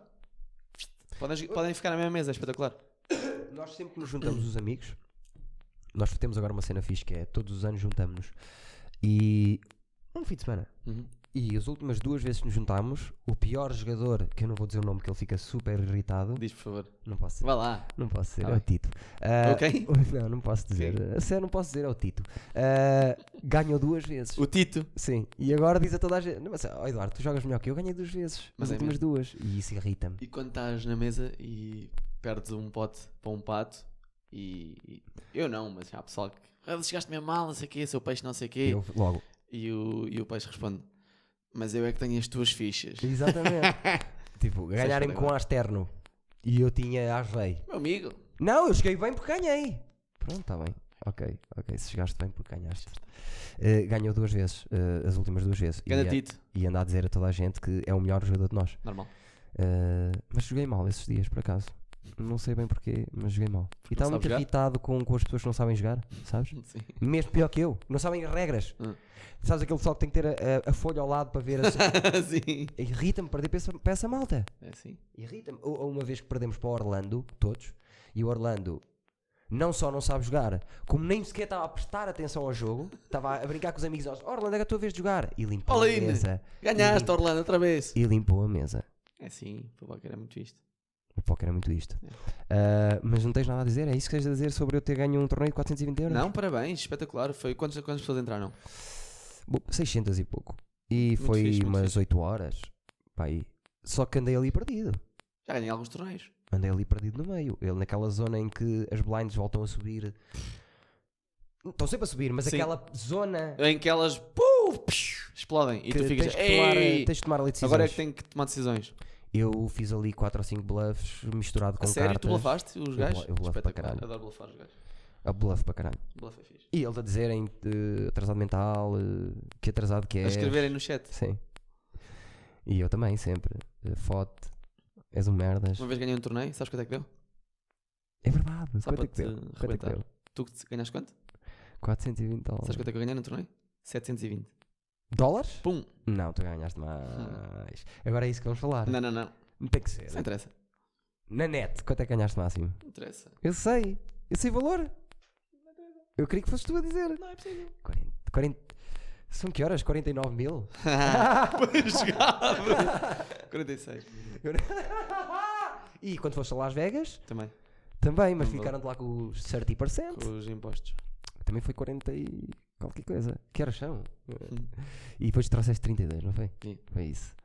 Speaker 1: podem, jo- podem ficar na mesma mesa, é espetacular.
Speaker 3: Nós sempre que nos juntamos os amigos, nós temos agora uma cena fixe que é todos os anos juntamos-nos e um fim de semana.
Speaker 1: Uhum.
Speaker 3: E as últimas duas vezes que nos juntámos, o pior jogador, que eu não vou dizer o nome, que ele fica super irritado.
Speaker 1: Diz, por favor.
Speaker 3: Não posso
Speaker 1: Vai lá.
Speaker 3: Não posso dizer,
Speaker 1: Tá
Speaker 3: é o
Speaker 1: bem.
Speaker 3: Tito. Ah,
Speaker 1: Ok.
Speaker 3: Não, não posso dizer. A sério, não posso dizer, é o Tito. Ah, ganhou duas vezes.
Speaker 1: O Tito.
Speaker 3: Sim, e agora diz a toda a gente: "Não, mas, ó, Eduardo, tu jogas melhor que eu, ganhei duas vezes,
Speaker 1: Mas
Speaker 3: as
Speaker 1: é
Speaker 3: últimas duas. E isso irrita-me.
Speaker 1: E quando estás na mesa e perdes um pote para um pato e, e- eu não, mas há pessoal que "Ah, chegaste mesmo mal, não sei o quê, seu peixe não sei o quê.
Speaker 3: Eu logo.
Speaker 1: E, o, e o peixe responde: Mas eu é que tenho as tuas fichas.
Speaker 3: Exatamente. tipo, ganharem
Speaker 1: Sabes
Speaker 3: com as terno. E eu tinha as rei.
Speaker 1: Meu amigo,
Speaker 3: Não, eu cheguei bem porque ganhei. Pronto, está bem. Ok, ok. Se chegaste bem porque ganhaste. Eh, ganhou duas vezes, eh, as últimas duas vezes. E,
Speaker 1: grande
Speaker 3: a-
Speaker 1: Tito.
Speaker 3: e anda a dizer a toda a gente que é o melhor jogador de nós.
Speaker 1: Normal.
Speaker 3: Uh, mas joguei mal esses dias, por acaso. Não sei bem porquê, mas joguei mal. E estava
Speaker 1: sabes
Speaker 3: muito
Speaker 1: jogar?
Speaker 3: irritado com, com as pessoas que não sabem jogar, sabes?
Speaker 1: Sim.
Speaker 3: Mesmo pior que eu, não sabem as regras.
Speaker 1: Hum.
Speaker 3: Sabes aquele pessoal que tem que ter a, a- a folha ao lado para ver. As...
Speaker 1: Sim.
Speaker 3: Irrita-me perder para essa, para essa malta.
Speaker 1: É assim.
Speaker 3: Irrita-me. Ou- ou Uma vez que perdemos para o Orlando, todos, e o Orlando não só não sabe jogar, como nem sequer estava a prestar atenção ao jogo, estava a brincar com os amigos. "Oh, Orlando, é a tua vez de jogar. E limpou
Speaker 1: Olha
Speaker 3: a
Speaker 1: aí, né?
Speaker 3: mesa.
Speaker 1: Ganhaste, Orlando, outra vez.
Speaker 3: E limpou a mesa.
Speaker 1: É assim, o Walker é muito isto.
Speaker 3: O póquer é muito isto. Ah, mas não tens nada a dizer? É isso que tens a dizer sobre eu ter ganho um torneio de 420 euros?
Speaker 1: Não, parabéns, espetacular. Foi quantas, quantas pessoas entraram?
Speaker 3: Bom, 600 e pouco. E
Speaker 1: Muito
Speaker 3: foi
Speaker 1: fixe, muito
Speaker 3: umas
Speaker 1: fixe.
Speaker 3: 8 horas. Pá, aí. Só que andei ali perdido.
Speaker 1: Já ganhei alguns torneios.
Speaker 3: Andei ali perdido no meio. Ele naquela zona em que as blinds voltam a subir. Estão sempre a subir, mas
Speaker 1: Sim.
Speaker 3: aquela zona
Speaker 1: Em que elas puf, psh, explodem e
Speaker 3: que
Speaker 1: tu ficas.
Speaker 3: tens,
Speaker 1: tipo,
Speaker 3: que tomar,
Speaker 1: "Ei,
Speaker 3: tens de tomar ali decisões.
Speaker 1: agora é que tenho que tomar decisões.
Speaker 3: Eu fiz ali 4 ou 5 bluffs misturado com
Speaker 1: a sério, tu
Speaker 3: cartas.
Speaker 1: blufaste os gajos?
Speaker 3: blu- eu bluffo para
Speaker 1: Espetacular.
Speaker 3: caralho.
Speaker 1: Adoro blufar os gajos.
Speaker 3: A bluff para caralho.
Speaker 1: Bluff é fixe.
Speaker 3: E eles a dizerem eh, atrasado mental, eh, que atrasado que é.
Speaker 1: A escreverem no chat.
Speaker 3: Sim. E eu também, sempre. Eh, Fote. És um merdas.
Speaker 1: Uma vez ganhei um torneio, sabes quanto é que deu?
Speaker 3: É verdade.
Speaker 1: Só
Speaker 3: Quanto
Speaker 1: para
Speaker 3: é que
Speaker 1: te
Speaker 3: deu? Quanto é que
Speaker 1: rebentar.
Speaker 3: deu?
Speaker 1: Tu que te- ganhaste quanto?
Speaker 3: 420 dólares.
Speaker 1: Sabes quanto é que eu ganhei no torneio? 720.
Speaker 3: Dólares?
Speaker 1: Pum!
Speaker 3: Não, tu ganhaste mais. Agora é isso que vamos falar.
Speaker 1: Não, não, não.
Speaker 3: Não Tem que ser.
Speaker 1: Isso não interessa.
Speaker 3: Na net, quanto é que ganhaste máximo?
Speaker 1: Não interessa.
Speaker 3: Eu sei. Eu sei o valor. Eu queria que fosses tu a dizer.
Speaker 1: Não é possível.
Speaker 3: 40, 40 São que horas? 49 mil?
Speaker 1: Bem jogado! 46.
Speaker 3: E quando foste a Las Vegas,
Speaker 1: Também.
Speaker 3: também, mas
Speaker 1: Não vou.
Speaker 3: ficaram de lá com os 30%.
Speaker 1: Com os impostos.
Speaker 3: Também foi 40 e qualquer coisa. Que horas são? E depois trouxeste 32, não foi?
Speaker 1: Sim.
Speaker 3: Foi isso.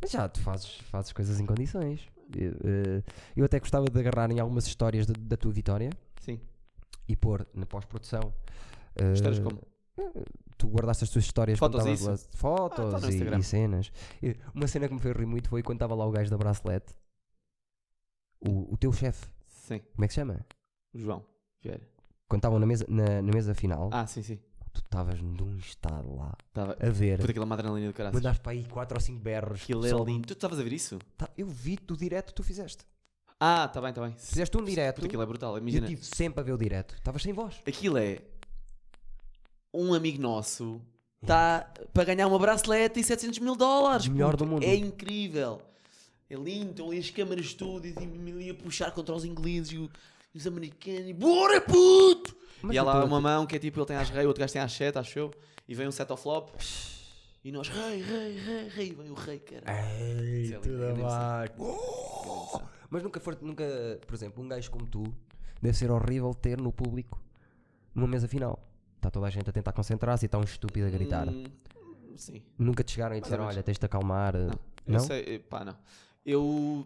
Speaker 3: Mas já, tu fazes, fazes coisas em condições. Eu, eh, eu até gostava de agarrar em algumas histórias da- da tua vitória
Speaker 1: Sim.
Speaker 3: e pôr na pós-produção. eh,
Speaker 1: Histórias como?
Speaker 3: Tu guardaste as tuas histórias quando
Speaker 1: Fotos e
Speaker 3: estavas lá-
Speaker 1: Ah, tá
Speaker 3: fotos
Speaker 1: no
Speaker 3: e- e,
Speaker 1: Instagram.
Speaker 3: cenas. E Uma cena que me fez rir muito foi quando estava lá o gajo da bracelete. O, o teu chefe,
Speaker 1: Sim.
Speaker 3: como é que se chama?
Speaker 1: João Vieira.
Speaker 3: Quando estavam na mesa, na, na mesa final,
Speaker 1: Ah, sim, sim.
Speaker 3: tu estavas num estado lá
Speaker 1: Tava...
Speaker 3: a ver.
Speaker 1: Puta, aquela madrenalina do caralho.
Speaker 3: Mandaste para aí 4 ou 5 berros.
Speaker 1: Aquilo é
Speaker 3: pessoal,
Speaker 1: lindo. Tu estavas a ver isso?
Speaker 3: tá- eu vi-te o direto que tu fizeste.
Speaker 1: Ah, tá bem, tá bem.
Speaker 3: Fizeste um direto.
Speaker 1: Puta, aquilo é brutal.
Speaker 3: e eu
Speaker 1: Imagina.
Speaker 3: estive sempre a ver o direto. Estavas sem voz.
Speaker 1: Aquilo é. Um amigo nosso
Speaker 3: É.
Speaker 1: está para ganhar um uma bracelete e 700 mil dólares.
Speaker 3: O melhor do
Speaker 1: puto.
Speaker 3: mundo.
Speaker 1: É incrível. É lindo. Estão ali as câmaras todas e me ia puxar contra os ingleses e o- e os americanos. E bora, puto!
Speaker 3: Mas
Speaker 1: e há
Speaker 3: eu
Speaker 1: lá
Speaker 3: tô-
Speaker 1: uma mão que é tipo: ele tem às rei, o outro gajo tem às sete, acho eu. E vem um set ao flop. E nós, rei, rei, rei, rei. E vem o rei, cara.
Speaker 3: Ei,
Speaker 1: Isso é
Speaker 3: tudo
Speaker 1: lindo,
Speaker 3: a Oh! Mas nunca foste, nunca, por exemplo, um gajo como tu deve ser horrível ter no público numa mesa final. Está toda a gente a tentar concentrar-se e está um estúpido a gritar. É.
Speaker 1: Hum, sim.
Speaker 3: Nunca te chegaram e disseram:
Speaker 1: menos.
Speaker 3: Olha, tens de te acalmar. Não?
Speaker 1: Eu sei, eh, pá, não. Eu,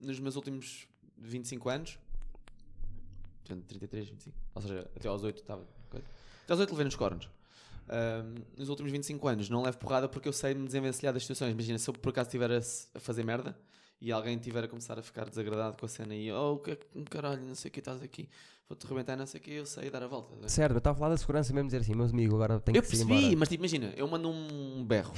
Speaker 1: nos meus últimos 25 anos, portanto, 33, 25, ou seja, até aos 8 estava. coisa. Até aos 8 levei nos cornos. Ahm, nos últimos 25 anos não levo porrada porque eu sei me desenvencilhar das situações. Imagina, se eu por acaso estiver a, s- a fazer merda e alguém tiver a começar a ficar desagradado com a cena e oh, o que é que caralho, não sei o que estás aqui, vou-te rebentar, não sei o que, eu sei dar a volta.
Speaker 3: Certo, eu estava a falar da segurança mesmo, dizer assim: Meus amigos, agora tenho
Speaker 1: Eu
Speaker 3: que sair
Speaker 1: percebi,
Speaker 3: embora.
Speaker 1: mas tipo, imagina, eu mando um berro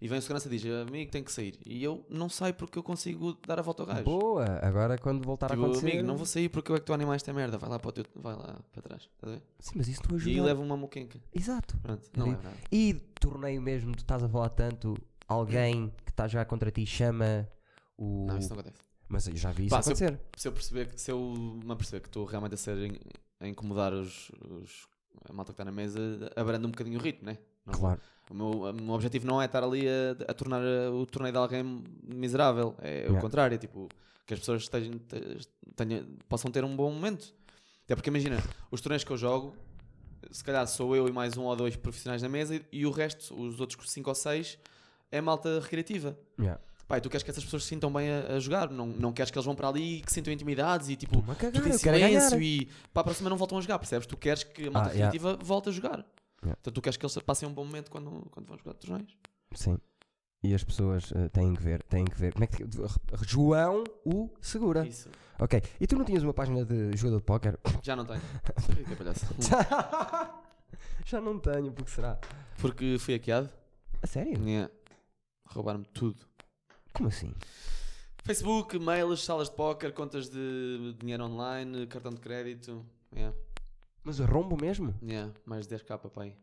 Speaker 1: e vem o segurança e diz: Amigo, tem que sair. E eu não saio porque eu consigo dar a volta ao gajo.
Speaker 3: Boa, agora quando voltar a
Speaker 1: Tipo,
Speaker 3: acontecer.
Speaker 1: amigo, não vou sair porque eu é que estou a animar esta merda. Vai lá para, o teu, vai lá para trás. Estás a ver?
Speaker 3: Sim, mas isso não
Speaker 1: E aí
Speaker 3: ajuda.
Speaker 1: leva uma moquenca.
Speaker 3: Exato.
Speaker 1: Pronto, não é leva nada.
Speaker 3: E de torneio mesmo, tu estás a falar tanto, alguém que está a jogar contra ti chama o.
Speaker 1: Não, isso não acontece.
Speaker 3: Mas eu já vi isso
Speaker 1: Pá, se eu-
Speaker 3: acontecer.
Speaker 1: Se eu, perceber, que- se eu me aperceber que estou realmente a ser in- a incomodar os, os- a malta que está na mesa, abrando um bocadinho o ritmo, né? não é?
Speaker 3: Claro.
Speaker 1: O meu, o meu objetivo não é estar ali a, a tornar uh, o torneio de alguém miserável. É
Speaker 3: Yeah.
Speaker 1: o contrário. é Tipo, que as pessoas estejam- te- tenham- possam ter um bom momento. Até porque imagina, os torneios que eu jogo, se calhar sou eu e mais um ou dois profissionais na mesa e, e o resto, os outros cinco ou seis, é malta recreativa.
Speaker 3: Yeah.
Speaker 1: Pai, tu queres que essas pessoas se sintam bem a, a jogar, não, não queres que eles vão para ali e que sintam intimidados e tipo,
Speaker 3: Uma
Speaker 1: tu
Speaker 3: cagada,
Speaker 1: tens
Speaker 3: eu quero
Speaker 1: silêncio
Speaker 3: ganhar.
Speaker 1: e para a próxima não voltam a jogar, percebes? Tu queres que a malta
Speaker 3: Ah, yeah.
Speaker 1: criativa volte a jogar.
Speaker 3: Yeah.
Speaker 1: Então tu queres que eles passem um bom momento quando, quando vão jogar torneios.
Speaker 3: Sim. E as pessoas eh, têm que ver, têm que ver. Como é que João o segura.
Speaker 1: Isso.
Speaker 3: Ok. E tu não tinhas uma página de jogador de póquer?
Speaker 1: Já não tenho. Que é palhaço.
Speaker 3: Já não tenho, porque será?
Speaker 1: Porque fui hackeado.
Speaker 3: A sério?
Speaker 1: Yeah. Roubaram-me tudo.
Speaker 3: Como assim?
Speaker 1: Facebook, mails, salas de póquer, contas de dinheiro online, cartão de crédito. Yeah.
Speaker 3: Mas rombo mesmo?
Speaker 1: Yeah. Mais de 10k, pai.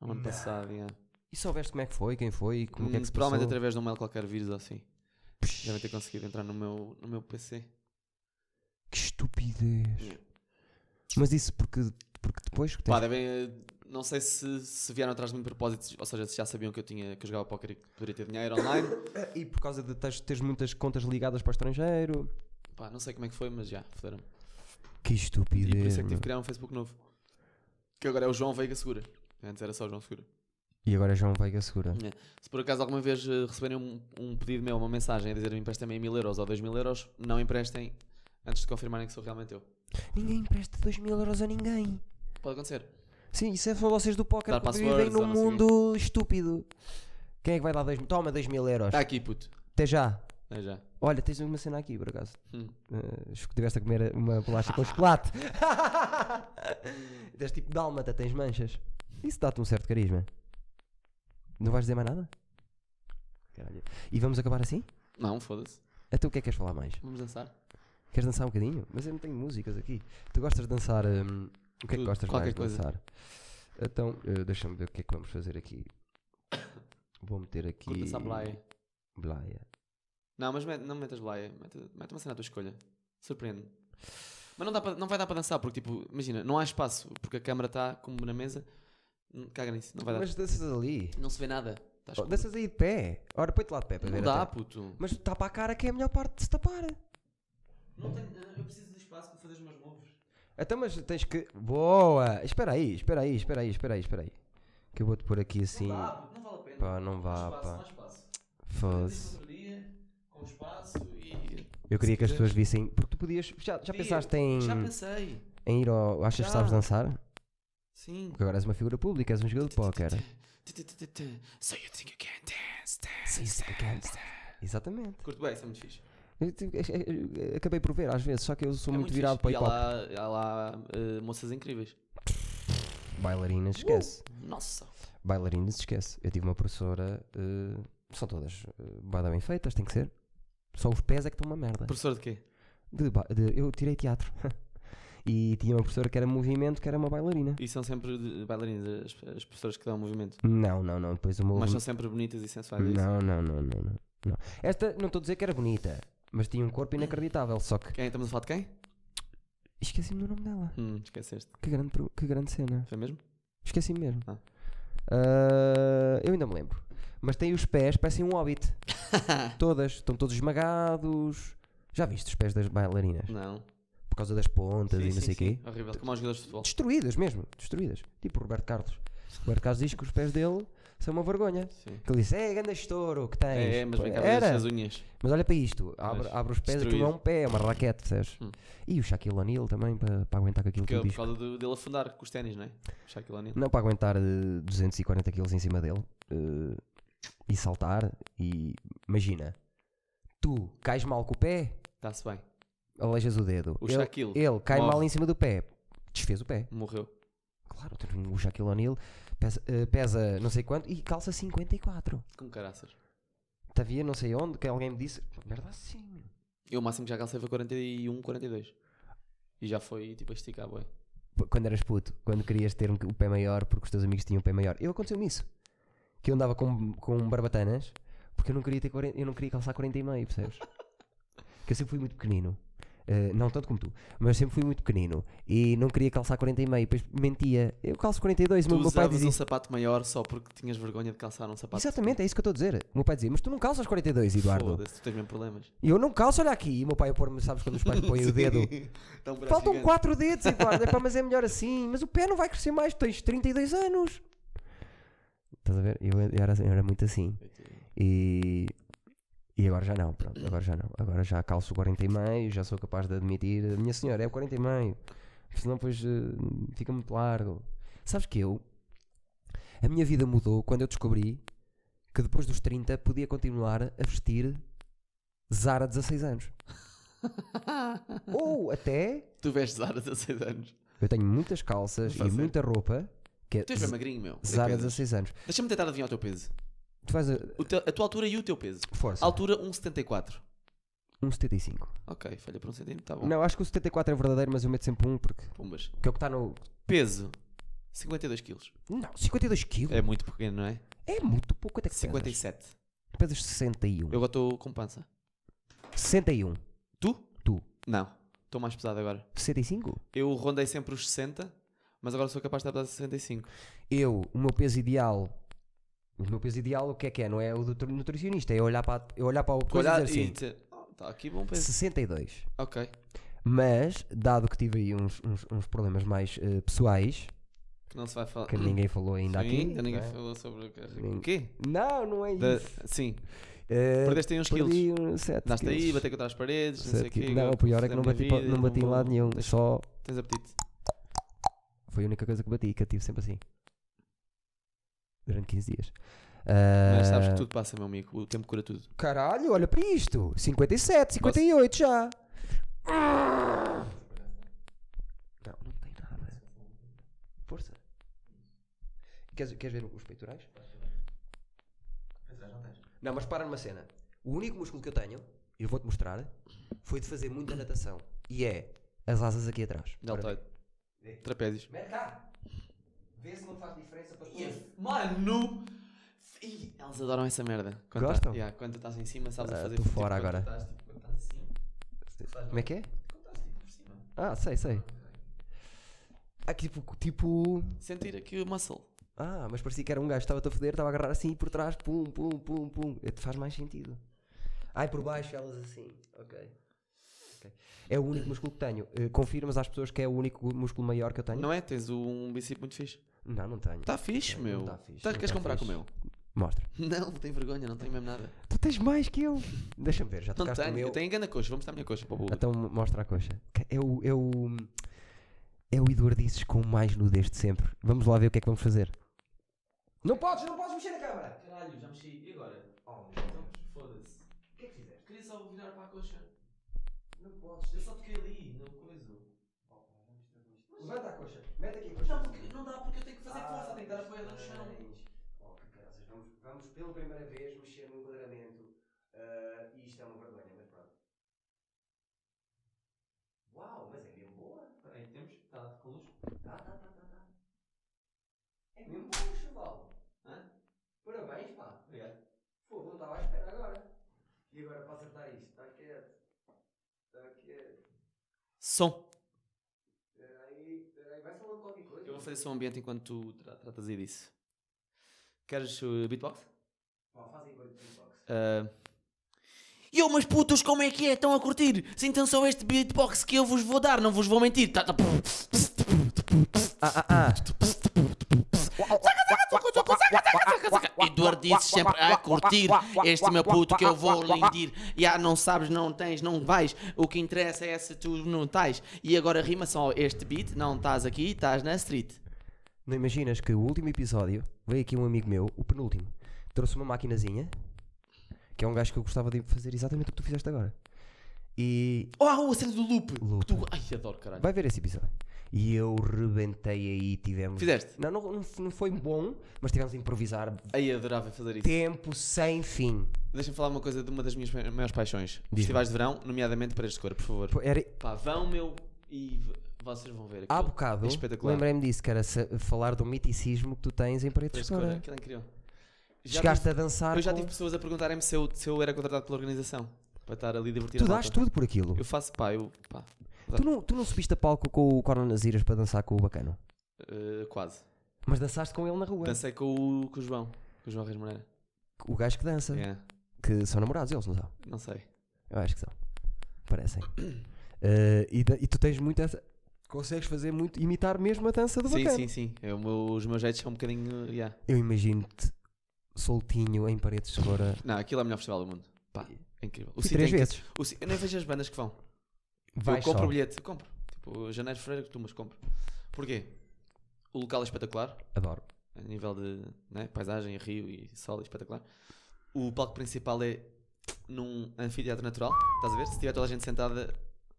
Speaker 1: No É um
Speaker 3: Não.
Speaker 1: ano passado, yeah.
Speaker 3: E soubeste como é que foi, quem foi e como é
Speaker 1: Hum,
Speaker 3: que se passou?
Speaker 1: Provavelmente através de um mail qualquer vírus ou assim. Devem ter conseguido entrar no meu, no meu PC.
Speaker 3: Que estupidez.
Speaker 1: Yeah.
Speaker 3: Mas isso porque, porque depois que tens...
Speaker 1: Pá, devem. eh, Não sei se, se vieram atrás de mim de propósito, ou seja, se já sabiam que eu, tinha, que eu jogava póquer e que poderia ter dinheiro online.
Speaker 3: E por causa de teres, teres muitas contas ligadas para o estrangeiro.
Speaker 1: Pá, não sei como é que foi, mas já, foderam-me.
Speaker 3: Que
Speaker 1: E por
Speaker 3: estupidez.
Speaker 1: isso é que tive
Speaker 3: meu.
Speaker 1: que criar um Facebook novo. Que agora é o João Veiga Segura. Antes era só o João Segura.
Speaker 3: E agora João Veiga
Speaker 1: Hum.
Speaker 3: segura.
Speaker 1: Se por acaso alguma vez eh, receberem um, um pedido meu, uma mensagem a dizer emprestem-me mil euros ou dois mil euros, não emprestem antes de confirmarem que sou realmente eu.
Speaker 3: Ninguém empresta 2 mil euros a ninguém.
Speaker 1: Pode acontecer.
Speaker 3: Sim, isso é só vocês do póquer
Speaker 1: Dar
Speaker 3: que vivem
Speaker 1: passwords
Speaker 3: num
Speaker 1: ou não sei o
Speaker 3: mundo estúpido. Quem é que vai dar 2 mil? Toma 2 mil euros.
Speaker 1: Está Tá aqui, puto.
Speaker 3: Até já.
Speaker 1: É já.
Speaker 3: Olha, tens uma cena aqui, por acaso.
Speaker 1: Hum.
Speaker 3: Eh, acho que tiveste a comer uma bolacha com chocolate. Tens tipo dálmata, tens manchas. Isso dá-te um certo carisma. Não vais dizer mais nada? Caralho. E vamos acabar assim?
Speaker 1: Não, foda-se.
Speaker 3: Até o que é que queres falar mais?
Speaker 1: Vamos dançar.
Speaker 3: Queres dançar um bocadinho? Mas eu não tenho músicas aqui. Tu gostas de dançar? hum, o que é que
Speaker 1: Tudo,
Speaker 3: gostas
Speaker 1: qualquer
Speaker 3: mais de
Speaker 1: coisa.
Speaker 3: dançar? Então, eh, deixa-me ver o que é que vamos fazer aqui. Vou meter aqui.
Speaker 1: Curta essa blaia.
Speaker 3: Blaia.
Speaker 1: Não, mas mete- não metas blaia. Mete, mete uma cena à tua escolha. Surpreende-me. Mas não, dá pra- não vai dar para dançar, porque tipo, imagina, não há espaço, porque a câmera está como na mesa. Hum, Caga nisso, não vai dar.
Speaker 3: Mas danças ali.
Speaker 1: Não se vê nada. Estás
Speaker 3: Oh, danças aí de pé. Ora, põe-te lá de pé para
Speaker 1: Não
Speaker 3: ver.
Speaker 1: dá,
Speaker 3: até.
Speaker 1: puto.
Speaker 3: Mas tapa a cara que é a melhor parte de se tapar.
Speaker 1: Não tenho, eu preciso de espaço para fazer os meus moves.
Speaker 3: Então, mas tens que. Boa! Espera aí, espera aí, espera aí, espera aí, espera aí. Que eu vou-te pôr aqui assim.
Speaker 1: não vale a pena.
Speaker 3: Pá, não vá,
Speaker 1: espaço,
Speaker 3: pá.
Speaker 1: mais espaço.
Speaker 3: Foda-se.
Speaker 1: com espaço e.
Speaker 3: Eu queria que as
Speaker 1: quiseres.
Speaker 3: pessoas vissem. Porque tu podias. Já, já
Speaker 1: Podia,
Speaker 3: pensaste em,
Speaker 1: Já pensei.
Speaker 3: em ir ao. Achas que
Speaker 1: Já.
Speaker 3: sabes dançar?
Speaker 1: Sim.
Speaker 3: Porque agora és uma figura pública, és um jogador de póquer.
Speaker 1: So you think you can dance,
Speaker 3: Sim,
Speaker 1: dance,
Speaker 3: sim,
Speaker 1: dance, dance.
Speaker 3: Exatamente.
Speaker 1: Curto bem, isso é muito fixe.
Speaker 3: Eu te- eu- eu- Acabei por ver às vezes, só que eu sou
Speaker 1: é
Speaker 3: muito, virado para
Speaker 1: fixe.
Speaker 3: hip hop.
Speaker 1: E há lá, há lá eh, moças incríveis.
Speaker 3: Bailarinas, esquece.
Speaker 1: Nossa.
Speaker 3: Bailarinas, esquece. Eu tive uma professora. eh, são todas eh, bada bem feitas, tem que ser. Só os pés é que estão uma merda.
Speaker 1: Professor de quê?
Speaker 3: De ba- de- eu tirei teatro. e tinha uma professora que era movimento, que era uma bailarina.
Speaker 1: E são sempre de- bailarinas, as, as professoras que dão movimento.
Speaker 3: Não, não, não. Depois o meu.
Speaker 1: Mas são sempre bonitas e sensuais. é isso?
Speaker 3: não, não, não, não, não, não. Esta, não estou a dizer que era bonita, mas tinha um corpo inacreditável. Só que.
Speaker 1: Quem? Estamos a falar de quem?
Speaker 3: Esqueci-me do nome dela.
Speaker 1: Hum, esqueceste.
Speaker 3: Que grande, pro- que grande cena.
Speaker 1: Foi mesmo?
Speaker 3: Esqueci mesmo.
Speaker 1: Ah.
Speaker 3: Ah, eu ainda me lembro. Mas tem os pés, parecem um hobbit. Todas, estão todos esmagados. Já viste os pés das bailarinas?
Speaker 1: Não.
Speaker 3: Por causa das pontas
Speaker 1: Hum. Sim,
Speaker 3: e não
Speaker 1: sim,
Speaker 3: sei o quê.
Speaker 1: sim. Horrível. Como aos jogadores de futebol.
Speaker 3: Destruídas mesmo, destruídas. Tipo o Roberto Carlos. O Roberto Carlos diz que os pés dele são uma vergonha.
Speaker 1: Sim.
Speaker 3: Que ele disse, é grande estouro que tens.
Speaker 1: É, é, mas vem cá ver
Speaker 3: Era.
Speaker 1: as unhas.
Speaker 3: Mas olha para isto, abre,
Speaker 1: Pois,
Speaker 3: abre os pés, aquilo é
Speaker 1: destruído.
Speaker 3: um pé, é uma raquete, percebes?
Speaker 1: Hum.
Speaker 3: E o Shaquille O'Neal também, para, para aguentar com aquilo que
Speaker 1: Porque,
Speaker 3: ele
Speaker 1: por
Speaker 3: diz.
Speaker 1: causa é do- dele afundar com os ténis, não é? Shaquille O'Neal.
Speaker 3: um Não para aguentar eh, 240 quilos em cima dele eh, e saltar e imagina, tu cais mal com o pé,
Speaker 1: Está-se bem.
Speaker 3: aleijas o dedo.
Speaker 1: O
Speaker 3: ele,
Speaker 1: Shaquille
Speaker 3: ele cai
Speaker 1: morre.
Speaker 3: mal em cima do pé, desfez o pé.
Speaker 1: morreu.
Speaker 3: Claro, o Shaquille O'Neal pesa, eh, pesa não sei quanto e calça 54.
Speaker 1: Como caraças.
Speaker 3: Havia não sei onde que alguém me disse, merda assim.
Speaker 1: Eu o máximo que já calcei foi 41, 42. E já foi tipo a esticar, boi.
Speaker 3: P- Quando eras puto, quando querias ter um- o pé maior porque os teus amigos tinham o pé maior. Eu aconteceu-me isso. Que eu andava com, com barbatanas porque eu não queria, ter 40 eu não queria calçar 40 e meio, percebes? que eu sempre fui muito pequenino. Eh, não tanto como tu, mas sempre fui muito pequenino e não queria calçar 40 e meio, depois mentia. Eu calço 42,
Speaker 1: Tu
Speaker 3: mas o meu pai
Speaker 1: usavas
Speaker 3: dizia.
Speaker 1: um sapato maior só porque tinhas vergonha de calçar um sapato.
Speaker 3: Exatamente, é isso que eu estou a dizer. O meu pai dizia, mas tu não calças 42, Eduardo.
Speaker 1: Foda-se, tu tens mesmo problemas.
Speaker 3: E eu não calço, olha aqui. E o meu pai a pôr-me, sabes quando os pais põem o dedo
Speaker 1: Dá um braço
Speaker 3: Faltam
Speaker 1: gigante.
Speaker 3: 4 dedos, Eduardo. Epá, mas é melhor assim. Mas o pé não vai crescer mais, tens 32 anos. Estás a ver? Eu, eu era, eu era muito assim. E E agora já não, pronto, agora já não. Agora já calço o 40 e meio, já sou capaz de admitir, minha senhora, é o 40 e meio. Senão depois eh, fica muito largo. Sabes que eu, a minha vida mudou quando eu descobri que depois dos 30 podia continuar a vestir Zara 16 anos. Ou até,
Speaker 1: Tu vestes Zara há 16 anos.
Speaker 3: eu tenho muitas calças
Speaker 1: Vou
Speaker 3: e
Speaker 1: fazer.
Speaker 3: muita roupa que é
Speaker 1: Tu és bem magrinho, meu.
Speaker 3: Zara
Speaker 1: Depende.
Speaker 3: 16 anos.
Speaker 1: Deixa-me tentar adivinhar o teu peso.
Speaker 3: Tu vais a...
Speaker 1: O teu- a tua altura e o teu peso.
Speaker 3: Força.
Speaker 1: Altura 1,74.
Speaker 3: 1,75.
Speaker 1: Ok, falha por um centímetro, tá bom.
Speaker 3: Não, acho que o 74 é verdadeiro, mas eu meto sempre um porque...
Speaker 1: Pumbas.
Speaker 3: Que é o que está no...
Speaker 1: Peso 52 quilos.
Speaker 3: Não, 52 quilos.
Speaker 1: É muito pequeno, não é?
Speaker 3: É muito pouco. Quanto é que 57.
Speaker 1: 57.
Speaker 3: pesas? um. Pesas 61.
Speaker 1: Eu agora estou com pança.
Speaker 3: 61.
Speaker 1: Tu?
Speaker 3: Tu.
Speaker 1: Não. Estou mais pesado agora.
Speaker 3: 65?
Speaker 1: Eu rondei sempre os 60, mas agora sou capaz de estar pesado 65.
Speaker 3: Eu, o meu peso ideal... O meu peso ideal, o que é que é? Não é o do nutricionista. É olhar para, a- é olhar para o
Speaker 1: Tu
Speaker 3: coisa
Speaker 1: olhar
Speaker 3: e
Speaker 1: e
Speaker 3: dizer
Speaker 1: dizer, "Oh, tá aqui bom
Speaker 3: assim,
Speaker 1: peso.
Speaker 3: 62.
Speaker 1: Ok.
Speaker 3: Mas, dado que tive aí uns, uns, uns problemas mais eh, pessoais,
Speaker 1: Que não se vai falar.
Speaker 3: que ninguém falou ainda
Speaker 1: Hum. Sim,
Speaker 3: aqui...
Speaker 1: ainda ninguém
Speaker 3: não é?
Speaker 1: falou sobre o que-
Speaker 3: Ninguém-
Speaker 1: o quê?
Speaker 3: Não, não é
Speaker 1: Da-
Speaker 3: isso.
Speaker 1: Sim.
Speaker 3: Eh,
Speaker 1: Perdeste aí uns quilos.
Speaker 3: Perdi uns 7
Speaker 1: Andaste aí, batei contra as paredes, não sei o quê.
Speaker 3: Não, o
Speaker 1: agora
Speaker 3: pior é
Speaker 1: fiz
Speaker 3: que
Speaker 1: a
Speaker 3: não
Speaker 1: minha
Speaker 3: bati, pa-
Speaker 1: vida,
Speaker 3: não bati em
Speaker 1: vou-
Speaker 3: lado nenhum.
Speaker 1: Deixa-
Speaker 3: Só
Speaker 1: Tens apetite.
Speaker 3: foi a única coisa que bati, que eu tive sempre assim. Durante 15 dias.
Speaker 1: Mas sabes
Speaker 3: Ah,
Speaker 1: que tudo passa, meu amigo. O tempo cura tudo.
Speaker 3: Caralho, olha para isto. 57, 58 já. Não, não tem nada. Força. Queres, queres ver os peitorais? Não, mas para numa cena. O único músculo que eu tenho, eu vou-te mostrar, foi de fazer muita natação. E é as asas aqui atrás.
Speaker 1: Deltoide. Trapézios.
Speaker 3: Vem cá. Vê se não faz diferença para tu.
Speaker 1: Mano! Ih, Elas adoram essa merda. Quando
Speaker 3: Gostam?
Speaker 1: tá- yeah, quando estás em cima, sabes
Speaker 3: Ah,
Speaker 1: a fazer.
Speaker 3: tô fora
Speaker 1: quando
Speaker 3: agora.
Speaker 1: Estás, tipo, quando estás assim,
Speaker 3: Como é que é?
Speaker 1: quando estás tipo por cima.
Speaker 3: Ah, sei, sei. Ah, que tipo, tipo.
Speaker 1: Sentir aqui o muscle.
Speaker 3: Ah, mas parecia que era um gajo que estava a foder, estava a agarrar assim e por trás, pum, pum, pum, pum. É, Faz mais sentido. Ai, por baixo elas assim. Ok. Ok. É o único músculo que tenho. Eh, Confirmas às pessoas que é o único músculo maior que eu tenho?
Speaker 1: Não é? Tens um biciclete muito fixe.
Speaker 3: não, não tenho.
Speaker 1: Está fixe,
Speaker 3: Não
Speaker 1: meu.
Speaker 3: tá fixe,
Speaker 1: Tá-
Speaker 3: não
Speaker 1: queres
Speaker 3: tá
Speaker 1: comprar
Speaker 3: fixe.
Speaker 1: com o meu?
Speaker 3: Mostra.
Speaker 1: Não, não tenho vergonha, não tenho mesmo nada.
Speaker 3: Tu tens mais que eu. Deixa-me ver, já
Speaker 1: Não
Speaker 3: tocaste o
Speaker 1: tenho,
Speaker 3: meu.
Speaker 1: eu tenho engana coxa. Vamos dar a minha coxa para o público.
Speaker 3: Então mostra a coxa. Que É o. É o, é o Eduardices com mais nudez de sempre. Vamos lá ver o que é que vamos fazer. Não podes, não podes mexer na câmara!
Speaker 1: Caralho, já mexi. E agora? Então,
Speaker 3: Oh,
Speaker 1: Foda-se.
Speaker 3: o que é que fizeste?
Speaker 1: Queria só virar para a coxa.
Speaker 3: Não podes. Oh,
Speaker 1: Eu só toquei ali, não coisa.
Speaker 3: Levanta a coxa. Mete aqui a coxa.
Speaker 1: não dá porque eu tenho que
Speaker 3: Oh, que caraças. Vamos, vamos pela primeira vez mexer no enquadramento. Ah, e isto é uma vergonha, mas pronto. Uau, mas é mesmo boa.
Speaker 1: Aí temos. Está com luz.
Speaker 3: Tá, tá, tá, tá, tá. É mesmo bom, chaval.
Speaker 1: Hã?
Speaker 3: Parabéns, pá.
Speaker 1: Obrigado.
Speaker 3: Fogo, não estava à espera agora. E agora para acertar isto, está quieto. Está quieto.
Speaker 1: Som.
Speaker 3: Espera aí, espera aí, vai falando qualquer coisa.
Speaker 1: Eu vou fazer só um ambiente enquanto tu tra- tratas aí disso. Queres uh, beatbox?
Speaker 3: Pá, faz aí coisa de beatbox.
Speaker 1: Uh... Eu, mas putos, como é que é? Estão a curtir? Sintam só este beatbox que eu vos vou dar, não vos vou mentir. Tá- tá-
Speaker 3: Ah, ah,
Speaker 1: Eduardo disse sempre a curtir este meu puto que eu vou lindir. E ah, não sabes, não tens, não vais. O que interessa é se tu não estás. E agora rima só este beat, não estás aqui, estás na street.
Speaker 3: Não imaginas que o último episódio veio aqui um amigo meu, o penúltimo, trouxe uma maquinazinha que é um gajo que eu gostava de fazer exatamente o que tu fizeste agora. E
Speaker 1: Oh, a cena do loop.
Speaker 3: Loop.
Speaker 1: Que tu- Ai, adoro, caralho.
Speaker 3: vai ver esse episódio. E eu rebentei aí, tivemos.
Speaker 1: Fizeste?
Speaker 3: Não, não, não f- não foi bom, mas tivemos a improvisar
Speaker 1: Aí adorava fazer isso.
Speaker 3: tempo sem fim.
Speaker 1: Deixa-me falar uma coisa de uma das minhas mai- maiores paixões. Festivais de verão, nomeadamente para este cor, por favor.
Speaker 3: Pô, Era,
Speaker 1: Pá, vão, meu, e v- vocês vão ver.
Speaker 3: há
Speaker 1: aquilo.
Speaker 3: bocado,
Speaker 1: É espetacular.
Speaker 3: lembrei-me disso, que era sa- falar do miticismo que tu tens em Paredes de
Speaker 1: Paredes de cor,
Speaker 3: Escora.
Speaker 1: aquilo é incrível. Já
Speaker 3: Chegaste a dançar.
Speaker 1: Eu já
Speaker 3: com-
Speaker 1: tive pessoas a perguntarem-me se eu, se eu era contratado pela organização para estar ali divertido.
Speaker 3: Tu dás tudo por aquilo.
Speaker 1: Eu faço, pá, eu. pá,
Speaker 3: Tu, não, tu não subiste a palco com o Conan Aziras para dançar com o Bacano.
Speaker 1: eh, quase.
Speaker 3: Mas dançaste com ele na rua.
Speaker 1: Dancei com o, com o João, com o João Reis Moreira.
Speaker 3: O gajo que dança.
Speaker 1: Yeah,
Speaker 3: Que são namorados, eles não são?
Speaker 1: não sei.
Speaker 3: Eu acho que são. Parecem. Eh, e, da- e tu tens muito essa. Consegues fazer muito. imitar mesmo a dança do
Speaker 1: Sim,
Speaker 3: Bacano.
Speaker 1: sim, sim. É o meu- os meus jeitos são um bocadinho. yeah.
Speaker 3: Eu imagino-te soltinho em Paredes de Escora.
Speaker 1: Não, aquilo é o melhor festival do mundo. Pá, É incrível. O
Speaker 3: Fui
Speaker 1: sítio
Speaker 3: três
Speaker 1: em que-
Speaker 3: vezes.
Speaker 1: o si- eu nem vejo as bandas que vão.
Speaker 3: Vai
Speaker 1: eu compro
Speaker 3: só.
Speaker 1: o bilhete, compro. Tipo, janeiro, fevereiro, tu, mas compro. Porquê? O local é espetacular,
Speaker 3: Adoro.
Speaker 1: a nível de né, paisagem, rio e sol, é espetacular. O palco principal é num anfiteatro natural, estás a ver? Se tiver toda a gente sentada,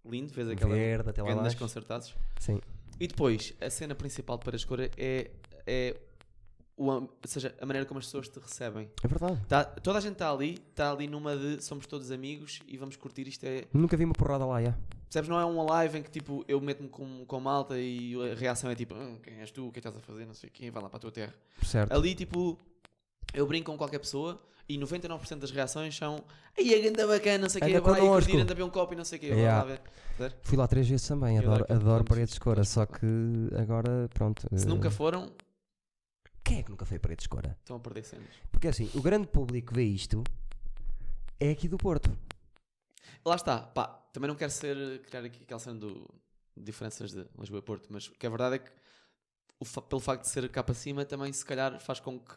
Speaker 1: lindo, fez aquela
Speaker 3: Verde, até lá
Speaker 1: grandes
Speaker 3: abaixo.
Speaker 1: concertados.
Speaker 3: Sim.
Speaker 1: E depois, a cena principal para a escolha é, é o, am- ou seja, a maneira como as pessoas te recebem.
Speaker 3: É verdade.
Speaker 1: Tá- toda a gente está ali, está ali numa de somos todos amigos e vamos curtir isto. É,
Speaker 3: Nunca vi uma porrada lá, já.
Speaker 1: percebes? Não é um live em que tipo eu meto-me com, com malta e a reação é tipo "Hum, quem és tu, o que é que estás a fazer, não sei quem, vai lá para a tua terra.
Speaker 3: Certo.
Speaker 1: Ali tipo eu brinco com qualquer pessoa e 99% das reações são ai, a ganda bacana, não sei o quê,
Speaker 3: Anda
Speaker 1: vai aí
Speaker 3: connosco."
Speaker 1: curtir, anda a beber um copo e não sei o quê.
Speaker 3: Yeah.
Speaker 1: Vai lá ver.
Speaker 3: Fui lá três vezes também.
Speaker 1: Eu adoro
Speaker 3: Adoro,
Speaker 1: aquilo que
Speaker 3: adoro
Speaker 1: temos.
Speaker 3: paredes de cora. Só que agora, pronto.
Speaker 1: Se
Speaker 3: eh,
Speaker 1: nunca foram,
Speaker 3: Quem é que nunca foi a paredes de cora?
Speaker 1: estão a perder cenas.
Speaker 3: Porque assim, o grande público que vê isto é aqui do Porto.
Speaker 1: Lá está, pá, também não quero ser, criar aqui aquela cena do diferenças de Lisboa e Porto, mas o que é verdade é que o fa- pelo facto de ser cá para cima também se calhar faz com que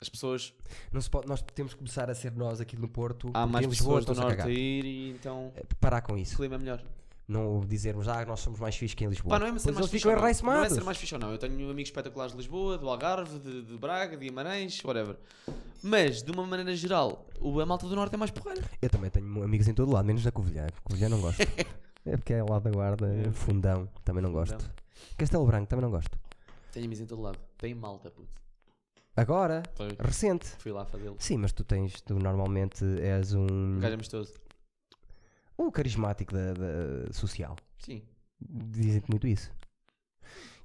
Speaker 1: as pessoas
Speaker 3: Não se pode- nós temos que começar a ser nós aqui no Porto.
Speaker 1: há
Speaker 3: porque
Speaker 1: mais
Speaker 3: em Lisboa
Speaker 1: pessoas do
Speaker 3: estão-se a
Speaker 1: norte
Speaker 3: cagar.
Speaker 1: a ir e então
Speaker 3: Eh, Parar com
Speaker 1: o
Speaker 3: isso.
Speaker 1: clima é melhor.
Speaker 3: Não dizermos, ah, nós somos mais fixe que em Lisboa.
Speaker 1: Pá, não é
Speaker 3: Pois
Speaker 1: ser mais
Speaker 3: eles
Speaker 1: fixe
Speaker 3: ficam
Speaker 1: ou não. não é
Speaker 3: enraiçados.
Speaker 1: ser mais fixe ou não. Eu tenho amigos espetaculares de Lisboa, do Algarve, de, de Braga, de Guimarães, whatever. Mas, de uma maneira geral, o, a malta do norte é mais porreira.
Speaker 3: Eu também tenho amigos em todo lado, menos na Covilhã. Covilhã não gosto. é porque é lá da Guarda,
Speaker 1: É.
Speaker 3: Fundão, também não gosto.
Speaker 1: Fundão.
Speaker 3: Castelo Branco, também não gosto.
Speaker 1: Tenho amigos em todo lado. Tem malta, puto.
Speaker 3: Agora,
Speaker 1: Foi-
Speaker 3: recente.
Speaker 1: Fui lá fazê-lo.
Speaker 3: Sim, mas tu tens, tu normalmente és
Speaker 1: Um
Speaker 3: um.
Speaker 1: gajo amistoso.
Speaker 3: O carismático da, da- social.
Speaker 1: Sim.
Speaker 3: Dizem-te muito isso.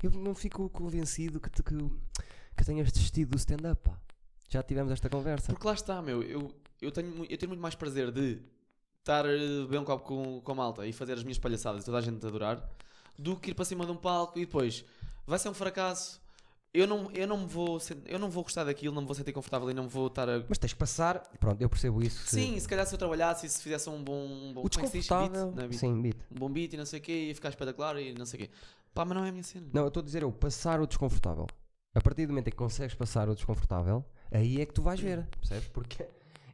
Speaker 3: Eu não fico convencido que, te- que, que tenhas desistido do stand-up. pá. Já tivemos esta conversa.
Speaker 1: Porque lá está, meu, eu, eu, tenho, mu- eu tenho muito mais prazer de estar eh, beber um copo com, com a malta e fazer as minhas palhaçadas e toda a gente adorar, do que ir para cima de um palco e depois vai ser um fracasso. Eu não, eu não, me vou, sen- eu não vou gostar daquilo, não me vou sentir confortável e não vou estar a.
Speaker 3: Mas tens que passar. Pronto, eu percebo isso. se-
Speaker 1: Sim, se calhar se eu trabalhasse e se fizesse um bom. Um bom
Speaker 3: o
Speaker 1: como é que se diz? Beat?
Speaker 3: desconfortável.
Speaker 1: Não é beat?
Speaker 3: Sim, beat.
Speaker 1: Um bom beat e não sei o quê, ia ficar espetacular e não sei o quê. Pá, mas não é a minha cena.
Speaker 3: Não, eu estou a dizer eu passar o desconfortável. A partir do momento em que consegues passar o desconfortável, aí é que tu vais ver, percebes? Porque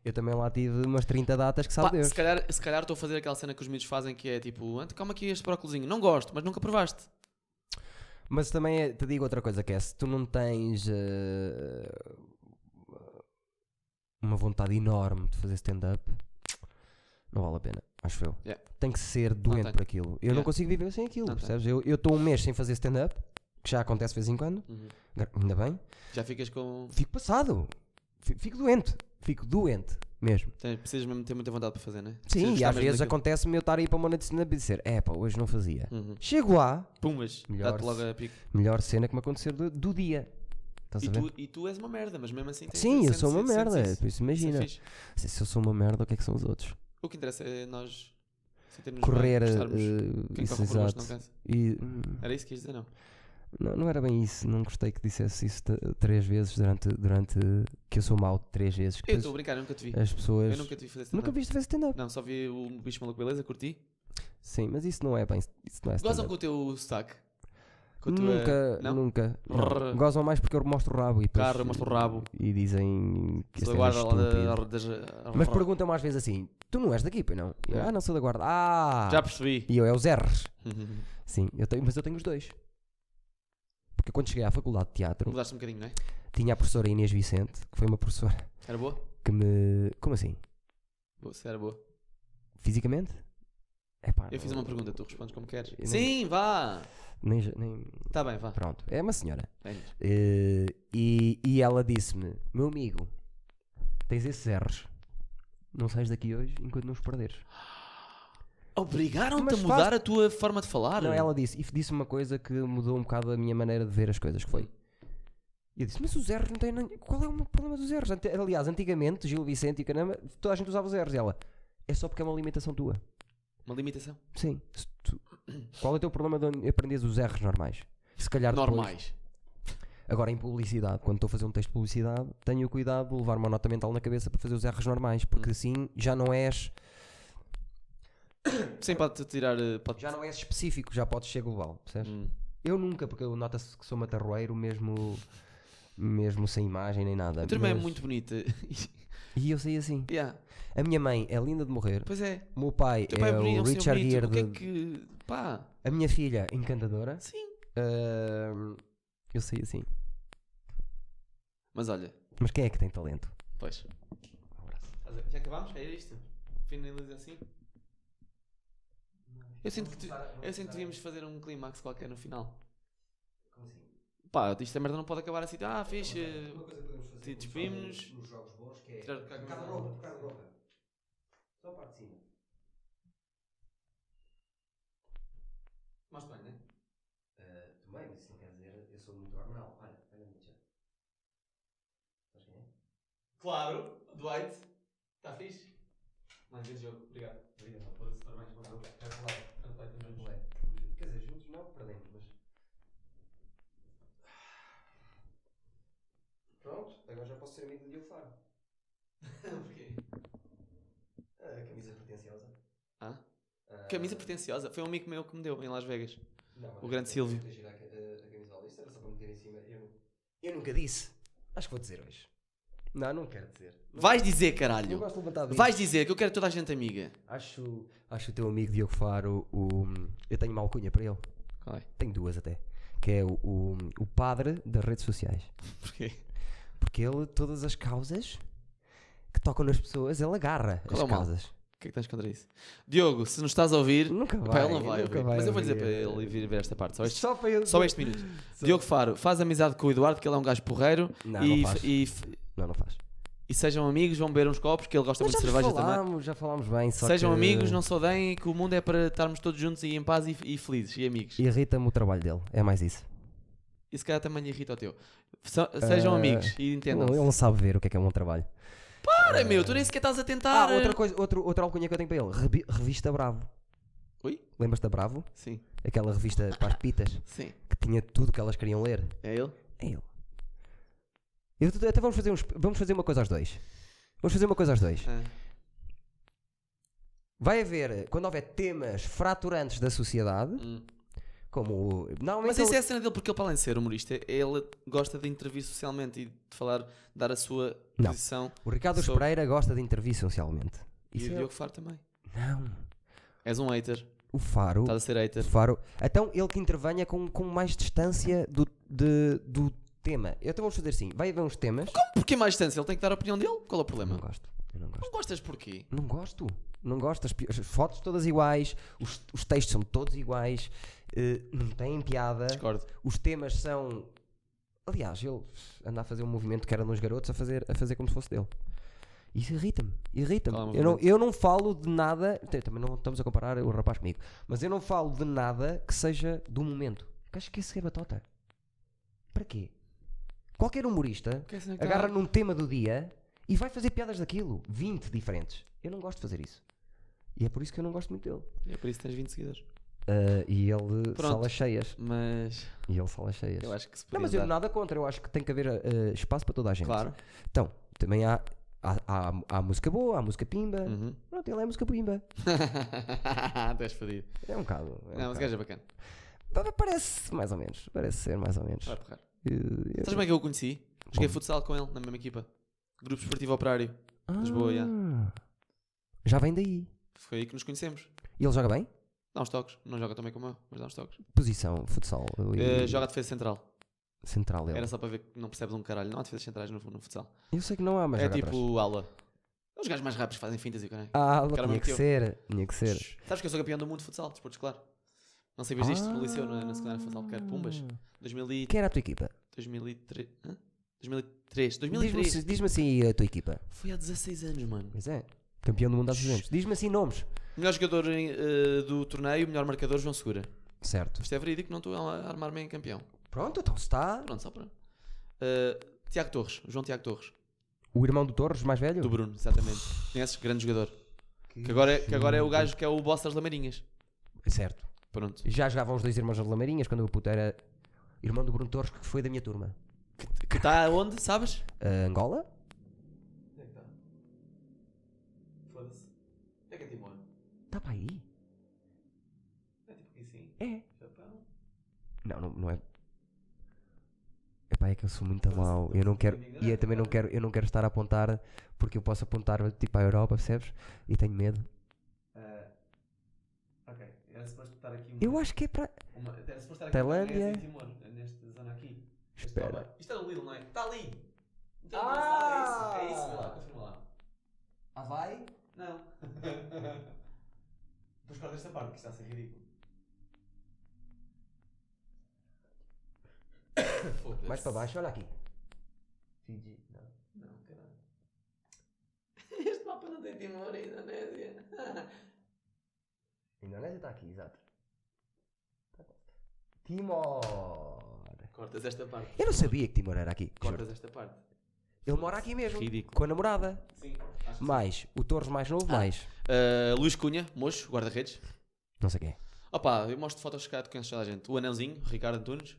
Speaker 3: eu também lá tive umas 30 datas que sabe
Speaker 1: Pá,
Speaker 3: Deus.
Speaker 1: se calhar se calhar estou a fazer aquela cena que os miúdos fazem que é tipo, "Ah, calma aqui este brócolozinho, não gosto, mas nunca provaste.
Speaker 3: Mas também é- te digo outra coisa que é, se tu não tens eh, uma vontade enorme de fazer stand-up, não vale a pena, acho eu.
Speaker 1: Yeah.
Speaker 3: Tem que ser doente
Speaker 1: tem.
Speaker 3: por aquilo. Eu não
Speaker 1: Yeah.
Speaker 3: consigo viver sem aquilo,
Speaker 1: Não tem.
Speaker 3: percebes? Eu estou um mês sem fazer stand-up, que já acontece de vez em quando,
Speaker 1: Uhum.
Speaker 3: gra- ainda bem,
Speaker 1: Já ficas com.
Speaker 3: fico passado, Fi- fico doente, fico doente mesmo.
Speaker 1: Tem, precisas mesmo ter muita vontade para fazer, né? Precisas
Speaker 3: Sim, e
Speaker 1: gostar
Speaker 3: às
Speaker 1: mesmo
Speaker 3: vezes
Speaker 1: daquilo.
Speaker 3: acontece-me eu estar aí para uma noite de stand-up e dizer, é pá, hoje não fazia.
Speaker 1: Uhum.
Speaker 3: Chego lá,
Speaker 1: Pumas,
Speaker 3: Melhor
Speaker 1: dá-te logo a pico.
Speaker 3: melhor cena que me aconteceu do, do dia. Estás
Speaker 1: E
Speaker 3: a ver?
Speaker 1: tu, e tu és uma merda, mas mesmo assim tens
Speaker 3: Sim, eu
Speaker 1: sentes-
Speaker 3: sou uma
Speaker 1: sentes-
Speaker 3: merda,
Speaker 1: sentes isso.
Speaker 3: por isso
Speaker 1: Isso é
Speaker 3: imagina.
Speaker 1: fixe.
Speaker 3: Se, se eu sou uma merda, o que é que são os outros?
Speaker 1: O que interessa é nós sentirmos
Speaker 3: Correr,
Speaker 1: bem,
Speaker 3: eh,
Speaker 1: é gostarmos. Quem
Speaker 3: isso
Speaker 1: corre por
Speaker 3: exato.
Speaker 1: gosto não é? cansa.
Speaker 3: E, hum,
Speaker 1: Era isso que quis dizer, não?
Speaker 3: não, não era bem isso, não gostei que dissesse isso t- três vezes durante, durante que eu sou mau três vezes. que
Speaker 1: Eu estou a
Speaker 3: depois
Speaker 1: brincar, eu nunca te vi.
Speaker 3: as pessoas.
Speaker 1: Eu nunca te vi fazer
Speaker 3: Nunca
Speaker 1: stand-up.
Speaker 3: viste fazer stand-up.
Speaker 1: Não, é? só vi o bicho maluco beleza, curti.
Speaker 3: Sim, mas isso não é bem. Isso não é
Speaker 1: Gozam
Speaker 3: stand-up.
Speaker 1: com o teu sotaque? Com a tua-
Speaker 3: Nunca,
Speaker 1: Não?
Speaker 3: nunca. Não.
Speaker 1: Brrr.
Speaker 3: Gozam mais porque eu mostro o rabo e depois-
Speaker 1: Cara, eu mostro o rabo.
Speaker 3: E dizem que isto
Speaker 1: Sou da
Speaker 3: é
Speaker 1: guarda lá
Speaker 3: estúpido.
Speaker 1: da- das.
Speaker 3: Mas perguntam-me às vezes assim: tu não és daqui, pois não? E eu, ah, não sou da guarda. Ah!
Speaker 1: Já percebi.
Speaker 3: E eu é os R's. Sim, eu tenho, mas eu tenho os dois. Porque quando cheguei à faculdade de teatro,
Speaker 1: Mudaste um bocadinho, não é?
Speaker 3: tinha a professora Inês Vicente, que foi uma professora
Speaker 1: Era boa?
Speaker 3: que me. Como assim?
Speaker 1: Boa, se era boa.
Speaker 3: Fisicamente? Epá,
Speaker 1: Ah, Eu fiz
Speaker 3: não-
Speaker 1: uma pergunta, tu respondes como queres.
Speaker 3: Eu não-
Speaker 1: Sim, vá!
Speaker 3: Nem, já- nem-
Speaker 1: Tá bem, vá.
Speaker 3: Pronto, é uma senhora.
Speaker 1: Bem,
Speaker 3: Eh, e, e ela disse-me: Meu amigo, tens esses erros. Não sais daqui hoje enquanto não os perderes.
Speaker 1: Obrigaram-te a
Speaker 3: Mas
Speaker 1: mudar a tua forma de falar?
Speaker 3: Não, ela disse, e disse uma coisa que mudou um bocado a minha maneira de ver as coisas, que foi. E eu disse, mas os erros não têm nem... Qual é o meu problema dos erros? Ante- Aliás, antigamente, Gil Vicente e o caramba, toda a gente usava os erros. E ela, é só porque é uma limitação tua.
Speaker 1: Uma limitação.
Speaker 3: Sim. se tu- Qual é o teu problema de onde aprendes os erros normais? Se calhar depois-
Speaker 1: Normais.
Speaker 3: Agora, em publicidade, quando estou a fazer um texto de publicidade, tenho o cuidado de levar uma nota mental na cabeça para fazer os erros normais, porque
Speaker 1: Hum.
Speaker 3: assim já não és,
Speaker 1: Sim, pode-te tirar. eh, Pode...
Speaker 3: já não és específico, já podes ser global, percebes?
Speaker 1: Hum.
Speaker 3: Eu nunca, porque eu nota-se que sou matarroeiro, mesmo mesmo sem imagem nem nada.
Speaker 1: A tua irmã é
Speaker 3: mas-
Speaker 1: muito bonita.
Speaker 3: E eu saí assim.
Speaker 1: yeah.
Speaker 3: A minha mãe é linda de morrer.
Speaker 1: Pois é.
Speaker 3: O meu pai,
Speaker 1: O teu pai é,
Speaker 3: é
Speaker 1: bonito, é
Speaker 3: o
Speaker 1: um senhor
Speaker 3: Richard
Speaker 1: bonito.
Speaker 3: Gere
Speaker 1: O que é
Speaker 3: de-
Speaker 1: que. pá,
Speaker 3: A minha filha, encantadora.
Speaker 1: sim.
Speaker 3: Ahm, eu saí assim.
Speaker 1: Mas olha,
Speaker 3: Mas quem é que tem talento?
Speaker 1: pois. Já acabámos? Era isto? Finaliza assim? Eu sinto que, tu- eu sinto que devíamos fazer um clímax qualquer no final. assim? Pá, isto a merda não pode acabar assim. Ah, fixe. Te despedimos.
Speaker 3: nos jogos bons que é
Speaker 1: Tirar um. o caco-
Speaker 3: Cada roupa, cada roupa. Só a parte de cima.
Speaker 1: Mais bem,
Speaker 3: é?
Speaker 1: né?
Speaker 3: Ah, também, mas isso não quer dizer, eu sou muito hormonal. Olha, olha muito já. Sabes quem é?
Speaker 1: Claro, Dwight. Está fixe? Mais vezes jogo. Obrigado. Tá Obrigado. Parabéns pelo jogo.
Speaker 3: Moleque. Quer dizer, juntos não, perdemos, mas. Pronto, agora já posso ser amigo do Diogo Faro.
Speaker 1: Porquê?
Speaker 3: Ah, camisa pretenciosa.
Speaker 1: Ah?
Speaker 3: Ah,
Speaker 1: Camisa pretenciosa. Foi um amigo meu que me deu em Las Vegas.
Speaker 3: Não, mas
Speaker 1: O grande
Speaker 3: eu
Speaker 1: Silvio.
Speaker 3: tentei girar a, a- a camisola. Isto era só para meter em cima. Eu, nu- eu nunca disse. Acho que vou dizer hoje. Não, não quero dizer.
Speaker 1: Vais dizer,
Speaker 3: Eu
Speaker 1: caralho.
Speaker 3: gosto de levantar bem.
Speaker 1: Vais dizer que eu quero toda a gente amiga.
Speaker 3: Acho, acho o teu amigo Diogo Faro. O, eu tenho uma alcunha para ele.
Speaker 1: Qual é?
Speaker 3: Tenho duas até. Que é o, o, o padre das redes sociais.
Speaker 1: Porquê?
Speaker 3: Porque ele, todas as causas que tocam nas pessoas, ele agarra
Speaker 1: Qual
Speaker 3: as
Speaker 1: é o mal?
Speaker 3: causas.
Speaker 1: O que é que tens contra isso? Diogo, se nos estás a ouvir.
Speaker 3: Nunca vai.
Speaker 1: Pá, ele não vai
Speaker 3: nunca
Speaker 1: ouvir. Mas eu vou dizer
Speaker 3: ouvir.
Speaker 1: para ele vir ver esta parte. Só este,
Speaker 3: Só para ele.
Speaker 1: só este minuto. Diogo Faro, faz amizade com o Eduardo, que ele é um gajo porreiro.
Speaker 3: Não,
Speaker 1: e,
Speaker 3: não faz.
Speaker 1: e, f-
Speaker 3: Não, não faz.
Speaker 1: e sejam amigos, vão beber uns copos, que ele gosta
Speaker 3: Mas já
Speaker 1: muito de cerveja também.
Speaker 3: falámos, já falámos bem. Só
Speaker 1: Sejam
Speaker 3: que
Speaker 1: amigos, não se odeiem, que o mundo é para estarmos todos juntos e em paz e, e felizes e amigos.
Speaker 3: Irrita-me o trabalho dele. É mais isso.
Speaker 1: E se calhar também lhe irrita o teu. Se- sejam
Speaker 3: Ah,
Speaker 1: amigos e
Speaker 3: Ele,
Speaker 1: entendam.
Speaker 3: ele não sabe ver o que é que é um bom trabalho.
Speaker 1: Para, meu, tu nem sequer estás a tentar.
Speaker 3: Ah, outra coisa, outro, outra alcunha que eu tenho para ele. Rebi- revista Bravo.
Speaker 1: Ui?
Speaker 3: Lembras-te da Bravo?
Speaker 1: Sim,
Speaker 3: Aquela revista para as pitas
Speaker 1: sim.
Speaker 3: que tinha tudo o que elas queriam ler.
Speaker 1: É ele?
Speaker 3: É ele. Eu, até vamos fazer, uns, vamos fazer uma coisa aos dois. Vamos fazer uma coisa aos dois.
Speaker 1: Ah,
Speaker 3: Vai haver, eh, quando houver temas fraturantes da sociedade,
Speaker 1: hum.
Speaker 3: como. o- Normalmente
Speaker 1: Mas essa
Speaker 3: ele-
Speaker 1: é a cena dele, porque ele, para além de ser humorista, ele gosta de intervir socialmente e de falar, dar a sua
Speaker 3: Não.
Speaker 1: posição.
Speaker 3: o Ricardo
Speaker 1: Sou-
Speaker 3: Pereira gosta de intervir socialmente.
Speaker 1: é E
Speaker 3: Isso
Speaker 1: o
Speaker 3: é-
Speaker 1: Diogo Faro também.
Speaker 3: Não.
Speaker 1: És um hater.
Speaker 3: O Faro.
Speaker 1: Estás a ser
Speaker 3: o
Speaker 1: hater.
Speaker 3: Faro. Então ele que intervenha com, com mais distância do, de- do tema. Então vamos fazer assim: vai haver uns temas.
Speaker 1: Porquê mais distância? Ele tem que dar a opinião dele? Qual é o
Speaker 3: Eu
Speaker 1: problema?
Speaker 3: não gosto. Eu não gosto.
Speaker 1: Não gostas porquê?
Speaker 3: Não gosto. Não gosto. As, pi- as fotos todas iguais. Os, os textos são todos iguais. eh, não têm piada.
Speaker 1: Discordo.
Speaker 3: Os temas são. Aliás, ele anda a fazer um movimento que era nos garotos a fazer, a fazer como se fosse dele. Isso irrita-me, irrita-me.
Speaker 1: Qual é o
Speaker 3: eu, não,
Speaker 1: movimento?
Speaker 3: eu não falo de nada, até também não estamos a comparar o rapaz comigo, mas eu não falo de nada que seja do momento. Que acho que isso é batota. Para quê? Qualquer humorista
Speaker 1: Porque essa não é que
Speaker 3: agarra
Speaker 1: tá-
Speaker 3: num tema do dia e vai fazer piadas daquilo, 20 diferentes. Eu não gosto de fazer isso. E é por isso que eu não gosto muito dele.
Speaker 1: É por isso que tens 20 seguidores.
Speaker 3: Ah, e ele
Speaker 1: Pronto.
Speaker 3: salas cheias.
Speaker 1: Mas
Speaker 3: E ele salas cheias.
Speaker 1: eu acho que se
Speaker 3: Não,
Speaker 1: podia
Speaker 3: mas eu
Speaker 1: dar.
Speaker 3: nada contra, eu acho que tem que haver eh, espaço para toda a gente.
Speaker 1: Claro.
Speaker 3: Então, também há, há, há, há música boa, há música pimba.
Speaker 1: Uhum.
Speaker 3: Pronto, ele é música pimba.
Speaker 1: Estás fodido.
Speaker 3: É um bocado. É
Speaker 1: Não,
Speaker 3: um
Speaker 1: mas o
Speaker 3: bocado.
Speaker 1: gajo é bacana.
Speaker 3: Pa- Parece mais ou menos. Parece ser mais ou menos.
Speaker 1: Vai porrar.
Speaker 3: Eh,
Speaker 1: Sabes como é que eu o conheci? Joguei
Speaker 3: Como?
Speaker 1: futsal com ele na mesma equipa. Grupo Esportivo Operário.
Speaker 3: ah,
Speaker 1: Lisboa, já.
Speaker 3: Já vem daí.
Speaker 1: Foi aí que nos conhecemos.
Speaker 3: E ele joga bem?
Speaker 1: Dá uns toques. Não joga tão bem como eu, mas dá uns toques.
Speaker 3: Posição, futsal. ali,
Speaker 1: Eh, joga a defesa central.
Speaker 3: Central ele.
Speaker 1: Era só para ver que não percebes um caralho. Não há defesas centrais no, no futsal.
Speaker 3: Eu sei que não há, mas
Speaker 1: é
Speaker 3: joga atrás.
Speaker 1: tipo ala. É Os gajos mais rápidos que fazem fintas e o caralho.
Speaker 3: Ah, ele
Speaker 1: Cara,
Speaker 3: tinha
Speaker 1: mesmo
Speaker 3: que
Speaker 1: que eu.
Speaker 3: ser. Tinha que ser.
Speaker 1: Sabes que eu sou campeão do mundo de futsal, desportos, claro. Não sabias disto? No liceu, na, na secundária de futsal, porque era Pumbas.
Speaker 3: Ah.
Speaker 1: 2000 e...
Speaker 3: Quem era a tua equipa?
Speaker 1: 2003. hã? 2003. 2003.
Speaker 3: Diz-me diz-me assim a tua equipa.
Speaker 1: Foi há 16 anos, mano.
Speaker 3: Pois é. Campeão do mundo aos 200. Diz-me assim nomes.
Speaker 1: Melhor jogador em, eh, do torneio, melhor marcador, João Segura.
Speaker 3: Certo.
Speaker 1: Isto é verídico, não estou a armar-me em campeão.
Speaker 3: Pronto, então está.
Speaker 1: Pronto, só para. Eh, Tiago Torres, João Tiago Torres,
Speaker 3: O irmão do Torres, mais velho?
Speaker 1: do Bruno, exatamente. Conheces? Grande jogador. Que agora, é, que agora é o gajo que é o boss das Lameirinhas.
Speaker 3: Certo.
Speaker 1: Pronto.
Speaker 3: Já jogavam os dois irmãos das Lameirinhas quando o puto era irmão do Bruno Torres, que foi da minha turma.
Speaker 1: Que está onde, sabes?
Speaker 3: Ah, Angola?
Speaker 1: Onde é que está? Foda-se. É que é Timor.
Speaker 3: Está Tá para aí?
Speaker 1: É tipo que assim.
Speaker 3: É.
Speaker 1: Japão.
Speaker 3: Não, não, não é. Epá, é é que eu sou muito mau. Eu não quero. E eu também não quero, eu não quero estar a apontar porque eu posso apontar tipo à Europa, percebes? E tenho medo.
Speaker 1: ok, era suposto estar aqui.
Speaker 3: Eu acho que é para.
Speaker 1: era suposto estar
Speaker 3: aqui uma Tailândia. Indonésia e
Speaker 1: Timor, nesta zona aqui.
Speaker 3: Espera.
Speaker 1: Isto é o Lilo, não é? Está ali!
Speaker 3: Então, Ah! é isso, é isso, vê lá,
Speaker 1: confirma lá.
Speaker 3: Havaí?
Speaker 1: Não. Depois corta esta parte, que está a ser ridículo. Foda-se.
Speaker 3: Mais para baixo, olha aqui. Fiji. Não.
Speaker 1: Não, caralho. Este mapa não tem Timor né, e Indonésia.
Speaker 3: Indonésia está aqui, exato. Tá quase. Timor!
Speaker 1: Cortas esta parte.
Speaker 3: Eu não sabia que Timor era aqui. juro.
Speaker 1: Cortas esta parte.
Speaker 3: Ele mora aqui mesmo.
Speaker 1: Ridículo.
Speaker 3: Com a namorada.
Speaker 1: Sim, acho
Speaker 3: Mais. O Torres mais novo,
Speaker 1: Ah.
Speaker 3: mais.
Speaker 1: Eh, Luís Cunha, mocho, guarda-redes.
Speaker 3: Não sei quem.
Speaker 1: Opa, eu mostro fotos cá de quem toda a gente. O Anãozinho, Ricardo Antunes,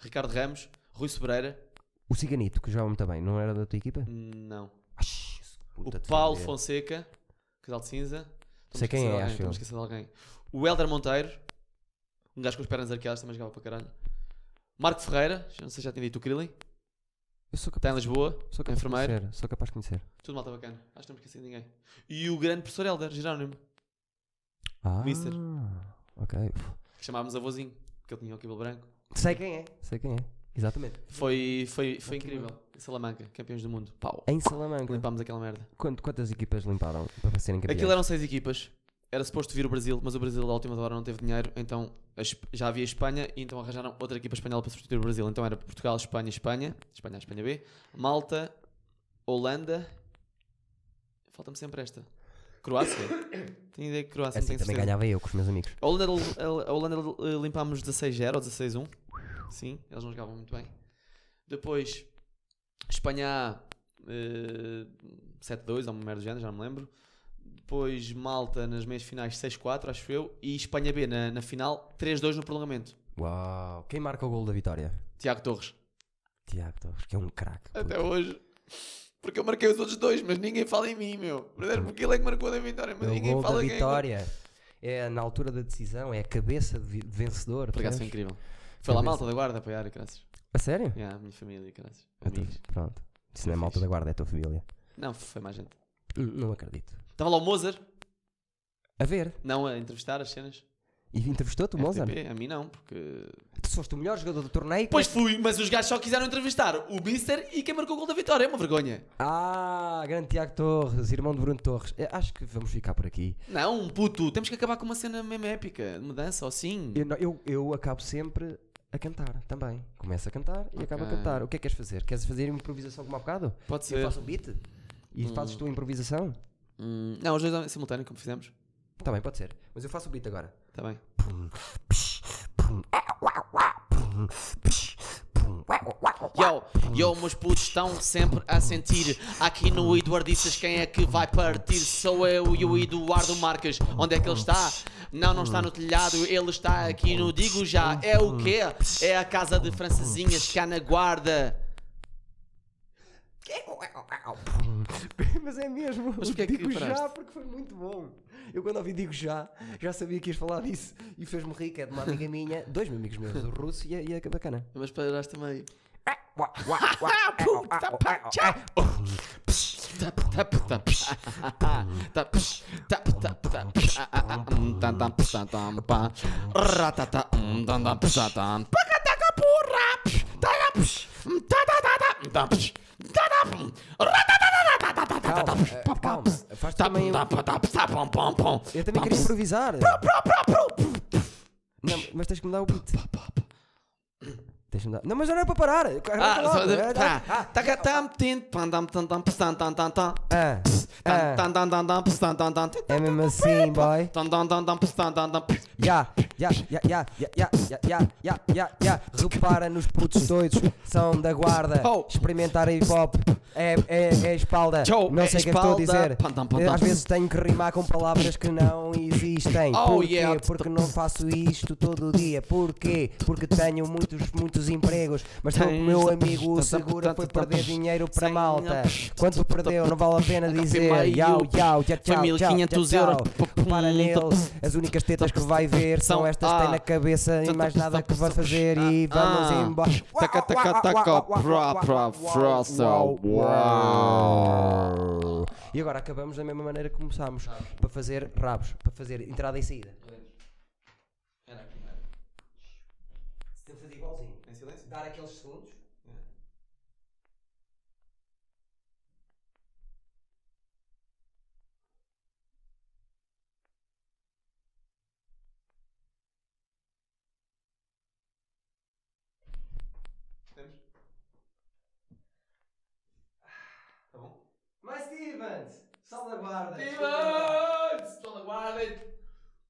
Speaker 1: Ricardo Ramos, Rui Sobreira.
Speaker 3: O Ciganito, que joga muito bem. Não era da tua equipa?
Speaker 1: Não.
Speaker 3: Oxi, esse puta
Speaker 1: o
Speaker 3: de
Speaker 1: Paulo
Speaker 3: feder.
Speaker 1: Fonseca, Casal de Cinza. Estou-me
Speaker 3: é- Sei
Speaker 1: a
Speaker 3: quem
Speaker 1: esquecer de
Speaker 3: é,
Speaker 1: alguém,
Speaker 3: acho
Speaker 1: estou-me a
Speaker 3: eu.
Speaker 1: esquecer de alguém. O Helder Monteiro, um gajo com as pernas arqueadas, também jogava para caralho. Marco Ferreira, já não sei se já tinha dito o Krillin,
Speaker 3: Eu sou
Speaker 1: está em
Speaker 3: capaz,
Speaker 1: Lisboa,
Speaker 3: sou capaz
Speaker 1: enfermeiro.
Speaker 3: de conhecer. Sou capaz de conhecer.
Speaker 1: Tudo malta bacana, acho que não me esqueci de ninguém. E o grande professor Helder Jerónimo,
Speaker 3: Ah,
Speaker 1: Mister.
Speaker 3: Ok.
Speaker 1: que chamávamos avôzinho, porque ele tinha o cabelo branco.
Speaker 3: Sei quem é. Sei quem é. Exatamente.
Speaker 1: Foi, foi, foi incrível. Salamanca, campeões do mundo. Pau.
Speaker 3: Em Salamanca.
Speaker 1: Limpámos aquela merda.
Speaker 3: Quant- quantas equipas limparam para serem campeões?
Speaker 1: Aquilo eram seis equipas. Era suposto vir o Brasil, mas o Brasil da última hora não teve dinheiro, então a Esp- já havia Espanha e então arranjaram outra equipa espanhola para substituir o Brasil. Então era Portugal, Espanha, Espanha, Espanha, Espanha B, Malta, Holanda. Falta-me sempre esta. Croácia. Tenho ideia que Croácia
Speaker 3: Assim,
Speaker 1: não tenho
Speaker 3: também
Speaker 1: certeza.
Speaker 3: ganhava eu com os meus amigos.
Speaker 1: A Holanda, a Holanda eh, limpámos 16-0 ou 16-1. Sim, eles não jogavam muito bem. Depois, Espanha A, eh, 7-2, ou uma merda do género, já não me lembro. Depois, Malta nas meias finais 6-4, acho eu. E Espanha B na, na final 3-2 no prolongamento.
Speaker 3: Uau. Quem marca o gol da vitória?
Speaker 1: Tiago Torres.
Speaker 3: Tiago Torres, que é um craque. puto.
Speaker 1: Até hoje. Porque eu marquei os outros dois, mas ninguém fala em mim, meu. Perderam porque ele é que marcou a da vitória, mas
Speaker 3: É o
Speaker 1: ninguém
Speaker 3: gol da
Speaker 1: fala quem é que-
Speaker 3: vitória. É na altura da decisão, é a cabeça de vi- de vencedor.
Speaker 1: Por acaso foi
Speaker 3: percebes?
Speaker 1: incrível. Foi lá a malta da guarda a apoiar, graças.
Speaker 3: A sério?
Speaker 1: Yeah, a minha família, graças.
Speaker 3: Eu tô-
Speaker 1: Amigos.
Speaker 3: Pronto. Isso não é
Speaker 1: Foi
Speaker 3: malta
Speaker 1: fixe. Uh.
Speaker 3: da guarda, é a tua família.
Speaker 1: Não, foi mais gente.
Speaker 3: Não acredito.
Speaker 1: Estava lá o Mozart,
Speaker 3: A ver.
Speaker 1: não a entrevistar as cenas.
Speaker 3: E entrevistou-te o
Speaker 1: É
Speaker 3: Mozart?
Speaker 1: FTP, A mim não, porque.
Speaker 3: Tu foste o melhor jogador do torneio.
Speaker 1: tipo- Pois fui, mas os gajos só quiseram entrevistar o Mister e quem marcou o gol da vitória. É uma vergonha.
Speaker 3: Ah, grande Tiago Torres, irmão de Bruno Torres. Eu acho que vamos ficar por aqui.
Speaker 1: Não, um puto, temos que acabar com uma cena mesmo épica, de mudança, ou assim. sim.
Speaker 3: Eu, não- eu, eu acabo sempre a cantar também. Começo a cantar e acabo a
Speaker 1: Ok.
Speaker 3: cantar. O que é que queres fazer? Queres fazer uma improvisação como há bocado?
Speaker 1: Pode
Speaker 3: Eu
Speaker 1: ser.
Speaker 3: faço um beat e fazes tu a improvisação?
Speaker 1: Hum, não, os dois em simultâneo, como fizemos.
Speaker 3: Também pode ser. Mas eu faço o beat agora.
Speaker 1: Está Tá bem. Yo, yo, meus putos estão sempre a sentir. Aqui no Eduardices, quem é que vai partir? Sou eu e o Eduardo Marques. Onde é que ele está? Não, não está no telhado, ele está aqui no Digo Já. É o quê? É a casa de francesinhas cá na guarda.
Speaker 3: Mas é mesmo.
Speaker 1: Mas porquê é que
Speaker 3: digo já
Speaker 1: paraste?
Speaker 3: porque foi muito bom. Eu quando ouvi digo já, já sabia que ias falar disso e fez-me rir, que é de uma amiga minha, dois amigos meus, o russo e a, e a bacana.
Speaker 1: Mas paraste também.
Speaker 3: Calma, eh, calma. Faz também. um- Eu também queria improvisar. Não, mas tens que me dar o beat. Deixa-me dar. Não, mas já não é para parar. Arranca logo. Ah,
Speaker 1: tá.
Speaker 3: ah,
Speaker 1: Tá,
Speaker 3: ah. É mesmo assim, boy. Ya, ya, ya, ya, ya, ya, ya, ya, ya, ya, ya. Repara nos putos doidos, são da guarda.
Speaker 1: Oh.
Speaker 3: Experimentar hip hop é, é, é espalda.
Speaker 1: Joe,
Speaker 3: não
Speaker 1: é
Speaker 3: sei o que é que estou a
Speaker 1: espalda.
Speaker 3: dizer.
Speaker 1: Pam, pam, pam,
Speaker 3: Às
Speaker 1: pam.
Speaker 3: vezes tenho que rimar com palavras que não existem.
Speaker 1: Oh,
Speaker 3: Porquê?
Speaker 1: yeah.
Speaker 3: Porque não faço isto todo dia. Porquê? Porque tenho muitos, muitos empregos. Mas estou com o meu amigo o segura foi perder dinheiro para a malta. Quanto perdeu? Não vale a pena dizer.
Speaker 1: e meio.
Speaker 3: Yau, yau, tchau,
Speaker 1: Foi
Speaker 3: tchau,
Speaker 1: 1500
Speaker 3: tchau,
Speaker 1: euros.
Speaker 3: tchau.
Speaker 1: P- p-
Speaker 3: Para
Speaker 1: p-
Speaker 3: nele,
Speaker 1: p-
Speaker 3: as únicas tetas que vai ver são
Speaker 1: são-
Speaker 3: estas que tem
Speaker 1: ah.
Speaker 3: na cabeça e mais nada que vai fazer e vamos
Speaker 1: Ah.
Speaker 3: embora.
Speaker 1: Taca, taca, taca, pra, pra, frossa. Uau.
Speaker 3: E agora acabamos da mesma maneira que começámos, para fazer rabos, para fazer entrada e saída.
Speaker 1: Era aqui, era.
Speaker 3: Tem que fazer igualzinho.
Speaker 1: Em silêncio?
Speaker 3: Dar aqueles segundos.
Speaker 1: Temos? Tá bom?
Speaker 3: Mais Stevens! Salvaguarda!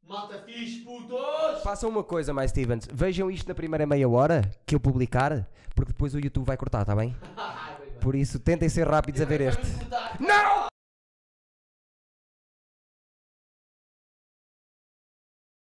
Speaker 1: Malta fixe, putos!
Speaker 3: Façam uma coisa, mais Stevens. Vejam isto na primeira meia hora que eu publicar, tá porque depois o YouTube vai cortar, está bem? Por isso tentem ser rápidos a ver este. Não!